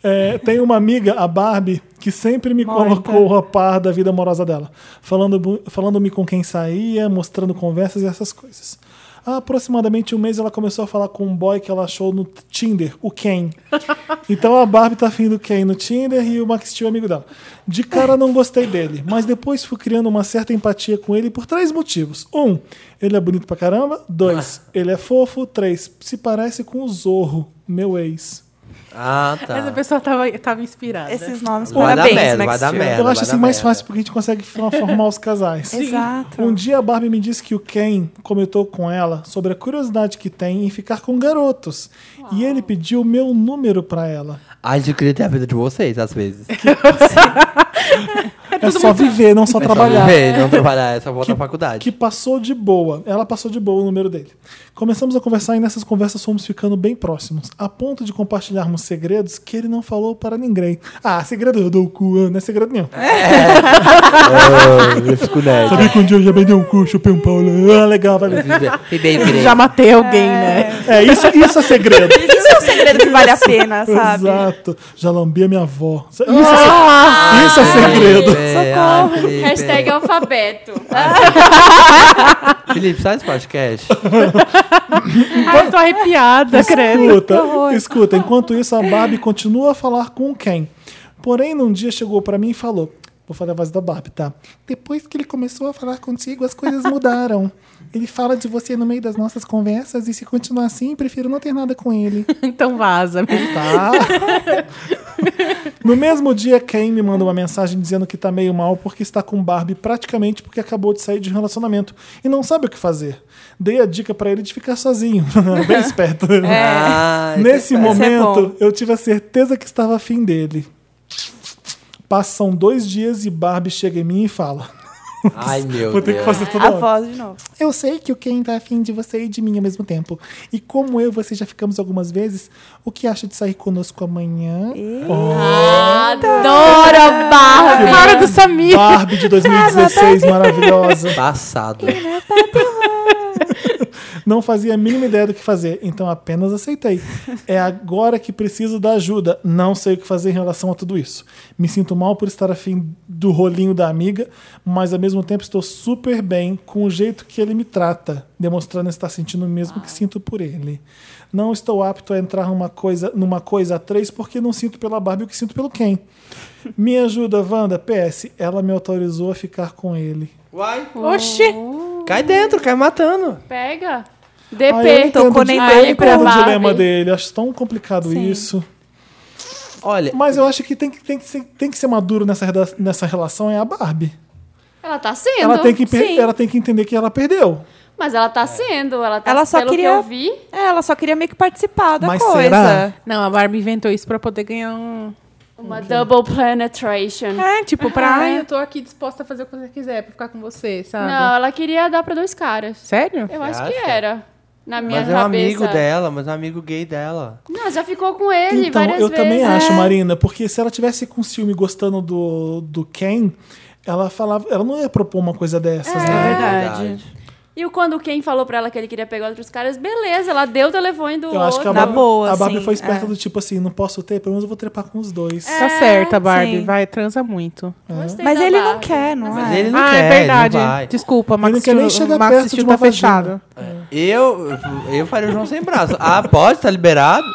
A: É, tem uma amiga, a Barbie, que sempre me colocou a par da vida amorosa dela, falando, bu- falando-me com quem saía, mostrando conversas e essas coisas. Há aproximadamente um mês ela começou a falar com um boy que ela achou no Tinder, o Ken. Então a Barbie tá afim do Ken no Tinder e o Max Steel é amigo dela. De cara não gostei dele, mas depois fui criando uma certa empatia com ele por três motivos. Um, ele é bonito pra caramba. Dois, ele é fofo. Três, se parece com o Zorro, meu ex.
C: Ah, tá.
A: é
D: Mas a pessoa tava, tava inspirada.
E: Esses nomes,
C: Vai dar
E: parabéns, né,
C: merda,
E: Max
C: vai dar
E: Steel.
C: merda.
A: Eu acho
C: vai
A: assim
C: dar
A: mais
C: merda.
A: fácil porque a gente consegue for- formar os casais.
E: Exato.
A: Um dia a Barbie me disse que o Ken comentou com ela sobre a curiosidade que tem em ficar com garotos. E ele pediu meu número pra ela.
C: Ai, eu queria ter a vida de vocês, às vezes.
A: É, só viver, não só trabalhar.
C: Ei, não trabalhar, é só voltar à faculdade.
A: que passou de boa. Ela passou de boa o número dele. Começamos a conversar e nessas conversas fomos ficando bem próximos, a ponto de compartilharmos segredos que ele não falou para ninguém. Ah, segredo do cu, não é segredo nenhum.
C: Ah, eu fico nessa.
A: Sabia que um dia eu já beijei um cu, chupei um pau. Ah, legal, vai ver.
C: E bem, bem.
D: Já matei alguém, né?
A: É, isso, isso é segredo.
E: Isso é um segredo que vale a pena, sabe?
A: Exato. Já lambi a minha avó. Isso, é se- isso é segredo.
C: Socorro. Felipe,
B: Hashtag alfabeto.
C: Felipe, sai desse podcast.
D: Ai, eu tô arrepiada, credo.
A: Escuta, escuta, enquanto isso, a Barbie continua a falar com quem? Porém, num dia chegou pra mim e falou: Vou falar a voz da Barbie, tá? Depois que ele começou a falar contigo, as coisas mudaram. Ele fala de você no meio das nossas conversas e se continuar assim, prefiro não ter nada com ele.
D: Então vaza.
A: Tá? No mesmo dia, Ken me manda uma mensagem dizendo que tá meio mal porque está com Barbie praticamente porque acabou de sair de um relacionamento e não sabe o que fazer. Dei a dica pra ele de ficar sozinho. (laughs) Bem esperto.
C: É, Ai,
A: É. Nesse
E: é
A: momento, eu tive a certeza que estava afim dele. Passam dois dias e Barbie chega em mim e fala:
C: Ai, meu
A: Vou ter
C: Deus.
A: que fazer
E: A
A: toda hora.
E: voz de novo.
A: Eu sei que o Ken tá afim de você e de mim ao mesmo tempo. E como eu e você já ficamos algumas vezes, o que acha de sair conosco amanhã?
B: Adoro a barra.
D: Cara do Samir.
A: Barbie de 2016, maravilhosa.
C: Passado.
A: Não fazia a mínima ideia do que fazer, então apenas aceitei. É agora que preciso da ajuda. Não sei o que fazer em relação a tudo isso. Me sinto mal por estar afim do rolinho da amiga, mas ao mesmo tempo estou super bem com o jeito que ele me trata, demonstrando estar sentindo o mesmo que sinto por ele. Não estou apto a entrar numa coisa, numa coisa a três porque não sinto pela Barbie o que sinto pelo Ken. Me ajuda, Wanda. PS, ela me autorizou a ficar com ele.
C: Uai!
D: Oxi!
C: Cai dentro, cai matando.
B: Pega.
A: Ai, eu
B: DP,
A: entendo
B: tocou
A: de-
B: nem
A: eu
B: dele pra né?
A: entendo o dilema
B: Barbie.
A: dele. Acho tão complicado isso.
C: Olha,
A: Mas eu acho que tem que, tem que, ser, tem que ser maduro nessa, reda- nessa relação é a Barbie.
B: Ela tá sendo.
A: Ela tem, que, per-
B: sim.
A: ela tem que entender que ela perdeu.
B: Mas ela tá sendo. Ela tá
E: Ela só
B: pelo
E: queria-
B: que eu vi.
E: É, ela só queria meio que participar da
A: Mas
E: coisa.
A: será?
D: Não, a Barbie inventou isso pra poder ganhar um.
B: Uma double penetration.
D: É, tipo,
E: Ah,
D: pra.
B: É.
D: "Ai, eu tô aqui disposta a fazer o que você quiser pra ficar com você, sabe?
B: Não, ela queria dar pra dois caras.
D: Sério?
B: Eu
C: Você
B: acho que
C: acha?
B: era. Na minha
C: mas é um
B: cabeça.
C: amigo dela, mas é um amigo gay dela.
B: Não, já ficou com ele
A: então,
B: várias
A: eu
B: vezes. É.
A: também acho, Marina, porque se ela tivesse com ciúme gostando do, do Ken, ela falava. Ela não ia propor uma coisa dessas,
B: É.
D: É.
A: né?
E: verdade.
B: E o- quando o Ken falou pra ela que ele queria pegar outros caras, beleza, ela deu o telefone do
A: Eu acho que é a
B: outro.
E: Na
A: Barbie,
E: boa,
A: a Barbie
E: sim,
A: foi esperta
E: é.
A: do tipo assim, não posso ter, pelo menos eu vou trepar com os dois.
B: É.
D: Tá certa, Barbie.
E: sim.
D: Vai, transa muito.
B: Gostei
E: Mas
B: da
E: ele não
B: Barbie.
E: quer, não
C: Mas
E: é?
C: ele não
D: ah,
C: quer,
D: é verdade.
C: ele não vai.
D: Desculpa, Max.
A: não quer nem
D: Steel-
A: chegar
D: Max
A: perto de
D: Steel
A: uma
D: tá fechado.
C: É. Eu, eu faria o João sem braço. Ah, pode? Tá
D: (laughs)
C: liberado?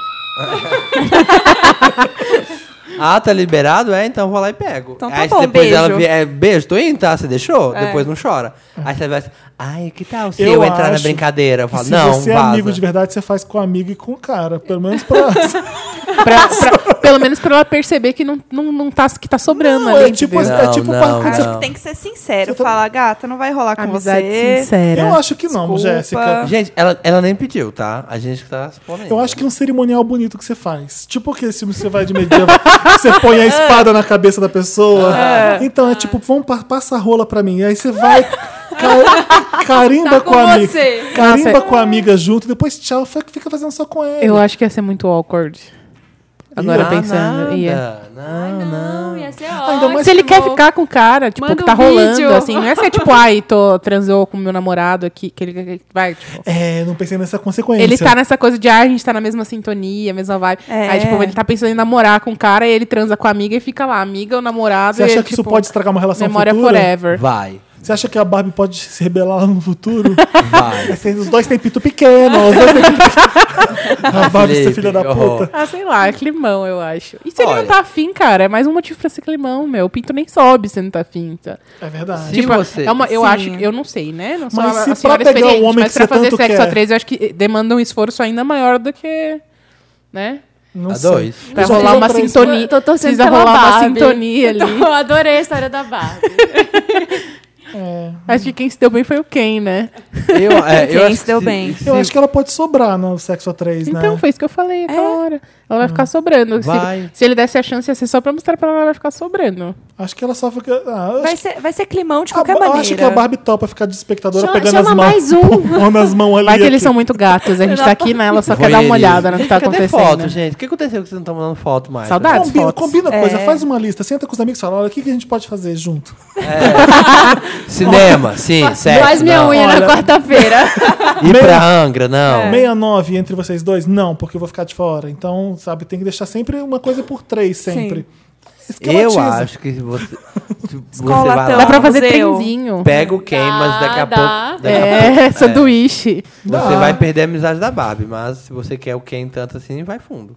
C: ah, tá liberado? É, então eu vou lá e pego.
E: Então tá
C: Aí se
E: bom,
C: depois
E: beijo.
C: ela vier, é, beijo, tô indo, tá? Você deixou? Depois não chora. Aí você vai assim, ai, que tal se eu,
A: É. Eu
C: entrar na
A: acho
C: brincadeira? Eu falo,
A: se
C: não,
A: você é
C: vaza.
A: amigo de verdade, você faz com amigo e com o cara. Pelo menos pra.
B: (laughs)
D: Pra- pra- pelo menos pra ela perceber que não, não, não tá, que tá sobrando
A: Não,
D: ali.
A: é tipo,
D: entendeu?
A: é
C: Não,
A: tipo
C: não,
A: quando
C: não.
A: você
E: Acho que tem que ser sincero. Falar, gata, não vai rolar com
D: Amizade
E: você.
D: sincera.
A: Eu acho que não,
E: Desculpa.
A: Jéssica.
C: Gente, ela, ela nem pediu, tá? A gente que tá exponendo.
A: Eu acho que é um cerimonial bonito que você faz. Tipo aquele filme que você vai de
D: (laughs)
A: medieval, você põe a espada na cabeça da pessoa. Então é tipo, vamos pa- passa a rola pra mim. Aí você vai ca- carimba
B: Tá
A: com,
B: com
A: a amiga.
B: você.
A: Carimba
D: Nossa,
A: com a amiga junto, depois tchau, fa- fica fazendo só com ele.
D: Eu acho que ia ser muito awkward. Agora
C: Ah,
D: pensando.
C: nada.
D: Ia.
C: Não, não.
B: Não, ia ser
A: Ainda
B: ótimo.
A: mais
D: Se ele quer ficar com o cara, tipo,
B: Manda
D: que
B: um
D: tá rolando,
B: vídeo.
D: assim, não é ser (laughs) tipo, ai, tô transou com meu namorado aqui, que ele, que ele- vai, tipo.
A: É, não pensei nessa consequência.
D: Ele tá nessa coisa de, ai, a gente tá na mesma sintonia, mesma vibe.
E: É.
D: Aí, tipo, ele tá pensando em namorar com o cara e ele transa com a amiga e fica lá, amiga ou namorado.
A: Você
D: e,
A: acha
D: ele,
A: que
D: tipo,
A: isso pode estragar uma relação
D: Memória
A: futura?
D: forever.
C: Vai,
A: Você acha que a Barbie pode se rebelar no futuro?
D: (laughs)
C: vai.
A: Mas Os dois têm pito pequeno, os dois têm
C: (laughs)
A: pito pequeno. A Barbie,
C: Felipe,
A: ser filha da
C: que
A: puta.
C: horror.
D: Ah, sei lá, é climão, eu acho. E se ele
C: Olha.
D: não tá afim, cara, é mais um motivo pra ser climão, meu. O pinto nem sobe se não tá afim, tá?
A: É verdade.
C: Se você...
D: É uma, eu
E: Sim.
D: acho, eu não sei, né? Não sou
A: Mas
D: a,
A: se
D: a senhora
A: pra pegar um
D: experiente,
A: homem
D: mas
A: que
D: pra
A: você
D: fazer
A: tanto
D: sexo
A: quer.
D: a três, eu acho que eh, demanda um esforço ainda maior do que, né?
A: Não
C: A
A: sei.
C: dois.
D: Pra
A: Eu já
D: rolar
A: fiz
D: uma
A: outra vez.
D: sintonia.
B: Eu tô torcendo
D: Precisa
A: tá
B: pela
D: rolar uma
B: Barbie.
D: sintonia ali.
B: Então, eu adorei a história da Barbie.
A: É.
D: Acho que quem se deu bem foi o Ken, né?
C: Eu, é, eu
E: Quem
C: acho
E: se deu bem?
A: Eu acho que ela pode sobrar no sexo a três, né?
D: Então, foi isso que eu falei aquela hora. Ela vai ficar sobrando. Se-
C: Vai.
D: Se, ele desse a chance, ia ser só pra mostrar pra ela, ela vai ficar sobrando.
A: Acho que ela só fica. Ah, eu
E: Vai
A: acho...
E: ser, vai ser climão de
A: a Ba-
E: qualquer
A: eu
E: maneira.
A: acho que é a Barbie topa ficar de espectadora
B: Chama-
A: pegando
B: chama
A: as mãos.
B: mais
A: (laughs)
B: um.
A: pondo as mãos ali.
D: Vai que eles
A: aqui.
D: são muito gatos. A gente tá aqui, né? Ela só quer dar uma olhada no que tá
C: Cadê
D: acontecendo.
C: foto, gente? O que aconteceu que vocês não estão mandando foto mais?
D: Saudades.
A: Combina,
D: fotos.
A: combina
E: É.
A: coisa, faz uma lista, senta com os amigos e fala: olha, o que, que a gente pode fazer junto?
C: Cinema, sim, sério.
B: Faz minha unha
D: né?
A: Olha.
B: na quarta-feira.
C: Ir pra Angra, não.
A: É. 69 entre vocês dois? Não, porque eu vou ficar de fora. Então, sabe, tem que deixar sempre uma coisa por três, sempre.
C: Eu
A: Esquematiza.
C: acho que você, tipo, você
E: Escola
C: vai
E: tão-
D: Dá
C: lá,
D: pra fazer
E: Museu.
D: trenzinho.
C: pega o Ken, mas daqui a
B: Dá,
C: pouco... daqui a
D: (laughs)
C: (laughs) pouco-
D: É, sanduíche.
C: Você
A: Dá.
C: vai perder a amizade da Barbie, mas se você quer o Ken tanto assim, vai fundo.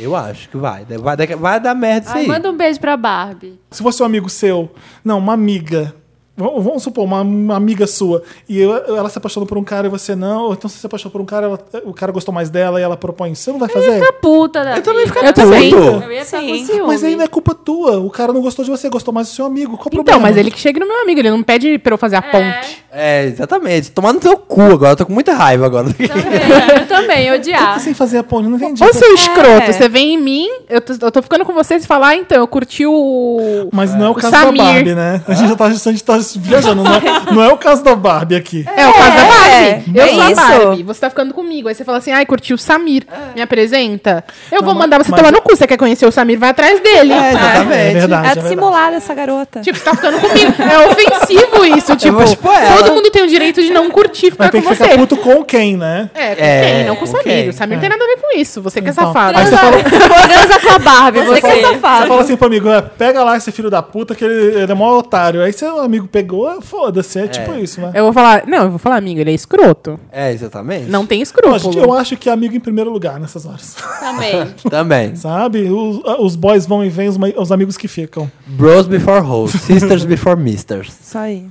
C: Eu acho que vai. Vai, daqui- vai dar merda isso
B: Ai,
C: aí.
B: manda um beijo pra Barbie.
A: Se fosse um amigo seu, não, uma amiga. V- Vamos supor, uma, uma amiga sua. E eu- ela se apaixonou por um cara e você não. Ou então você se apaixonou por um cara, ela- o cara gostou mais dela e ela propõe. Você não vai fazer?
B: Fica puta da Eu
D: também
B: vida.
D: ficaria Eu também.
C: puto.
B: Eu ia ficar
E: Sim.
B: com ciúme.
A: Mas aí não é culpa tua. O cara não gostou de você, gostou mais do seu amigo. Qual o
D: Então,
A: problema?
D: mas ele que chega no meu amigo, ele não pede pra eu fazer a ponte.
C: É, exatamente. Tomar no seu cu agora. Eu tô com muita raiva agora.
B: Também, eu também, odiar.
A: Sem fazer a ponte, não entendi.
D: Ô, seu escroto,
E: É.
D: você vem em mim, eu tô, eu tô ficando com vocês e falar, ah, então, eu curti o.
A: Mas não é o caso
D: Samir.
A: da Barbie, né? A gente já tá, a gente tá viajando. Não
D: (laughs)
A: é, não é o caso da Barbie aqui.
D: É, o caso da Barbie.
E: é,
D: eu
E: é
D: sou a
E: isso.
D: Barbie. Você tá ficando comigo. Aí você fala assim, ai, curti o Samir. Me apresenta. Eu vou
A: mas-
D: mandar você
A: É. mas-
D: tomar no cu. Você quer conhecer o Samir? Vai atrás dele. Tá?
C: É, exatamente.
A: É verdade.
E: É
A: é verdade.
E: dissimulada essa garota.
D: Tipo, você tá ficando comigo. É ofensivo isso. Tipo,
C: vou expor ela.
D: todo todo mundo tem o direito de não curtir ficar
A: Mas
D: com
A: tem que
D: você.
A: ficar puto com quem, né?
D: É, com
C: É,
D: quem? Não com
C: com
D: os amigos.
C: quem?
D: Samir não tem nada a ver com isso. Você que é
A: Então,
D: safado.
A: Aí você fala, você
B: (laughs) Transa com a Barbie, você.
E: Você que é safado.
A: fala assim pro amigo, "Ah, pega lá esse filho da puta que ele, ele é mó otário. Aí seu amigo pegou, ah, foda-se, é, tipo isso, né?
D: Eu vou falar, não, eu vou falar, amigo, ele é escroto.
C: É, exatamente.
D: Não tem
A: Eu
D: escrúpulo.
A: acho, que- eu acho que é amigo em primeiro lugar nessas horas.
B: Também.
C: Também.
A: Sabe? Os, os boys vão e vêm, os, ma- os amigos que ficam.
C: Bros before hoes, sisters before misters.
E: Isso aí.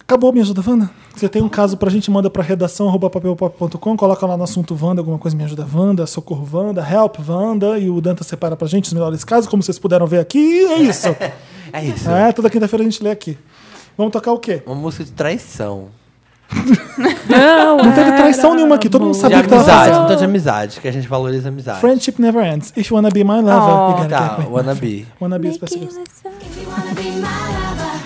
A: Acabou, me ajuda, Wanda? Você tem um caso pra gente, manda pra redação arroba papelpop.com, coloca lá no assunto Wanda, alguma coisa me ajuda, Wanda, socorro Wanda, help Wanda, e o Danta separa pra gente os melhores casos, como vocês puderam ver aqui, e é isso.
C: É isso.
A: é, toda quinta-feira a gente lê aqui. Vamos tocar o quê?
C: Uma música de traição.
A: Não teve traição nenhuma aqui, todo mundo
C: De
A: sabia o que tava
C: amizade,
A: fazendo.
C: não tô de amizade, que a gente valoriza a amizade.
A: Friendship never ends. If you wanna be my lover, you gotta
C: Tá,
A: get me.
C: wannabe.
A: Wanna be especially.
F: If you wanna be my lover,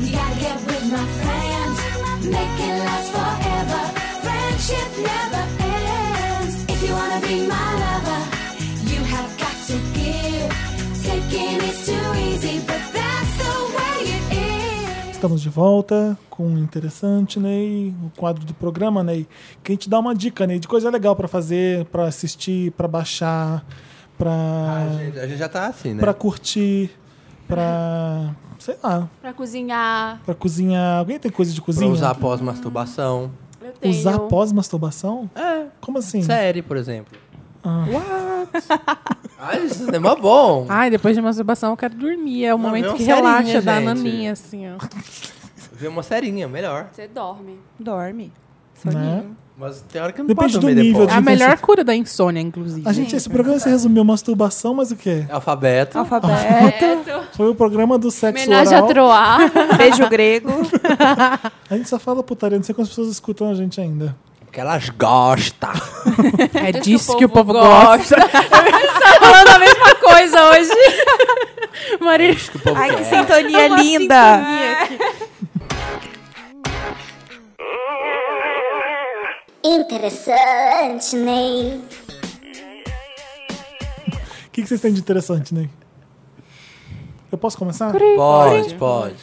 F: you gotta get with my friends. Make it last forever. Friendship never ends. If you wanna be my lover, you have got to give. Taking is too easy, but that's the way it is.
A: Estamos de volta com um interessante, Ney, o quadro do programa, Ney. Quem te dá uma dica, Ney, de coisa legal pra fazer, pra assistir, pra baixar,
C: A
A: pra
C: gente, a gente já tá assim, né?
A: para curtir, pra sei lá,
B: pra cozinhar,
A: pra cozinhar. Alguém tem coisa de
C: Pra
A: cozinha?
C: usar após masturbação.
B: eu tenho.
A: Usar pós masturbação? É. Como assim?
C: Série, por exemplo.
A: Ah.
C: What? Ai, isso é mó bom.
D: Ai, depois de masturbação eu quero dormir. É o
C: vê
D: momento
C: uma
D: que relaxa
C: serinha,
D: da
C: gente.
D: naninha, assim, ó.
C: Ver uma serinha, melhor.
B: Você dorme.
E: Dorme.
A: Né?
C: Mas tem hora que não pode
A: Depende do
C: dormir
A: nível
D: É
C: depois.
D: a
A: Gente,
D: melhor
A: esse-
D: cura da insônia, inclusive.
A: A gente, esse programa se resumiu masturbação, mas o quê?
C: Alfabeto.
E: Então Alfabeto.
B: É,
A: Foi o programa do sexo
B: Homenagem a
A: oral.
B: Troar.
E: (laughs) Beijo grego.
A: A gente só fala putaria, não sei quantas pessoas escutam a gente ainda.
C: Que elas gostam.
D: É disso que o povo gosta.
B: falando a mesma coisa hoje.
D: Maria.
C: Acho que o povo
E: Ai, que
C: quer.
E: sintonia linda.
H: Interessante, Ney.
A: O que, que vocês têm de interessante, Ney? Eu posso começar?
C: Pode, pode.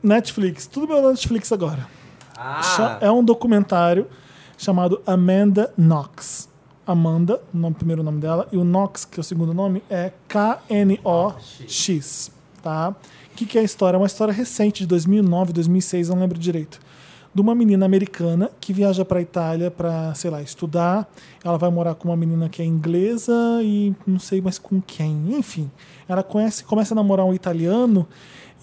A: Netflix, tudo meu Netflix agora. Cha- É um documentário chamado Amanda Knox. Amanda, o nome- primeiro nome dela, e o Knox, que é o segundo nome, é K-N-O-X. Tá? O que, que é a história? É uma história recente, de 2009, 2006, não lembro direito. De uma menina americana que viaja para Itália para, sei lá, estudar. Ela vai morar com uma menina que é inglesa e não sei mais com quem. Enfim, ela conhece, começa a namorar um italiano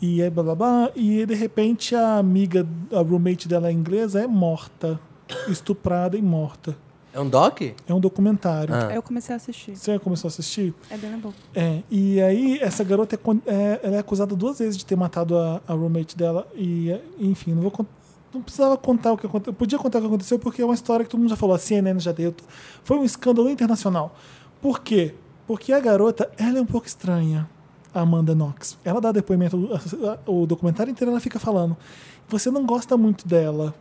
A: e aí blá blá blá. E de repente a amiga, a roommate dela é inglesa, é morta. Estuprada e morta.
C: É um doc?
A: É um documentário.
C: Ah.
E: Eu comecei a assistir.
A: Você começou a assistir?
E: É bem bom.
A: É. E aí, essa garota é, con- é- ela é acusada duas vezes de ter matado a, a roommate dela. E, é, enfim, não vou con- Não precisava contar o que aconteceu. Eu podia contar o que aconteceu porque é uma história que todo mundo já falou. A CNN já deu. Foi um escândalo internacional. Por quê? Porque a garota, ela é um pouco estranha, a Amanda Knox. Ela dá depoimento, o documentário inteiro ela fica falando. Você não gosta muito dela.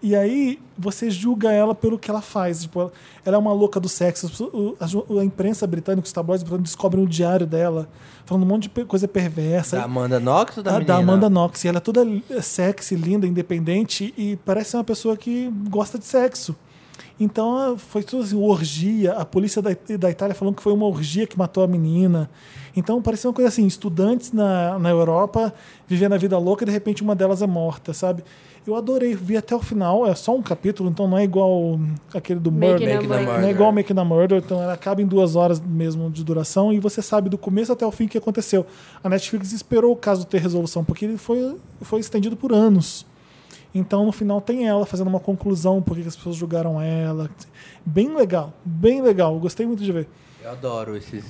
A: E aí você julga ela pelo que ela faz. Tipo, ela, ela é uma louca do sexo. As pessoas- o- A, ju- a imprensa britânica, os tabloides britânicos descobrem o diário dela, falando um monte de pe- coisa perversa.
C: Da Amanda Knox ou da
A: A
C: menina?
A: Ah, da Amanda Knox. E ela é toda eh, sexy, linda, independente e parece ser uma pessoa que gosta de sexo. Então eh, foi tudo assim, orgia. A polícia da, It- da Itália falando que foi uma orgia que matou a menina. Então parecia uma coisa assim: estudantes na, na Europa vivendo a vida louca e de repente uma delas é morta, sabe? Eu adorei, vi até o final. É só um capítulo, então não é igual hum, aquele do
B: Making
A: Murder.
B: a
C: Making a
B: Murder.
C: Murder.
A: Não é igual Making a Murder, então ela acaba em duas horas mesmo de duração e você sabe do começo até o fim o que aconteceu. A Netflix esperou o caso ter resolução, porque ele foi, foi estendido por anos. Então no final tem ela fazendo uma conclusão, por que que as pessoas julgaram ela. Bem legal, bem legal. Eu Gostei muito de ver.
C: Eu adoro esses.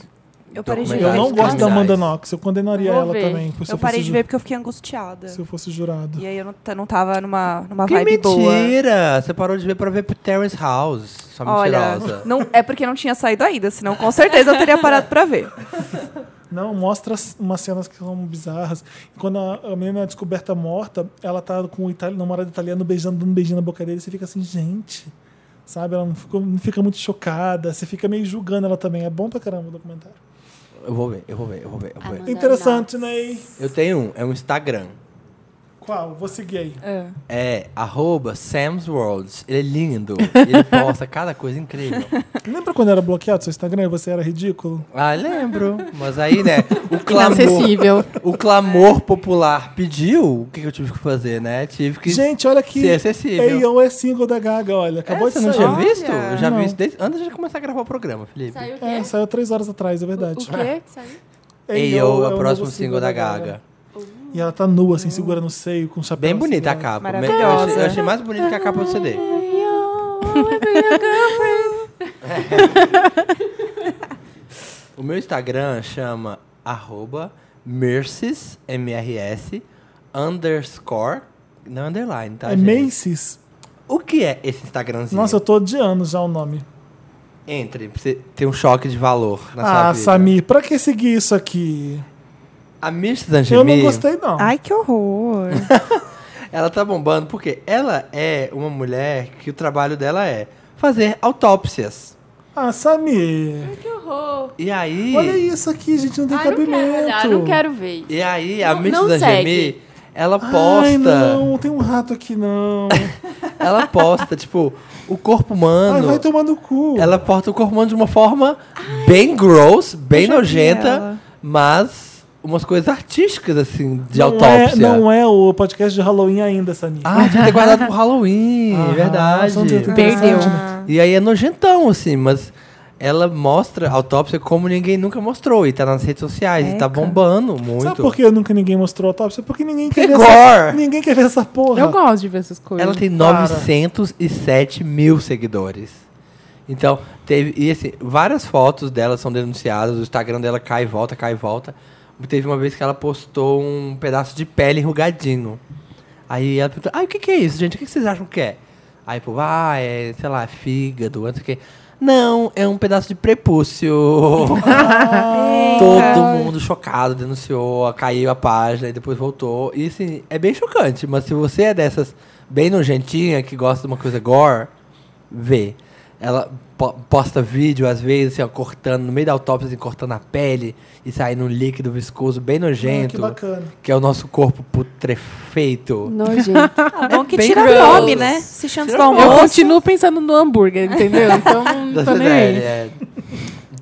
E: Eu parei de ver.
A: é Eu
C: documentários
A: não gosto da Amanda
C: criminais.
A: Knox, eu condenaria
B: Vou
A: ela
B: ver.
A: também. se
E: Eu parei
A: fosse
E: de
A: ju-
E: ver porque eu fiquei angustiada.
A: Se eu fosse jurado.
E: E aí eu não, t- não tava numa, numa
C: Que
E: vibe boa.
C: mentira! Você parou de ver pra ver Terrence House, sua
E: Olha,
C: mentirosa.
E: não, é porque não tinha saído ainda, senão com certeza eu teria parado pra ver.
C: (laughs)
A: Não, mostra as- umas cenas que são bizarras. Quando a, a menina é descoberta morta, ela tá com o itali namorado italiano beijando, dando um beijinho na boca dele. Você fica assim, gente. Sabe? Ela não, ficou- não fica muito chocada. Você fica meio julgando ela também. É bom pra caramba o documentário.
C: Eu vou ver, eu vou ver, eu vou ver. Eu, vou ver.
B: Amanda
A: Interessante, né?
C: eu tenho um, é um Instagram.
A: Qual? Vou seguir aí.
C: É arroba Sam's Worlds. Ele é lindo. Ele posta cada coisa incrível.
A: Lembra quando era bloqueado seu Instagram e você era ridículo?
C: Ah, lembro. Mas aí, né? O clamor,
D: Inacessível.
C: o clamor popular pediu. O que que eu tive que fazer, né? Tive que.
A: Gente, olha aqui.
C: Ser acessível.
A: A.O. é single da Gaga, olha.
C: É,
A: Acabou
C: você
A: de
C: não
A: sair.
C: tinha visto? Eu já
A: Não.
C: vi isso desde, antes de começar a gravar o programa, Felipe.
B: Saiu o
A: É,
B: quê?
A: saiu três horas atrás, é
B: O
A: verdade.
B: quê? que Saiu?
C: A.O. é
A: o
C: o próximo
A: novo
C: single da Gaga.
A: E ela tá nua, assim, segura no seio, com o chapéu.
C: Bem bonita a
A: assim,
C: capa. Eu
E: Maravilhosa.
C: achei, eu achei mais bonita que a capa do CD.
A: é
C: (laughs) O meu Instagram chama arroba Mercis, M-R-S, underscore, não underline, tá,
A: É
C: gente?
A: Macy's.
C: O que é esse Instagramzinho?
A: Nossa, eu tô odiando já o nome.
C: Entre, pra você ter um choque de valor na sua
A: ah,
C: vida.
A: Samir, pra que seguir isso aqui?
C: A Mercis
A: Eu não
C: Angemi,
A: gostei, não.
E: Ai, que horror.
C: ela tá bombando porque ela é uma mulher que o trabalho dela é fazer autópsias.
A: Ah, Samir.
B: Que horror.
C: E aí...
A: Olha isso aqui, gente, não tem
B: Ai, Ah, não
A: cabimento.
B: quero olhar, não quero ver.
C: E aí, a
B: Não-
C: Miss
B: não
C: Angemi,
B: segue.
C: ela
A: Ai,
C: posta,
A: não, tem um rato aqui, não.
C: ela posta, tipo, o corpo
A: Ai,
C: humano.
A: vai tomar no cu.
C: Ela porta o corpo humano de uma forma bem gross, bem
E: já vi
C: nojenta,
E: ela.
C: mas umas coisas artísticas, assim, de
A: não
C: autópsia.
A: É, não é o podcast de Halloween ainda, Samir.
C: Ah, tinha que ter guardado pro Halloween, é
A: Ah,
C: verdade.
A: só um dia tem
D: Perdeu.
A: interessante, né?
C: E aí é nojentão, assim, mas ela mostra a autópsia como ninguém nunca mostrou. E tá nas redes sociais, e tá bombando muito.
A: Sabe por que nunca ninguém mostrou a autópsia? Porque ninguém quer,
C: Que
A: ver essa,
C: gore!
A: ninguém quer ver essa porra.
D: Eu gosto de ver essas coisas.
C: Ela tem
A: Cara.
C: 907 mil seguidores. Então, teve. E assim, várias fotos dela são denunciadas, o Instagram dela cai e volta, cai e volta. Teve uma vez que ela postou um pedaço de pele enrugadinho. Aí ela perguntou, ai, o que, que é isso, gente? O que, que vocês acham que é? Aí, pô, ah, é, sei lá, fígado, não sei o quê. Não, é um pedaço de prepúcio.
E: É,
C: Todo mundo chocado, denunciou, caiu a página e depois voltou. E assim, é bem chocante, mas se você é dessas bem nojentinha, que gosta de uma coisa gore, vê. Ela po- posta vídeo, às vezes, assim, ó, cortando, no meio da autópsia, assim, cortando a pele e saindo um líquido viscoso bem
A: Ah,
C: nojento.
A: que bacana.
C: que é o nosso corpo putrefeito.
B: Nojento.
E: Tá bom que
C: Ah, bem
E: tira
C: gross.
E: a fome, né? Se chama do
D: Eu
E: almoço.
D: continuo pensando no hambúrguer, entendeu?
A: (laughs)
D: Então não tô
C: Dessa
D: nem
C: série,
D: aí.
C: é.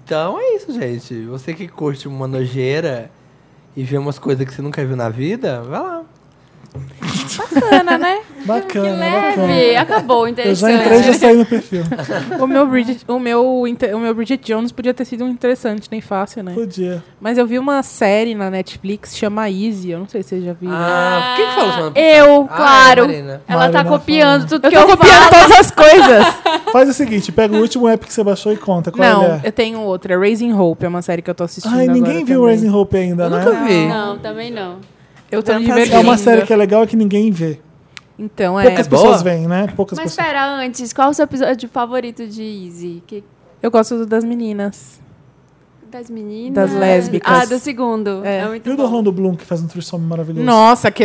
C: Então é isso, gente. Você que curte uma nojeira e vê umas coisas que você nunca viu na vida, vai lá.
E: Bacana, né?
A: Bacana, bacana.
B: Leve. É, Acabou,
A: Eu já
B: interessante.
A: entrei e já saí no perfil.
D: O meu, Bridget, o, meu, inte- o meu Bridget Jones podia ter sido um interessante, nem fácil, né?
A: Podia.
D: Mas eu vi uma série na Netflix chama Easy, eu não sei se vocês já viram.
C: Ah, quem que falou semana passada?
B: Eu,
C: Ah,
B: claro.
C: Marina.
B: Ela tá
A: Marina
B: copiando tudo
D: eu
B: que
D: tô
B: eu
D: copiando
B: falo.
D: todas as coisas.
A: Faz o seguinte, pega o último app que você baixou e conta (laughs) qual
D: não,
A: ele é.
D: eu tenho outra, Raising Hope, é uma série que eu tô assistindo
A: Ai, ninguém
D: agora
A: viu
D: também.
A: Raising Hope ainda,
C: Eu
A: né?
C: nunca vi.
B: Não, também não.
D: Eu tô me
E: Nunca assisti.
D: divertindo.
A: É uma série que é legal e que ninguém vê.
D: Então, é,
A: Poucas
C: boa?
A: pessoas veem, né? Poucas
B: Mas
A: pessoas.
B: espera, antes, qual o seu episódio favorito de Easy? Que-
D: eu gosto do das meninas.
B: das meninas?
D: Das lésbicas.
B: Ah, do segundo. É,
D: É.
B: muito
A: E o do
B: bom.
A: Orlando Bloom, que faz um threesome maravilhoso.
D: Nossa, que...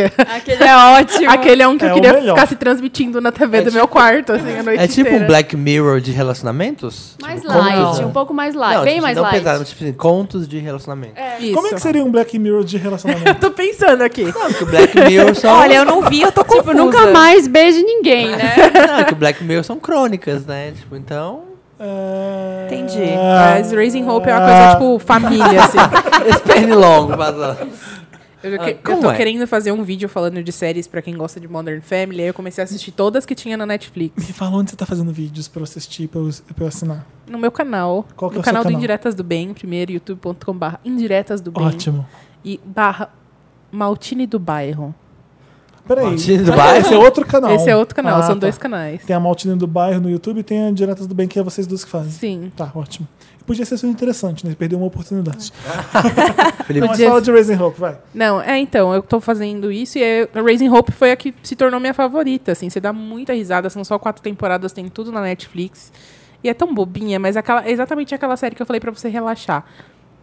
D: (laughs)
B: Aquele é ótimo.
D: aquele é um que
A: É
D: eu
A: o
D: queria
A: melhor. É tipo
D: ficar se transmitindo na TV do meu quarto,
A: (laughs)
D: assim, a noite
C: É tipo um
D: inteira.
C: Black Mirror de relacionamentos?
B: Mais
C: Tipo, contos,
B: light,
C: né?
B: um pouco mais light.
C: Não,
B: bem
C: tipo,
B: mais
C: não
B: light.
C: pesado, tipo assim, contos de relacionamento.
D: Isso.
A: Como é que seria um Black Mirror de relacionamento?
D: (laughs) Eu tô pensando aqui.
A: Ah,
C: Porque o Black Mirror são.
E: Olha, eu não vi, eu tô
B: Tipo,
E: confusa.
B: nunca mais beijo ninguém, né?
C: Não, que o Black Mirror são crônicas, né? Tipo, então.
A: É,
E: Entendi.
D: Mas Raising Hope é uma coisa, tipo, família, assim.
C: Esse pernilongo vazando.
D: Eu,
C: Ah,
D: que- eu
C: como
D: tô
C: é?
D: querendo fazer um vídeo falando de séries pra quem gosta de Modern Family, aí eu comecei a assistir todas que tinha na Netflix.
A: Me fala onde você tá fazendo vídeos pra eu assistir, pra eu, pra eu assinar.
D: No meu canal.
A: Qual que
D: no
A: é o seu
D: canal do
A: canal?
D: Indiretas do Bem, primeiro, youtube.com barra Indiretas do Bem.
A: Ótimo.
D: E barra Maltine do Bairro.
A: Peraí.
C: Maltine do
A: Ah,
C: Bairro?
A: Esse é outro canal.
D: Esse é outro canal,
A: Ah,
D: são
A: tá.
D: dois canais.
A: Tem a Maltine do Bairro no YouTube e tem a Diretas do Bem, que é vocês dois que fazem.
D: Sim.
A: Tá, ótimo. Podia ser super interessante, né? Perdeu uma oportunidade.
C: Felipe,
A: Mas
D: Podia-
A: fala de Raising Hope, vai.
D: Não, é então, eu tô fazendo isso e é- a Raising Hope foi a que se tornou minha favorita, assim, você dá muita risada, são só quatro temporadas, tem tudo na Netflix. E é tão bobinha, mas aquela, é exatamente aquela série que eu falei pra você relaxar.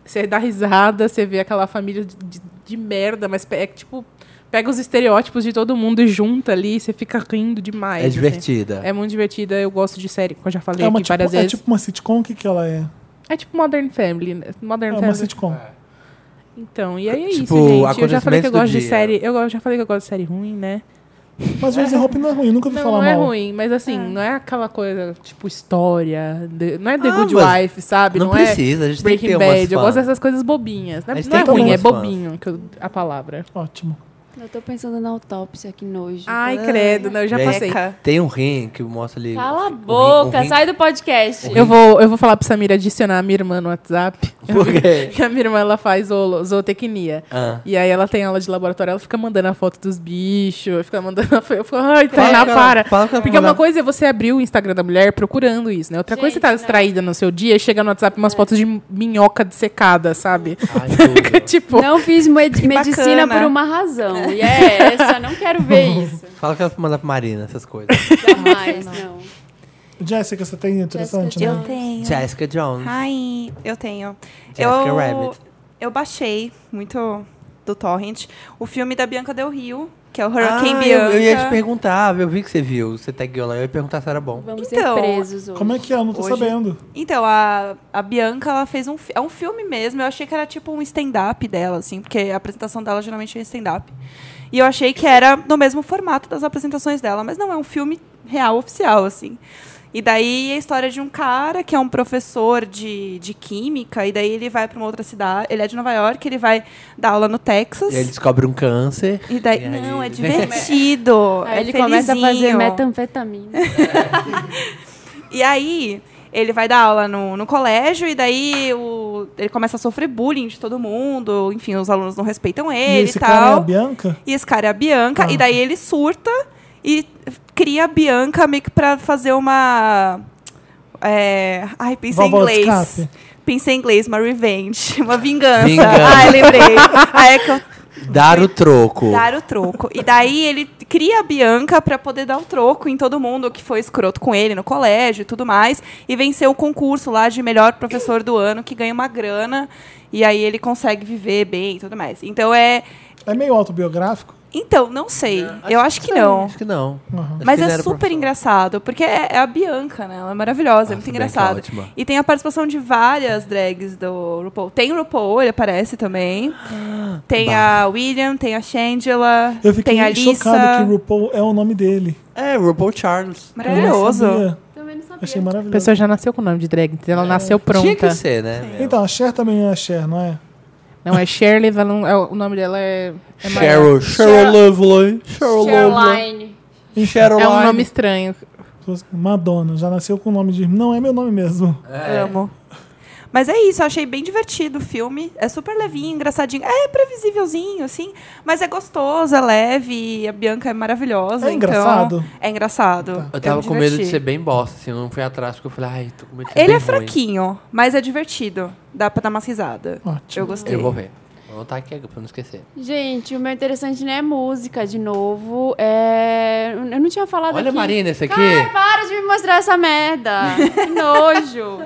D: Você dá risada, você vê aquela família de, de- de merda, mas pe- é que, tipo, pega os estereótipos de todo mundo e junta ali, você fica rindo demais.
C: é
D: assim.
C: divertida.
D: É muito divertida, eu gosto de série, como eu já falei
A: É,
D: aqui
A: uma, tipo,
D: várias
A: é
D: vezes.
A: tipo uma sitcom, o que, que ela é?
D: É tipo Modern Family. né? Modern
A: é uma
D: Family.
A: sitcom.
D: Então, e aí é
C: Tipo,
D: isso, gente. Eu já falei
C: acontecimentos
D: que eu
C: do
D: gosto de
C: dia.
D: série. Eu go- já falei que eu gosto de série ruim, né?
A: Mas Raise Hope não é ruim, eu nunca ouvi
D: Não,
A: falar
D: não é
A: mal.
D: ruim, mas assim, não é aquela coisa, tipo, história. de- não é The
C: Ah,
D: Good
C: mas
D: Wife, sabe?
C: não
D: é
C: precisa, a gente tem
D: Breaking
C: que ter umas
D: Bad. Eu
C: fãs.
D: gosto dessas coisas bobinhas. Não
C: A
D: é,
C: gente
D: não é
C: tem que ter
D: ruim, é
C: umas fãs.
D: bobinho que eu- a palavra.
A: Ótimo.
B: Eu tô pensando na autópsia, que nojo.
D: Ai, credo, não, eu já
C: Gente,
D: passei.
C: Tem um rim que mostra ali.
B: Cala a
C: o rim-
B: boca,
C: o rim-
B: sai do podcast.
D: Eu vou, eu vou falar pra Samira adicionar a minha irmã no WhatsApp.
C: Por
D: (laughs)
C: quê?
D: Porque a minha irmã, ela faz zoolo- zootecnia.
C: Ah.
D: E aí ela tem aula de laboratório, ela fica mandando a foto dos bichos, fica mandando a foto. Eu fico, ai, Tainá,
C: que ela-
D: para.
C: fala que ela
D: Porque uma
C: manda-
D: coisa é você abrir o Instagram da mulher procurando isso, né? Outra coisa é você tá distraída no seu dia e chega no WhatsApp umas fotos de minhoca dissecada, sabe? (laughs)
C: Ai, tudo.
D: Fica tipo.
B: Não fiz med- medicina
E: bacana.
B: por uma razão. E é essa, não quero ver isso.
C: Fala que ela vai mandar pra Marina, essas coisas.
B: Jamais, não.
A: Jéssica, você tem interessante,
B: Jéssica,
C: Hum.
A: né?
E: Eu tenho.
C: Jessica Jones.
E: Ai, eu tenho.
C: Jessica é
E: Eu,
C: Rabbit.
E: eu baixei muito do Torrent o filme da Bianca Del Rio, que é o Hurricane
C: Ah,
E: Bianca.
C: eu, eu ia te perguntar, eu vi que você viu, você tagueou lá, eu ia perguntar se era bom.
B: Vamos
E: Então,
B: ser presos hoje.
A: Como é que é? Eu não tô
E: Hoje-
A: sabendo.
E: Então, a, a Bianca, ela fez um... fi- É um filme mesmo. Eu achei que era tipo um stand-up dela, assim. Porque a apresentação dela geralmente é stand-up. E eu achei que era no mesmo formato das apresentações dela. Mas não, é um filme real, oficial, assim. E daí é a história de um cara que é um professor de, de química. E daí ele vai para uma outra cidade. Ele é de Nova York, ele vai dar aula no Texas.
C: E aí ele descobre um câncer.
E: E daí,
C: E aí
E: não, é
C: ele-
B: (laughs)
E: divertido.
B: Aí
E: é
B: Ah, ele começa a fazer
E: felizinho.
B: metanfetamina. (laughs)
E: E aí, ele vai dar aula no, no colégio, e daí o, ele começa a sofrer bullying de todo mundo. Enfim, os alunos não respeitam
A: E
E: ele tá e
A: esse cara é a
E: tal.
A: Bianca? Ah.
E: E esse cara é a Bianca, e daí ele surta e cria a Bianca meio que pra fazer uma. É, ai, pensei em
A: Válvula de
E: inglês.
A: escape.
E: Pensei em inglês, uma revenge, (laughs) uma vingança.
C: Vingança.
E: Ai, lembrei. Aí é que eu
C: Dar o troco.
E: Dar o troco. E daí ele cria a Bianca pra poder dar o troco em todo mundo que foi escroto com ele no colégio e tudo mais. E venceu o concurso lá de melhor professor do ano, que ganha uma grana. E aí ele consegue viver bem e tudo mais. Então é.
A: É meio autobiográfico?
E: Então, não sei. Eu acho que não.
C: Acho que não.
A: Uhum.
C: Acho
E: Mas
C: que ele
E: é
C: era
E: super
C: professor.
E: engraçado, porque é, é a Bianca, né? Ela é maravilhosa,
C: Nossa,
E: é muito
C: a Bianca é
E: engraçada.
C: ótima.
E: e tem a participação de várias drags do RuPaul. Tem o RuPaul, ele aparece
C: (gasps)
E: também. Tem a William, tem a Shangela,
A: Eu fiquei
E: tem a Lisa.
A: chocado que o RuPaul é o nome dele.
C: É, RuPaul Charles.
A: Eu não
E: Maravilhoso.
A: sabia.
B: Também não sabia.
A: Achei
D: A
A: maravilhoso.
D: pessoa já nasceu com o nome de drag, então ela nasceu
C: Tinha que
D: pronta.
C: ser, né? meu?
A: Então, a Cher também é a Cher, não é?
D: Não é Shirley, ela não- é- o nome dela é. é
C: Cheryl,
D: maior.
C: Cheryl Lovely. Cheryl Lovely.
B: Caroline.
C: Cheryl
D: É um nome estranho.
A: Madonna, já nasceu com o nome de. Não é meu nome mesmo.
C: É.
E: Amo. Mas é isso, eu achei bem divertido o filme. É super levinho, engraçadinho. É previsívelzinho, assim, mas é gostoso, é leve. e A Bianca é maravilhosa.
A: É engraçado? Tá.
E: Então, é engraçado.
C: Eu tava
E: me
C: com medo de
E: diverti.
C: ser bem bosta, assim, eu não fui atrás, porque eu falei, ai, tô com medo de ser
E: Ele
C: bem
E: é
C: ruim.
E: fraquinho, mas é divertido. Dá pra dar umas risadas.
A: Ótimo.
E: Eu gostei.
C: Eu vou ver. Vou anotar aqui pra não esquecer.
B: Gente, o meu interessante não é música, de novo. É... Eu não tinha falado
C: Olha a
B: aqui.
C: Marina, esse aqui.
B: Cara, para de me mostrar essa merda. Que nojo.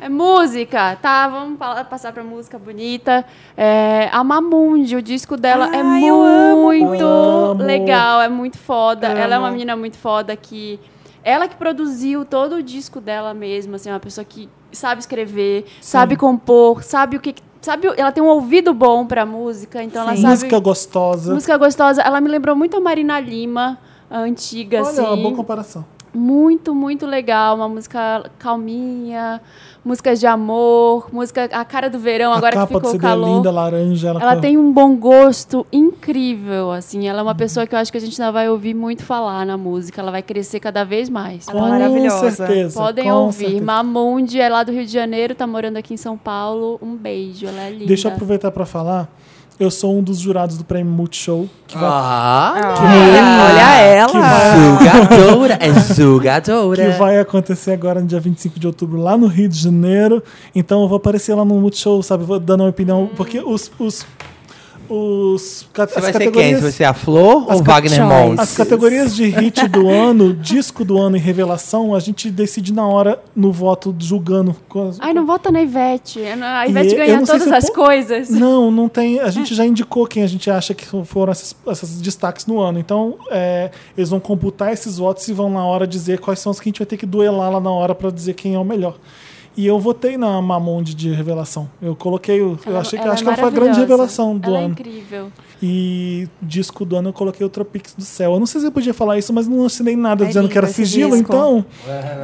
B: É música, tá? Vamos pa- passar pra música bonita. É, a Mamundi, o disco dela é
E: Ai, eu amo
B: muito
A: muito.
B: legal, é muito foda. Ela é uma menina muito foda que. Ela que produziu todo o disco dela mesma, assim, uma pessoa que sabe escrever, sabe compor, sabe o que. Sabe, ela tem um ouvido bom pra música, então ela sabe.
A: Música gostosa.
B: música gostosa. Ela me lembrou muito a Marina Lima, a antiga,
A: Olha,
B: assim.
A: uma boa comparação.
B: Muito, muito legal. Uma música calminha, músicas de amor, música a cara do verão,
A: a
B: agora que
A: capa do
B: ficou o
A: CD
B: calor.
A: é linda, laranja. Ela, tá
B: Ela
A: com-
B: tem um bom gosto incrível, assim. Ela é uma pessoa que eu acho que a gente ainda vai ouvir muito falar na música. Ela vai crescer cada vez mais.
E: é
A: com
E: maravilhosa.
A: certeza.
B: Podem
A: com
B: ouvir.
A: certeza.
B: Mamundi é lá do Rio de Janeiro, tá morando aqui em São Paulo. Um beijo, ela é linda.
A: Deixa eu aproveitar pra falar. Eu sou um dos jurados do prêmio Multishow. Que vai,
C: Ah,
E: Olha
A: que
E: ela.
A: vai-
C: Zugadora, (laughs) é zugadora.
B: é?
A: que vai acontecer agora no dia 25 de outubro, lá no Rio de Janeiro. Então eu vou aparecer lá no Multishow, sabe? Vou dando uma opinião.
B: Hum.
A: Porque os. os, os ca-
C: Você
A: as
C: vai ser quem?
A: categorias-
C: Você vai ser a Flor
A: As
C: ou Wagner
A: ca-
C: Mons?
A: As categorias de hit do ano, disco do ano e revelação, a gente decide na hora no voto julgando. com as-
B: Ai, não vota na Ivete. Eu não- A
A: E
B: Ivete
A: eu
B: ganha
A: não sei se
B: todas
A: eu
B: as
A: po-
B: coisas.
A: Não, não tem. A
B: É.
A: gente já indicou quem a gente acha que foram esses, esses destaques no ano. Então, é, eles vão computar esses votos e vão na hora dizer quais são os que a gente vai ter que duelar lá na hora pra dizer quem é o melhor. E eu votei na Mamonde de revelação. Eu coloquei, o, eu
B: Ela-
A: achei que
B: ela
A: acho
B: é
A: que ela foi a grande
B: maravilhosa.
A: revelação do
B: ela É
A: ano.
B: incrível.
A: E disco do ano eu coloquei o Tropics do Céu. Eu não sei se eu podia falar isso, mas não assinei nada
E: É
A: dizendo que era
E: lindo esse
A: sigilo,
E: disco.
A: então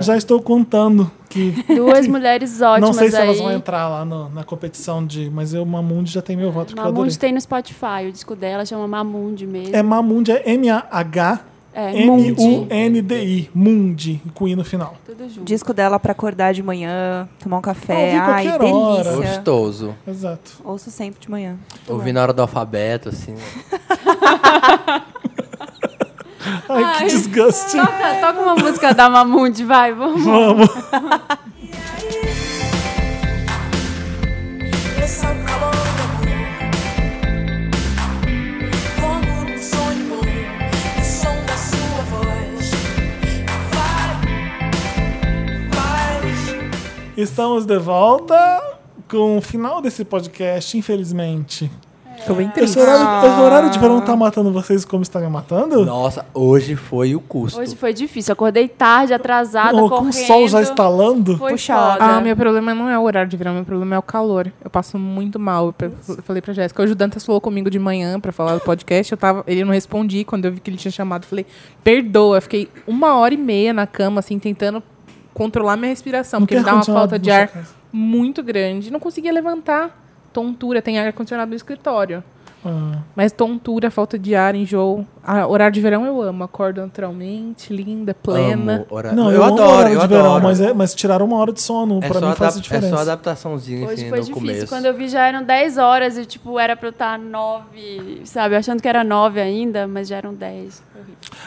A: já estou contando que (laughs)
B: Duas mulheres (laughs) ótimas
A: não sei se
B: aí.
A: elas vão entrar lá no- na competição de, mas eu Mamundi já tem meu voto que eu adorei.
B: Mamundi tem no Spotify, o disco dela chama Mamundi mesmo.
A: É Mamundi é M A H
B: É,
A: M U
B: Mundi.
A: N D I, Mundi, com i no final.
B: Tudo junto.
E: Disco dela pra acordar de manhã, tomar um café.
A: Ouvir
E: Ai,
A: qualquer hora.
E: delícia.
C: Gostoso.
A: Exato.
E: Ouço sempre de manhã.
C: Ouvi na hora do alfabeto, assim.
A: Ai, que desgaste.
B: Toca, Tá, toca uma música da Mamundi, vai, vamos.
A: Vamos. Estamos de volta com o final desse podcast, infelizmente.
D: Tô bem
A: Esse horário, esse horário de verão tá matando vocês como está me matando?
C: Nossa, hoje foi o custo.
B: Hoje foi difícil, acordei tarde, atrasada,
A: Oh, com o
B: correndo.
A: sol já estalando?
B: Foi
E: Puxa,
B: foda.
D: Ah, meu problema não é o horário de verão, meu problema é o calor. Eu passo muito mal. Eu pe- falei pra Jéssica. Hoje o Dantas falou comigo de manhã pra falar do podcast. Eu tava, ele não respondi. Quando eu vi que ele tinha chamado, eu falei, perdoa. Eu fiquei uma hora e meia na cama, assim, tentando controlar minha respiração,
A: Não
D: porque
A: tem
D: me dá uma
A: ar-condicionado
D: falta de
A: na sua
D: ar
A: casa?
D: muito grande. Não conseguia levantar. Tontura, tem ar-condicionado no escritório.
A: Ah,
D: Mas tontura, falta de ar, enjoo. Ah, horário de verão eu amo. Acordo naturalmente, linda, plena.
B: né?
C: Amo hora-
A: Não, eu,
C: eu
A: amo
C: adoro,
A: horário
C: eu
A: de
C: adoro.
A: verão, mas, é- mas tiraram uma hora de sono.
C: É
A: pra
C: só,
A: mim faz
C: adap-
A: a
C: é só
A: diferença.
C: adaptaçãozinha,
B: Hoje
C: assim,
B: foi
C: no
B: difícil.
C: começo.
B: Quando eu vi já eram 10 horas e, tipo, era pra eu estar 9, sabe? Achando que era 9 ainda, mas já eram 10.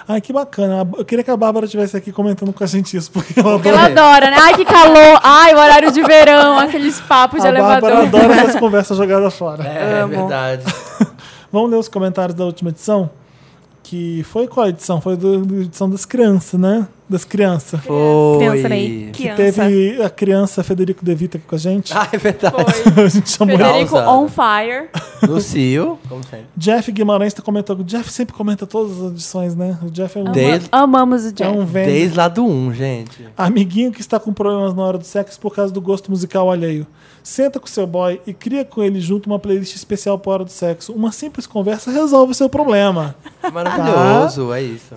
A: Ai, que bacana. Eu queria que a Bárbara estivesse aqui comentando com a gente isso, porque ela
B: Porque ela
A: adora.
B: adora, né? Ai, que calor! Ai, o horário de
A: (laughs)
B: verão, aqueles papos de
A: A Bárbara
B: elevador.
A: adora essas conversas jogadas fora.
C: É, é verdade.
B: (laughs)
A: Vamos ler os comentários da última edição? Que foi qual edição? Foi do- da edição das crianças, né? Das crianças.
C: Foi.
D: Criança, né?
A: Que
E: Criança.
A: teve a criança Federico De Vita aqui com a
C: (laughs)
A: gente.
C: Ah, é verdade.
A: (laughs) a gente chamou ele.
B: Federico
C: Causada.
B: on fire.
C: Lucio, como sempre.
A: Jeff Guimarães tá comentou. O Jeff sempre comenta todas as edições, né? O Jeff é um,
C: Desde,
B: Amamos o
A: é
B: Jeff.
A: um vendo.
C: desde lá do 1, gente.
A: Amiguinho que está com problemas na hora do sexo por causa do gosto musical alheio. Senta com seu boy e cria com ele junto uma playlist especial para a hora do sexo. Uma simples conversa resolve o seu problema.
C: Maravilhoso, é isso.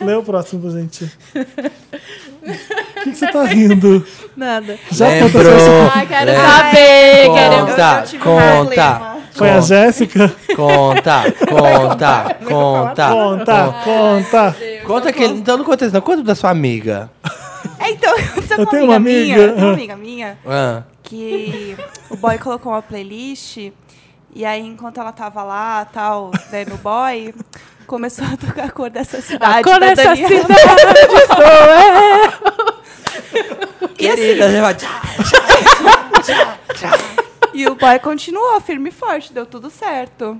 A: Lê o próximo pra
C: (laughs)
A: gente. O que, que você tá rindo?
E: Nada.
A: Já
C: Lembrou.
A: aconteceu isso?
B: Ai, quero
C: Lembra.
B: saber, queremos.
C: Conta,
E: tive um
C: conta,
A: Foi a Jéssica?
C: conta,
B: (laughs)
C: conta, conta,
A: Conta, conta.
C: Conta aquele, então não conta isso, não. Conta da sua amiga.
E: É, então, (laughs) você é
A: Eu
E: uma
A: tenho uma
E: amiga
A: amiga.
E: minha, eu tenho uma amiga minha,
C: Ah,
E: que o boy colocou uma playlist e aí enquanto ela tava lá, tal, né, meu boy, começou a tocar a cor dessa cidade.
D: Quando
E: da
D: essa
E: Daniela.
D: cidade
E: E assim,
C: querida, você vai- Tchá,
E: E o boy continuou firme e forte, deu tudo certo.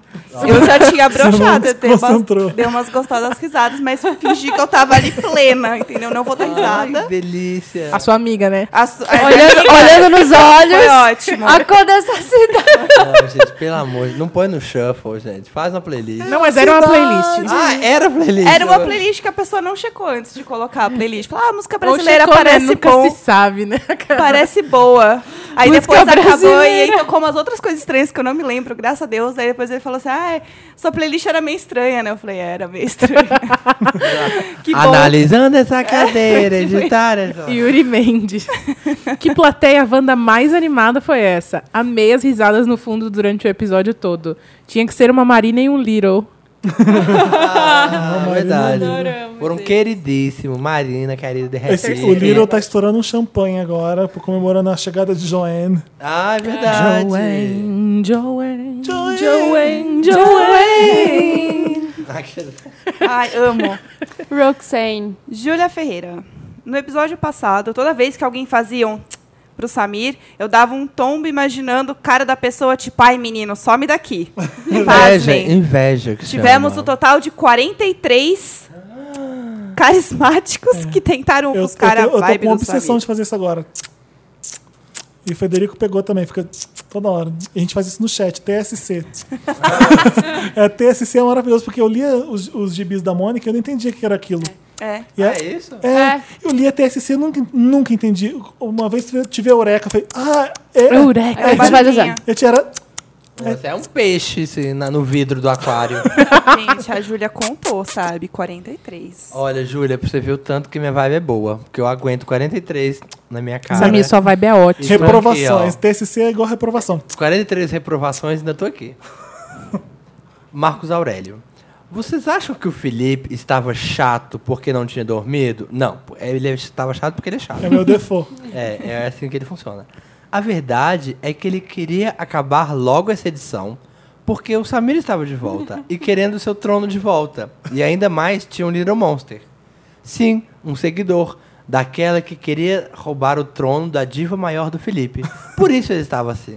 E: Eu já tinha brochado,
A: Ah. Você
E: eu
A: não
E: dei
A: desconcentrou.
E: umas, dei umas gostosas risadas, mas fingi que eu tava ali plena, entendeu? Não vou dar
C: que
E: risada.
C: delícia.
D: A sua amiga, né?
E: A su- a
B: Olhando, olhando nos
E: Foi
B: olhos.
E: ótimo.
B: A cor dessa cidade.
C: Não, gente, pelo amor de Deus, não põe no shuffle, gente. Faz uma playlist.
D: Não, mas era uma playlist.
C: Ah, era playlist.
E: Era uma playlist que a pessoa não checou antes de colocar a playlist. Falou, ah, a música
D: Ou
E: brasileira
D: checou, né?
E: parece
D: Nunca
E: bom,
D: se sabe, né?
E: parece boa. Aí
D: Música
E: depois acabou e aí
D: brasileira.
E: tocou umas outras coisas estranhas que eu não me lembro, graças a Deus. Aí depois ele falou assim, ah, sua playlist era meio estranha, né? Eu falei, era meio estranha.
A: (laughs)
E: que bom. É.
C: Analisando essa
E: (laughs)
C: cadeira, editar essa...
D: Yuri Mendes. (laughs) que plateia Wanda mais animada foi essa? Amei as risadas no fundo durante o episódio todo. Tinha que ser uma Marina e um Little.
C: Ah, verdade. Foram queridíssimo. Marina, querida, de
A: Esse-
C: Recife.
A: o Little tá estourando um champanhe agora, por- comemorando a chegada de Joanne.
C: Ah, é verdade.
D: Joanne, Joanne,
A: Joanne.
D: Joanne, Joanne.
C: Ah, que-
E: Ai, amo.
B: Roxane.
E: Júlia Ferreira. No episódio passado, toda vez que alguém fazia um tsk pro Samir, eu dava um tombo imaginando o cara da pessoa tipo, ai menino, some
A: (laughs)
E: daqui.
A: É,
C: Inveja,
E: Pasmem.
C: inveja que
E: Tivemos
C: chama.
E: o total de 43 carismáticos que tentaram
A: É. Eu, eu,
E: ofuscar
A: tenho- eu tô
E: a vibe
A: com uma
E: do
A: obsessão
E: Samir.
A: de fazer isso agora. E o Federico pegou também, fica toda hora. E a gente faz isso no chat,
E: (laughs)
A: TSC. é, TSC é maravilhoso, porque eu lia os, os gibis da Mônica e eu não entendia o que era aquilo.
E: É.
A: E
C: Ah,
A: a-
C: é isso?
A: É,
B: É.
A: eu li a TSC, eu nunca, nunca entendi. Uma vez eu tive a Eureka, eu falei, ah, é.
B: Eureka.
E: É uma
B: Você faz
E: barulhinha.
B: assim.
A: Eu tinha era.
C: Você é um peixe esse, na- no vidro do
E: (laughs)
C: aquário.
E: Gente, a Júlia contou, sabe? 43.
C: Olha, Júlia, pra você ver o tanto que minha vibe é boa. Porque eu aguento 43 na minha cara.
D: Samir, sua vibe é ótima.
A: Reprovações.
C: Aqui,
A: TSC é igual reprovação.
C: 43 reprovações, ainda tô aqui. (laughs) Marcos Aurélio. Vocês acham que o Felipe estava chato porque não tinha dormido? Não, ele estava chato porque ele é chato.
A: É meu default.
C: É, é assim que ele funciona. A verdade é que ele queria acabar logo essa edição, porque o Samir estava de volta e querendo o seu trono de volta. E ainda mais tinha um Little Monster. Sim, um seguidor daquela que queria roubar o trono da diva maior do Felipe. Por isso ele estava assim.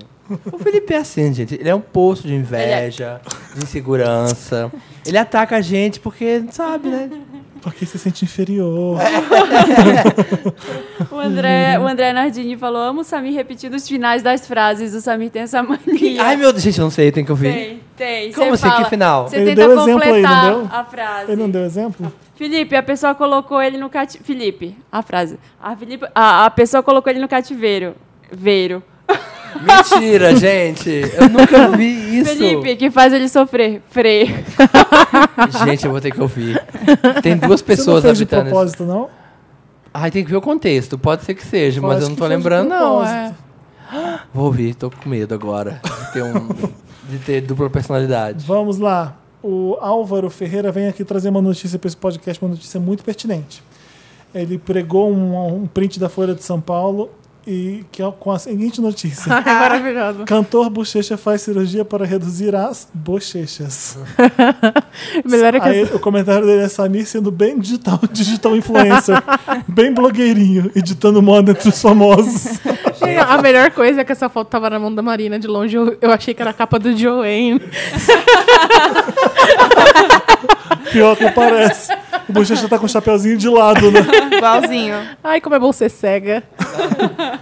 C: O Felipe é assim, gente. Ele é um poço de inveja, de insegurança. Ele ataca a gente porque, sabe, né?
A: Porque se sente inferior.
B: O André,
A: Uhum.
B: o André Nardini falou: amo o Samir repetindo os finais das frases. O Samir tem essa mania.
C: Ai, meu Deus, gente, eu não é. sei, tem que ouvir.
B: Tem, tem.
C: Como
B: Cê
C: assim? Que
B: fala-
C: final?
B: Você
A: Ele
B: tenta
A: deu exemplo aí,
B: completar
A: não deu?
B: a frase.
A: Ele não deu exemplo?
B: Felipe, a pessoa colocou ele no cativeiro. Felipe, a frase. A, Felipe, a, a pessoa colocou ele no cativeiro. Veiro.
C: Mentira, gente. Eu nunca vi isso.
B: Felipe, que faz ele sofrer. Freio.
C: Gente, eu vou ter que ouvir. Tem duas
A: Você não
C: pessoas
A: fez de
C: habitando. esse-
A: propósito, não?
C: Ai, tem que ver o contexto. Pode ser que seja,
A: Eu
C: mas
A: acho
C: eu não
A: que
C: tô
A: foi de
C: lembrando, não. É.
A: propósito.
C: Vou ouvir, tô com medo agora de ter, um, de ter dupla
A: (laughs)
C: personalidade.
A: Vamos lá. O Álvaro Ferreira vem aqui trazer uma notícia para esse podcast, uma notícia muito pertinente. Ele pregou um, um print da Folha de São Paulo e que é com a seguinte
C: (laughs)
A: notícia:
D: É maravilhoso.
A: cantor bochecha faz cirurgia para reduzir as bochechas.
D: Melhor é que
A: Aí, o comentário dele é Samir sendo bem digital, (laughs) digital influencer, bem blogueirinho, editando moda entre os famosos.
D: Não, a melhor coisa é que essa foto tava na mão da Marina de longe. Eu, eu achei que era a capa do Joanne.
A: Pior que parece. O bochecha tá com o chapeuzinho de lado, né?
E: Igualzinho.
D: Ai, como é bom ser cega.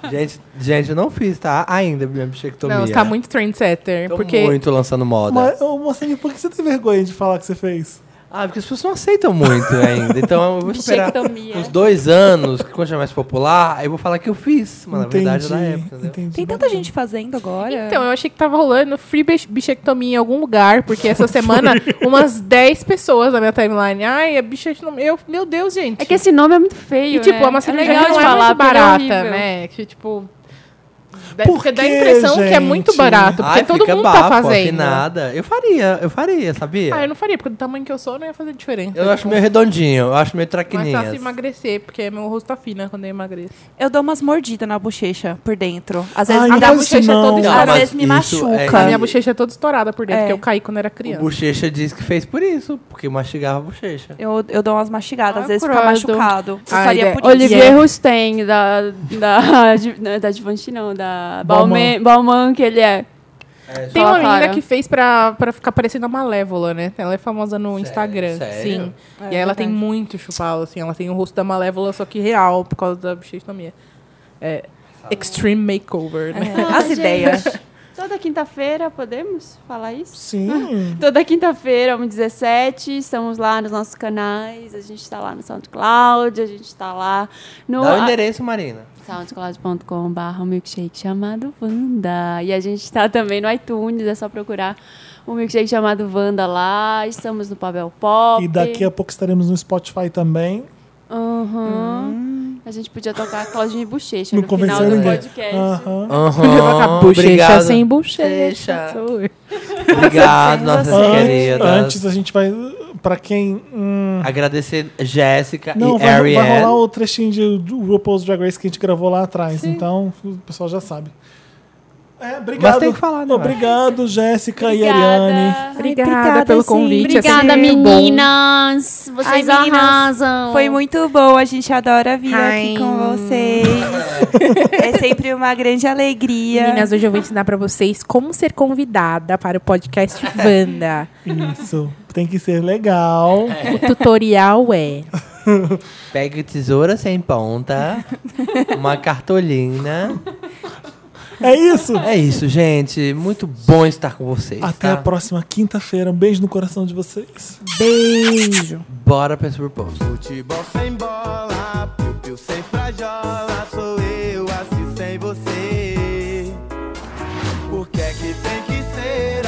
C: Gente, gente, eu não fiz, tá? Ainda minha bichectomia.
D: Não,
A: é.
D: você tá muito trendsetter.
C: Tô
D: porque
C: muito lançando moda.
A: Mas, ô, Samir, por que você tem vergonha de falar que você fez?
C: Ah, porque as pessoas não aceitam muito ainda. Então eu vou esperar
B: Bichectomia.
C: uns dois anos, que quando já é mais popular, aí eu vou falar que eu fiz. Mas na verdade, na época, né? entendeu?
A: entendi.
E: Tem tanta gente fazendo agora.
D: Então, eu achei que tava rolando free bi- bichectomia em algum lugar,
A: (laughs)
D: porque essa semana umas 10 pessoas na minha timeline. Ai, é bichectomia. Eu, meu Deus, gente.
B: É que esse nome é muito feio.
D: e, tipo,
B: né?
D: é uma cirurgia
B: legal
D: que não
B: de
D: é
B: falar,
D: muito
B: porque é
D: barata,
B: horrível.
D: né? Que, tipo. dá-
A: Por
D: porque dá a
A: quê,
D: impressão que é
A: gente?
D: muito barato, porque
C: Ai,
D: todo
C: fica
D: mundo tá
C: bafo,
D: fazendo.
C: afinada. Eu faria, eu faria, sabia?
D: Ah, eu não faria, porque do tamanho que eu sou, não ia fazer tá assim, diferença.
C: Eu acho meio redondinho, eu acho meio
D: mais
C: traquininhas.
D: fácil emagrecer, porque meu rosto tá fina quando eu emagreço.
E: Eu dou umas mordidas na bochecha por dentro. Às vezes
A: Ai,
E: me
A: não
E: dá
A: faz
E: muito.
A: isso
D: bochecha
A: não.
D: toda
A: Não,
E: Às
D: estourada.
E: vezes me
C: isso
E: machuca.
D: A
E: mas-
D: minha bochecha é toda estourada por dentro,
E: É.
D: porque eu caí quando era
C: O
D: criança.
C: Tá. bochecha diz que fez por isso, porque mastigava a bochecha.
E: Eu, eu dou umas mastigadas,
B: Ah,
E: às vezes
B: credo.
E: fica machucado. Eu
D: Ai,
E: faria
D: ideia.
E: por isso.
B: Olivier Rousteing, da, da, (laughs) Di- não, da Givenchy, não, da Balmain, Balmain, que ele é.
D: Tem
B: Fala,
D: uma menina
B: Clara.
D: que fez pra, pra ficar parecendo a Malévola, né? Ela é famosa no Instagram.
C: sério?
D: Sim.
E: É,
D: e aí ela
E: verdade.
D: tem muito chupalo, assim. Ela tem o rosto da Malévola, só que real, por causa da bichectomia. É, extreme makeover, né?
E: É, As ideias.
B: Toda quinta-feira, podemos falar isso?
E: Hum,
A: Sim.
B: Toda quinta-feira, 1h17, estamos lá nos nossos canais, a gente está lá no SoundCloud, a gente está lá no
C: Dá o endereço, Marina.
D: (laughs)
B: soundcloud.com.br, um milkshake chamado Wanda. E a gente está também no iTunes, é só procurar o milkshake chamado Wanda lá, estamos no Pavel Pop.
A: E daqui a pouco estaremos no Spotify também.
B: Aham. A gente podia tocar Claudinha e Bochecha
A: Não
B: no final
A: convenceu
B: do
A: ninguém.
E: É.
B: podcast.
A: um Aham.
D: (laughs)
C: Aham,
D: bochecha
C: Oh, obrigado.
D: sem bochecha.
C: Obrigado, nossas
A: An-
C: queridas.
A: Antes a gente vai. Pra quem. hum,
C: Agradecer Jéssica
A: não,
C: e é
A: vai, vai
C: Ariane.
A: rolar o trechinho de, do RuPaul's Drag Race que a gente gravou lá atrás. Então, o pessoal já sabe. É, obrigado.
C: tem que falar, né,
A: Obrigado, Jéssica e Ariane.
B: Obrigada.
D: Obrigada,
E: obrigada,
D: pelo
E: sim.
D: convite. é sempre
B: Obrigada,
D: muito bom.
B: meninas.
E: Ai,
B: Vocês
E: meninas,
B: arrasam.
E: Foi muito bom, a gente adora vir aqui com vocês. é sempre uma grande alegria.
D: Meninas, hoje eu vou ensinar pra vocês como ser convidada para o podcast Wanda.
A: Isso. Tem que ser legal.
C: É.
D: o tutorial é...
C: Pegue tesoura sem ponta, uma cartolina,
A: É isso.
C: É isso, gente. Muito bom estar com vocês.
A: Até
C: tá?
A: a próxima quinta-feira. Um beijo no coração de vocês.
D: Beijo.
C: Bora pra esse propósito.
I: Futebol sem bola, piu-piu sem frajola, sou eu assim sem você. Por que é que tem que ser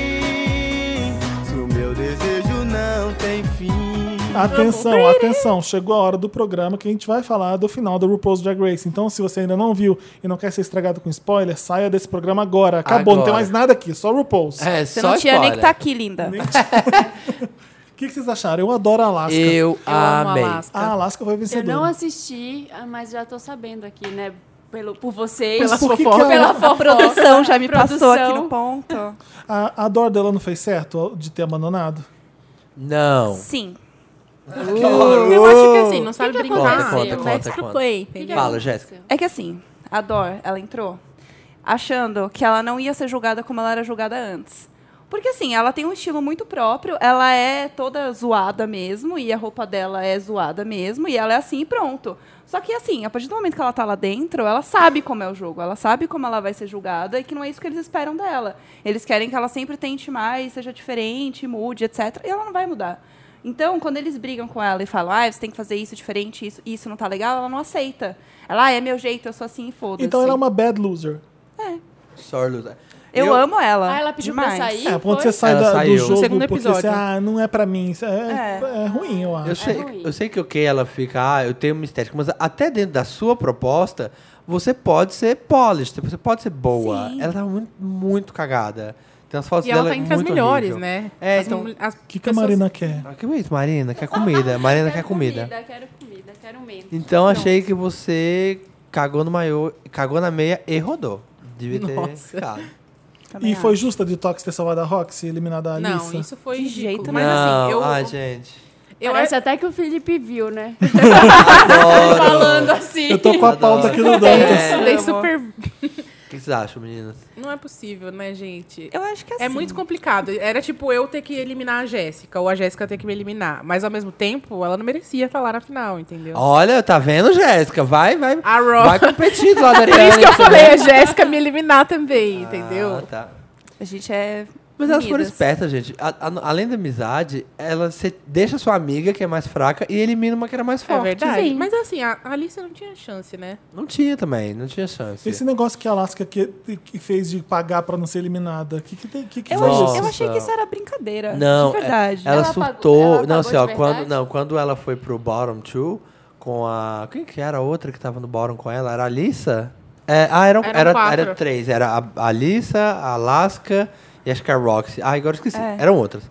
I: assim? Se o meu desejo não tem fim.
A: Atenção, atenção. Chegou a hora do programa que a gente vai falar do final do RuPaul's Drag Race. Então, se você ainda não viu e não quer ser estragado com spoiler, saia desse programa agora. Acabou, não tem
C: Agora.
A: mais nada aqui, só RuPaul's.
C: É,
E: Você
C: só
E: não tinha nem
C: spoiler.
E: que estar aqui, linda.
A: O que, que vocês acharam? Eu adoro a
E: tá
A: Alaska.
C: Eu
D: amo
C: amei.
D: Alaska.
A: A Ah, Alaska foi
B: Eu
A: vencedora.
B: não assisti, ah, mas já tô sabendo aqui, né? Pelo, por vocês.
A: Pelas
B: por-
A: fofocas.
B: Pela
E: A
B: fofoca.
E: produção já me passou aqui
B: Produção.
E: no ponto.
A: A, a dor dela não fez certo de ter abandonado?
C: Não.
E: Sim.
D: Eu acho que assim, não sabe
B: que
D: brincar.
B: aconteceu?
D: Let's
C: Conta, conta,
D: play.
B: O que
D: entendeu?
C: Fala,
B: aconteceu?
C: Jéssica.
E: É que assim, a Dor, ela entrou achando que ela não ia ser julgada como ela era julgada antes. Porque assim, ela tem um estilo muito próprio, ela é toda zoada mesmo, e a roupa dela é zoada mesmo, e ela é assim e pronto. Só que assim, a partir do momento que ela tá lá dentro, ela sabe como é o jogo, ela sabe como ela vai ser julgada e que não é isso que eles esperam dela. Eles querem que ela sempre tente mais, seja diferente, mude, etc. E ela não vai mudar. Então, quando eles brigam com ela e falam, ah, você tem que fazer isso diferente, isso, isso não tá legal, ela não aceita. Ela, ah, é meu jeito, eu sou assim e foda-se.
A: Então ela é uma bad loser.
C: Sorry, Lusa.
E: Eu, amo ela.
B: Ah, ela pediu
E: demais.
B: pra eu sair?
A: é, quando você
B: foi?
A: sai
C: Ela
A: da- do
C: saiu.
A: jogo
D: Segundo
A: porque
D: episódio.
A: você, ah, não é pra mim. Isso É, é. ruim, eu acho.
C: Eu sei,
B: ruim.
C: eu sei que o que ela fica, ah, eu tenho uma estética, mas até dentro da sua proposta, você pode ser polished, você pode ser boa. Ela tá muito, muito cagada. Tem as fotos
D: E
C: dela
D: ela tá entre as
C: é muito
D: melhores,
C: horrível.
D: né?
C: É,
D: As
C: então-
D: mul- as
A: O que, que a
D: pessoas-
A: Marina quer?
C: Ah, que isso, Marina, quer
D: (laughs)
C: comida. Marina quer
B: Quero
C: comida.
B: Quero comida, quero menos.
C: Então achei que você cagou no maiô, cagou na meia e rodou. Devia ter
D: Nossa.
C: ficado.
E: Também
A: E foi
E: acho.
A: justa a detox ter salvado a Roxy e eliminado a Alissa?
D: Não, isso foi
E: De
D: ridículo.
E: jeito
D: Mas
C: Não,
D: assim, eu.
C: ai, gente.
D: eu
B: Parece até que o Felipe viu, né?
C: Adoro.
B: Falando
D: é
B: assim.
A: Eu tô com a
C: Adoro.
A: pauta aqui no Dantas.
D: (laughs) eu dei super.
C: O que vocês acham, meninas?
D: Não é possível, né, gente?
E: Eu acho que assim.
D: É muito complicado. Era tipo eu ter que eliminar a Jéssica, ou a Jéssica ter que me eliminar. Mas ao mesmo tempo, ela não merecia estar lá na final, entendeu?
C: Olha, tá vendo, Jéssica? Vai, vai.
D: A Ro-
C: Vai competindo
D: (laughs)
C: lá da
D: Por isso que eu
C: Ariana,
D: falei, a Jéssica me eliminar também, entendeu?
C: Ah, tá.
E: A gente é.
C: Mas elas foram
E: unidas.
C: espertas, gente. A- a- além da amizade, ela se- deixa sua amiga, que é mais fraca, e elimina uma que era mais
D: É
C: forte.
D: verdade.
B: Sim.
D: Mas assim, a a Alice não tinha chance, né?
C: Não tinha também, não tinha chance.
A: Esse negócio que a Alaska que, que fez de pagar pra não ser eliminada, que que tem que, que
E: Eu,
A: foi
C: Nossa.
E: achei,
A: isso?
E: eu achei que isso era brincadeira.
C: Não,
E: De verdade.
C: é- ela,
B: Ela apagou-
C: surtou.
B: ela apagou
C: não, assim, ó,
B: de
C: quando,
B: verdade?
C: não, quando ela foi pro Bottom 2 com a. Quem que era a outra que tava no Bottom com ela? Era a Alissa? É, ah, eram,
D: Eram
C: era,
D: quatro.
C: era três. Era a- a Alissa, a Alaska e acho que a Roxy. Ah, agora eu esqueci.
B: É.
C: Eram outras.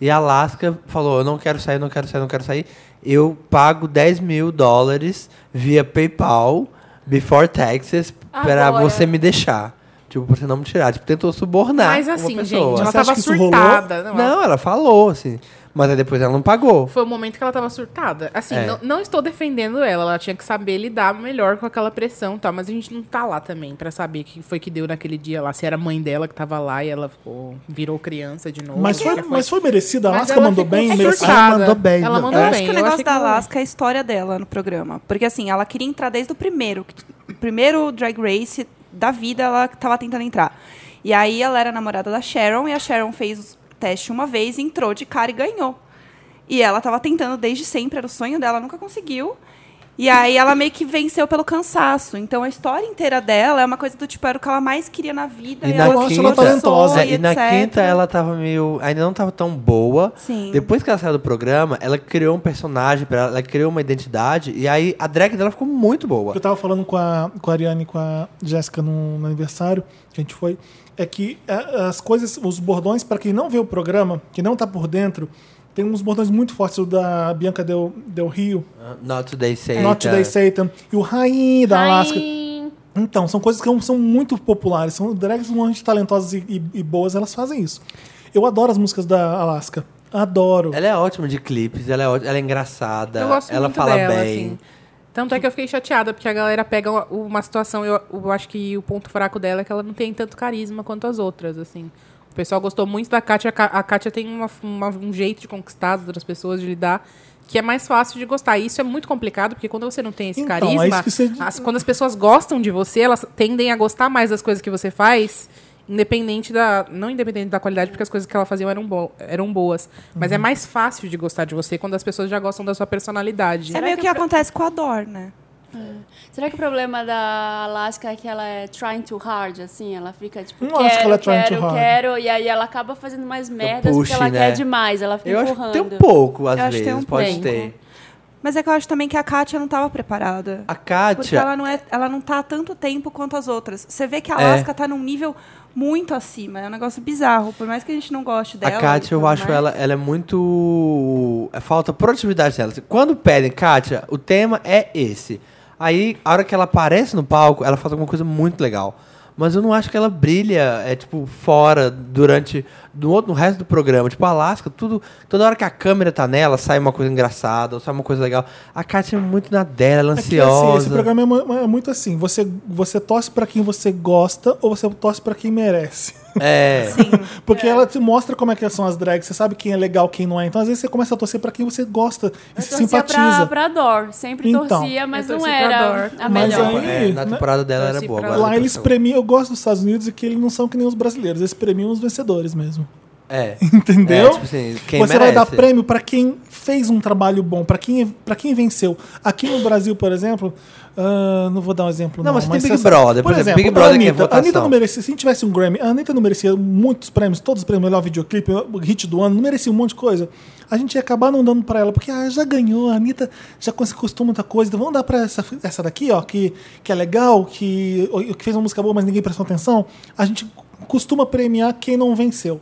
C: E a Alaska falou: Eu não quero sair, não quero sair, não quero sair. Eu pago 10 mil dólares via PayPal, before taxes, pra
B: Agora.
C: você me deixar. Tipo, pra você não me tirar. Tipo, tentou subornar.
D: Mas
C: uma
D: assim, gente,
C: pessoa.
D: ela
A: Você acha
D: tava
A: que isso rolou?
D: surtada. Não, ela-
C: Não, ela falou, assim. Mas aí depois ela não pagou.
D: Foi o momento que ela tava surtada. Assim,
C: É.
D: não, não estou defendendo ela. Ela tinha que saber lidar melhor com aquela pressão e tal. Mas a gente não tá lá também pra saber o que foi que deu naquele dia lá. Se era a mãe dela que tava lá e ela ficou, virou criança de novo.
A: Mas
D: o
A: foi,
D: que
A: mas foi merecida, a
D: Mas
A: Alaska
D: ela
A: mandou
D: ficou
A: bem, mereceu.
D: surtada.
C: Ela mandou bem,
D: Ela
C: não.
D: mandou
E: eu acho
D: bem.
E: que o
D: eu
E: negócio
D: achei
E: da
D: que ela-
E: Alaska é a história dela no programa. Porque assim, ela queria entrar desde o primeiro. O primeiro drag race da vida, ela tava tentando entrar. E aí ela era namorada da Sharon e a Sharon fez o teste uma vez, entrou de cara e ganhou. E ela tava tentando desde sempre, era o sonho dela, nunca conseguiu. E aí ela meio que venceu pelo cansaço. Então a história inteira dela é uma coisa do tipo, era o que ela mais queria na vida.
C: E
E: E,
C: na
A: Eu
E: ela
A: acho ela
E: alcançou,
A: talentosa.
C: É, e na
E: etc..
C: quinta ela tava meio. Ainda não tava tão boa.
E: Sim.
C: Depois que ela saiu do programa, ela criou um personagem pra ela, ela criou uma identidade. E aí a drag dela ficou muito boa.
A: Eu tava falando com a, com a Ariane e com a Jéssica no, no aniversário, que a gente foi, é que é, as coisas, os bordões, pra quem não vê o programa, que não tá por dentro, tem uns bordões muito fortes, o da Bianca Del, Del Rio,
C: Ah, Not today, é. Satan.
A: Not Today Satan, e o Rainha (laughs)
B: Tá
A: da Alaska.
B: Ai,
A: Então, são coisas que são muito populares. São drags muito talentosas e, e- e boas, elas fazem isso. Eu adoro as músicas da Alaska. Adoro.
C: Ela é ótima de clipes, ela é, ótima, ela é engraçada.
D: Eu gosto
C: ela
D: muito
C: fala
D: dela,
C: bem.
D: assim. Tanto é que eu fiquei chateada, porque a galera pega uma- uma situação, eu, eu acho que o ponto fraco dela é que ela não tem tanto carisma quanto as outras, assim. O pessoal gostou muito da Kátia, a Ká- a Kátia tem uma- uma- um jeito de conquistar as outras pessoas, de lidar, que é mais fácil de gostar. E isso é muito complicado, porque quando você não tem esse
A: Então, é
D: carisma,
A: isso que você-
D: as- quando as pessoas gostam de você, elas tendem a gostar mais das coisas que você faz, independente da. Não independente da qualidade, porque as coisas que ela fazia eram, bo- eram boas. Mas
C: Uhum.
D: é mais fácil de gostar de você quando as pessoas já gostam da sua personalidade.
E: É meio que, acontece com a Dor, né?
B: Será que o problema da Alaska é que ela é trying too hard, assim? Ela fica tipo,
A: Não
B: quero,
A: acho que ela é trying
B: quero,
A: too hard. Então,
B: quero, e aí ela acaba fazendo mais merdas
C: push,
B: porque ela
C: né?
B: quer demais, ela fica
C: Eu acho que
B: empurrando.
C: tem um pouco, às
E: Eu acho que
C: vezes.
E: tem um
C: pode
B: pouco.
C: ter.
E: Mas é que eu acho também que a Kátia não tava preparada.
C: A
E: Porque
C: Kátia.
E: ela não, é, ela não tá há tanto tempo quanto as outras. Você vê
C: É.
E: que a Alaska tá num nível muito acima. É um negócio bizarro. Por mais que a gente não goste dela.
C: a Kátia,
E: e
C: eu
E: tudo
C: acho
E: mais.
C: ela, ela é muito. é Falta produtividade dela. Quando pedem, Kátia, o tema é esse. Aí, a hora que ela aparece no palco, ela faz alguma coisa muito legal. Mas eu não acho que ela brilha, é tipo, fora, durante. No, outro- no resto do programa. Tipo, a Alaska, tudo. Toda hora que a câmera tá nela, sai uma coisa engraçada, ou sai uma coisa legal. A Kátia é muito na dela, ela é
A: É que, assim, esse
C: ansiosa.
A: programa é mu- é, muito assim. Você, você torce pra quem você gosta ou você torce pra quem merece.
C: é.
A: Porque ela te mostra como é que são as drags, você sabe quem é legal, quem não é. Então, às vezes, você começa a torcer pra quem você gosta e
B: Eu
A: se
B: torcia pra,
A: simpatiza.
B: pra Dor, sempre
A: Então,
B: torcia, mas
D: eu
B: não
D: torci pra
B: era
D: Dor.
B: a
A: Mas
B: melhor.
A: aí-
C: É, na
A: né?
C: temporada dela era
D: Torci
C: boa.
D: pra
C: agora
D: ela.
A: Lá
C: ela
A: eles
C: tá-
A: premiam, eu gosto dos Estados Unidos e que eles não são que nem os brasileiros, eles premiam os vencedores mesmo. (laughs)
C: É.
A: Entendeu?
C: É, tipo assim, quem
A: Você vai
C: merece.
A: dar prêmio pra quem fez um trabalho bom, pra quem, pra quem venceu. Aqui no Brasil, por exemplo, ah, não vou dar um exemplo.
C: Não,
A: Não,
C: mas tem Big
A: você-
C: Brother, por exemplo, Big Brother que
A: a
C: é
A: Anitta,
C: votação.
A: A Anitta não merecia, se tivesse um Grammy, a Anitta não merecia muitos prêmios, todos os prêmios, melhor videoclipe, hit do ano, não merecia um monte de coisa. A gente ia acabar não dando pra ela, porque ah, já ganhou, a Anitta já cons- custou muita coisa, então vamos dar pra essa, essa daqui, ó, que, que é legal, que, que fez uma música boa, mas ninguém prestou atenção. A gente costuma premiar quem não venceu.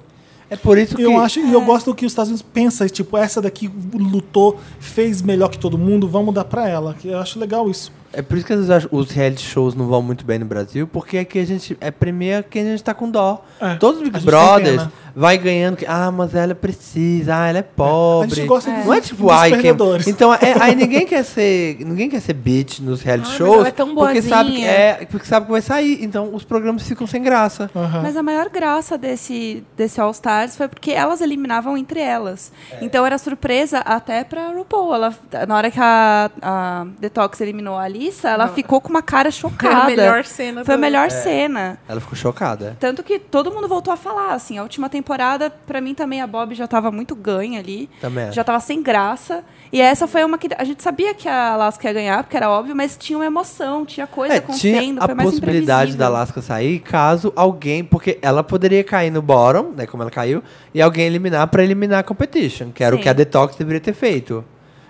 C: É por isso que
A: Eu acho e eu gosto do que os Estados Unidos pensa, tipo, essa daqui lutou, fez melhor que todo mundo, vamos dar pra ela. que Eu acho legal isso.
C: É por isso que às vezes eu acho- os reality shows não vão muito bem no Brasil, porque aqui a gente é premia quem a gente tá com dó.
A: É,
C: Todos os
A: a
C: Big
A: gente tem
C: Brothers
A: pena.
C: vai ganhando que, ah, mas ela precisa, ah, ela é pobre.
A: A gente gosta dos-
C: não é tipo,
A: dos
C: ai, quem...
A: perdedores.
C: Então, é- aí
A: (laughs)
C: ninguém quer ser, ninguém quer ser bitch nos reality
D: Ah, mas
C: shows,
D: ela é tão
C: porque sabe que
D: boazinha.
C: é, porque sabe que vai sair, então os programas ficam sem graça.
A: Aham.
E: Mas a maior graça desse, desse All Stars foi porque elas eliminavam entre elas.
C: É.
E: Então era surpresa até pra RuPaul. Ela, na hora que a, a Detox eliminou a Alissa, ela ficou com uma cara chocada.
D: Foi a melhor cena
E: Foi a
C: É.
D: do-
E: melhor cena.
C: Ela ficou chocada.
E: Tanto que todo mundo voltou a falar, assim, a última temporada, pra mim também a Bob já tava muito ganha ali.
C: Também é. acho.
E: Já tava sem graça. E essa foi uma que a gente sabia que a Alaska ia ganhar, porque era óbvio, mas tinha uma emoção, tinha coisa
C: É, tinha
E: acontecendo,
C: a
E: foi mais
C: possibilidade da
E: imprevisível.
C: Alaska sair caso alguém, porque ela poderia cair no bottom, né, como ela caiu, e alguém eliminar pra eliminar a competition, que era o
E: Sim.
C: que a Detox deveria ter feito.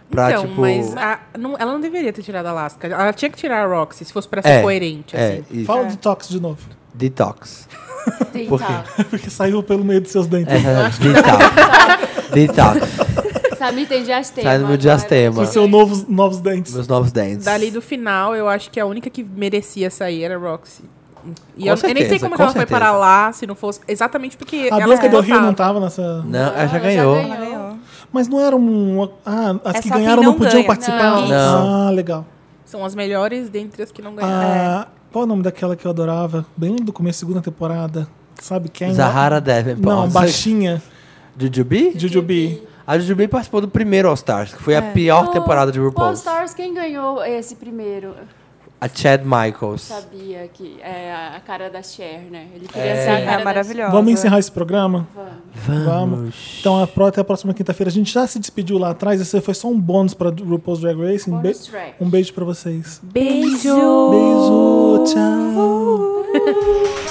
C: Pra,
D: então,
C: tipo,
D: mas a- não- ela não deveria ter tirado a Alaska. Ela tinha que tirar a Roxy, se fosse pra ser
C: É,
D: coerente,
C: é,
D: assim.
C: isso.
A: Fala do Tox de novo. (laughs)
C: Detox.
B: Sim,
C: Por quê?
B: tá.
A: Porque saiu pelo meio dos seus dentes.
C: É,
A: (laughs)
C: Detox. (laughs) Detox.
B: Samir tem diastema.
C: Sai no meu
B: agora. Tipo,
C: diastema.
A: Os seus novos, novos dentes.
C: Meus novos dentes.
D: Dali do final, eu acho que a única que merecia sair era a Roxy. E
C: Com
D: eu, eu nem sei
C: certeza,
D: como
C: com
D: que ela foi
C: certeza.
D: parar lá, se não fosse. Exatamente porque
A: A
D: ela tá.
A: Blanca
D: foi
A: do Rio
D: votada.
A: não
C: tá-
A: tava nessa.
C: Não, ela já
B: Ela já
C: ganhou.
B: ganhou.
E: Ela ganhou.
A: Mas não eram. uma- Ah, as
E: É
A: que
E: só quem
A: ganharam não
E: não
A: podiam
E: ganha.
A: participar.
B: Não.
C: Não.
A: Ah, legal.
D: São as melhores dentre as que não ganharam.
A: Ah, Qual o nome daquela que eu adorava? Bem do começo da segunda temporada. Sabe quem?
C: Zahara Davenport.
A: Não, baixinha.
C: Jujubi?
A: Jujubi.
C: A Jujubi participou do primeiro All Stars, que foi a pior
B: Oh,
C: temporada de
B: All
C: RuPaul's.
B: Stars, quem ganhou esse primeiro? Eu
C: A Chad Michaels.
B: sabia que é a cara da Cher, né? Ele queria ser a
E: Sim,
B: cara
E: é
B: da
E: maravilhosa.
A: Vamos encerrar esse programa?
C: Vamos.
A: Então, a pró- até a próxima quinta-feira. A gente já se despediu lá atrás. Esse foi só um bônus pra RuPaul's Drag Race. Um,
B: Bonus
A: be-
B: track.
A: um beijo pra vocês.
E: Beijo!
A: Beijo, tchau.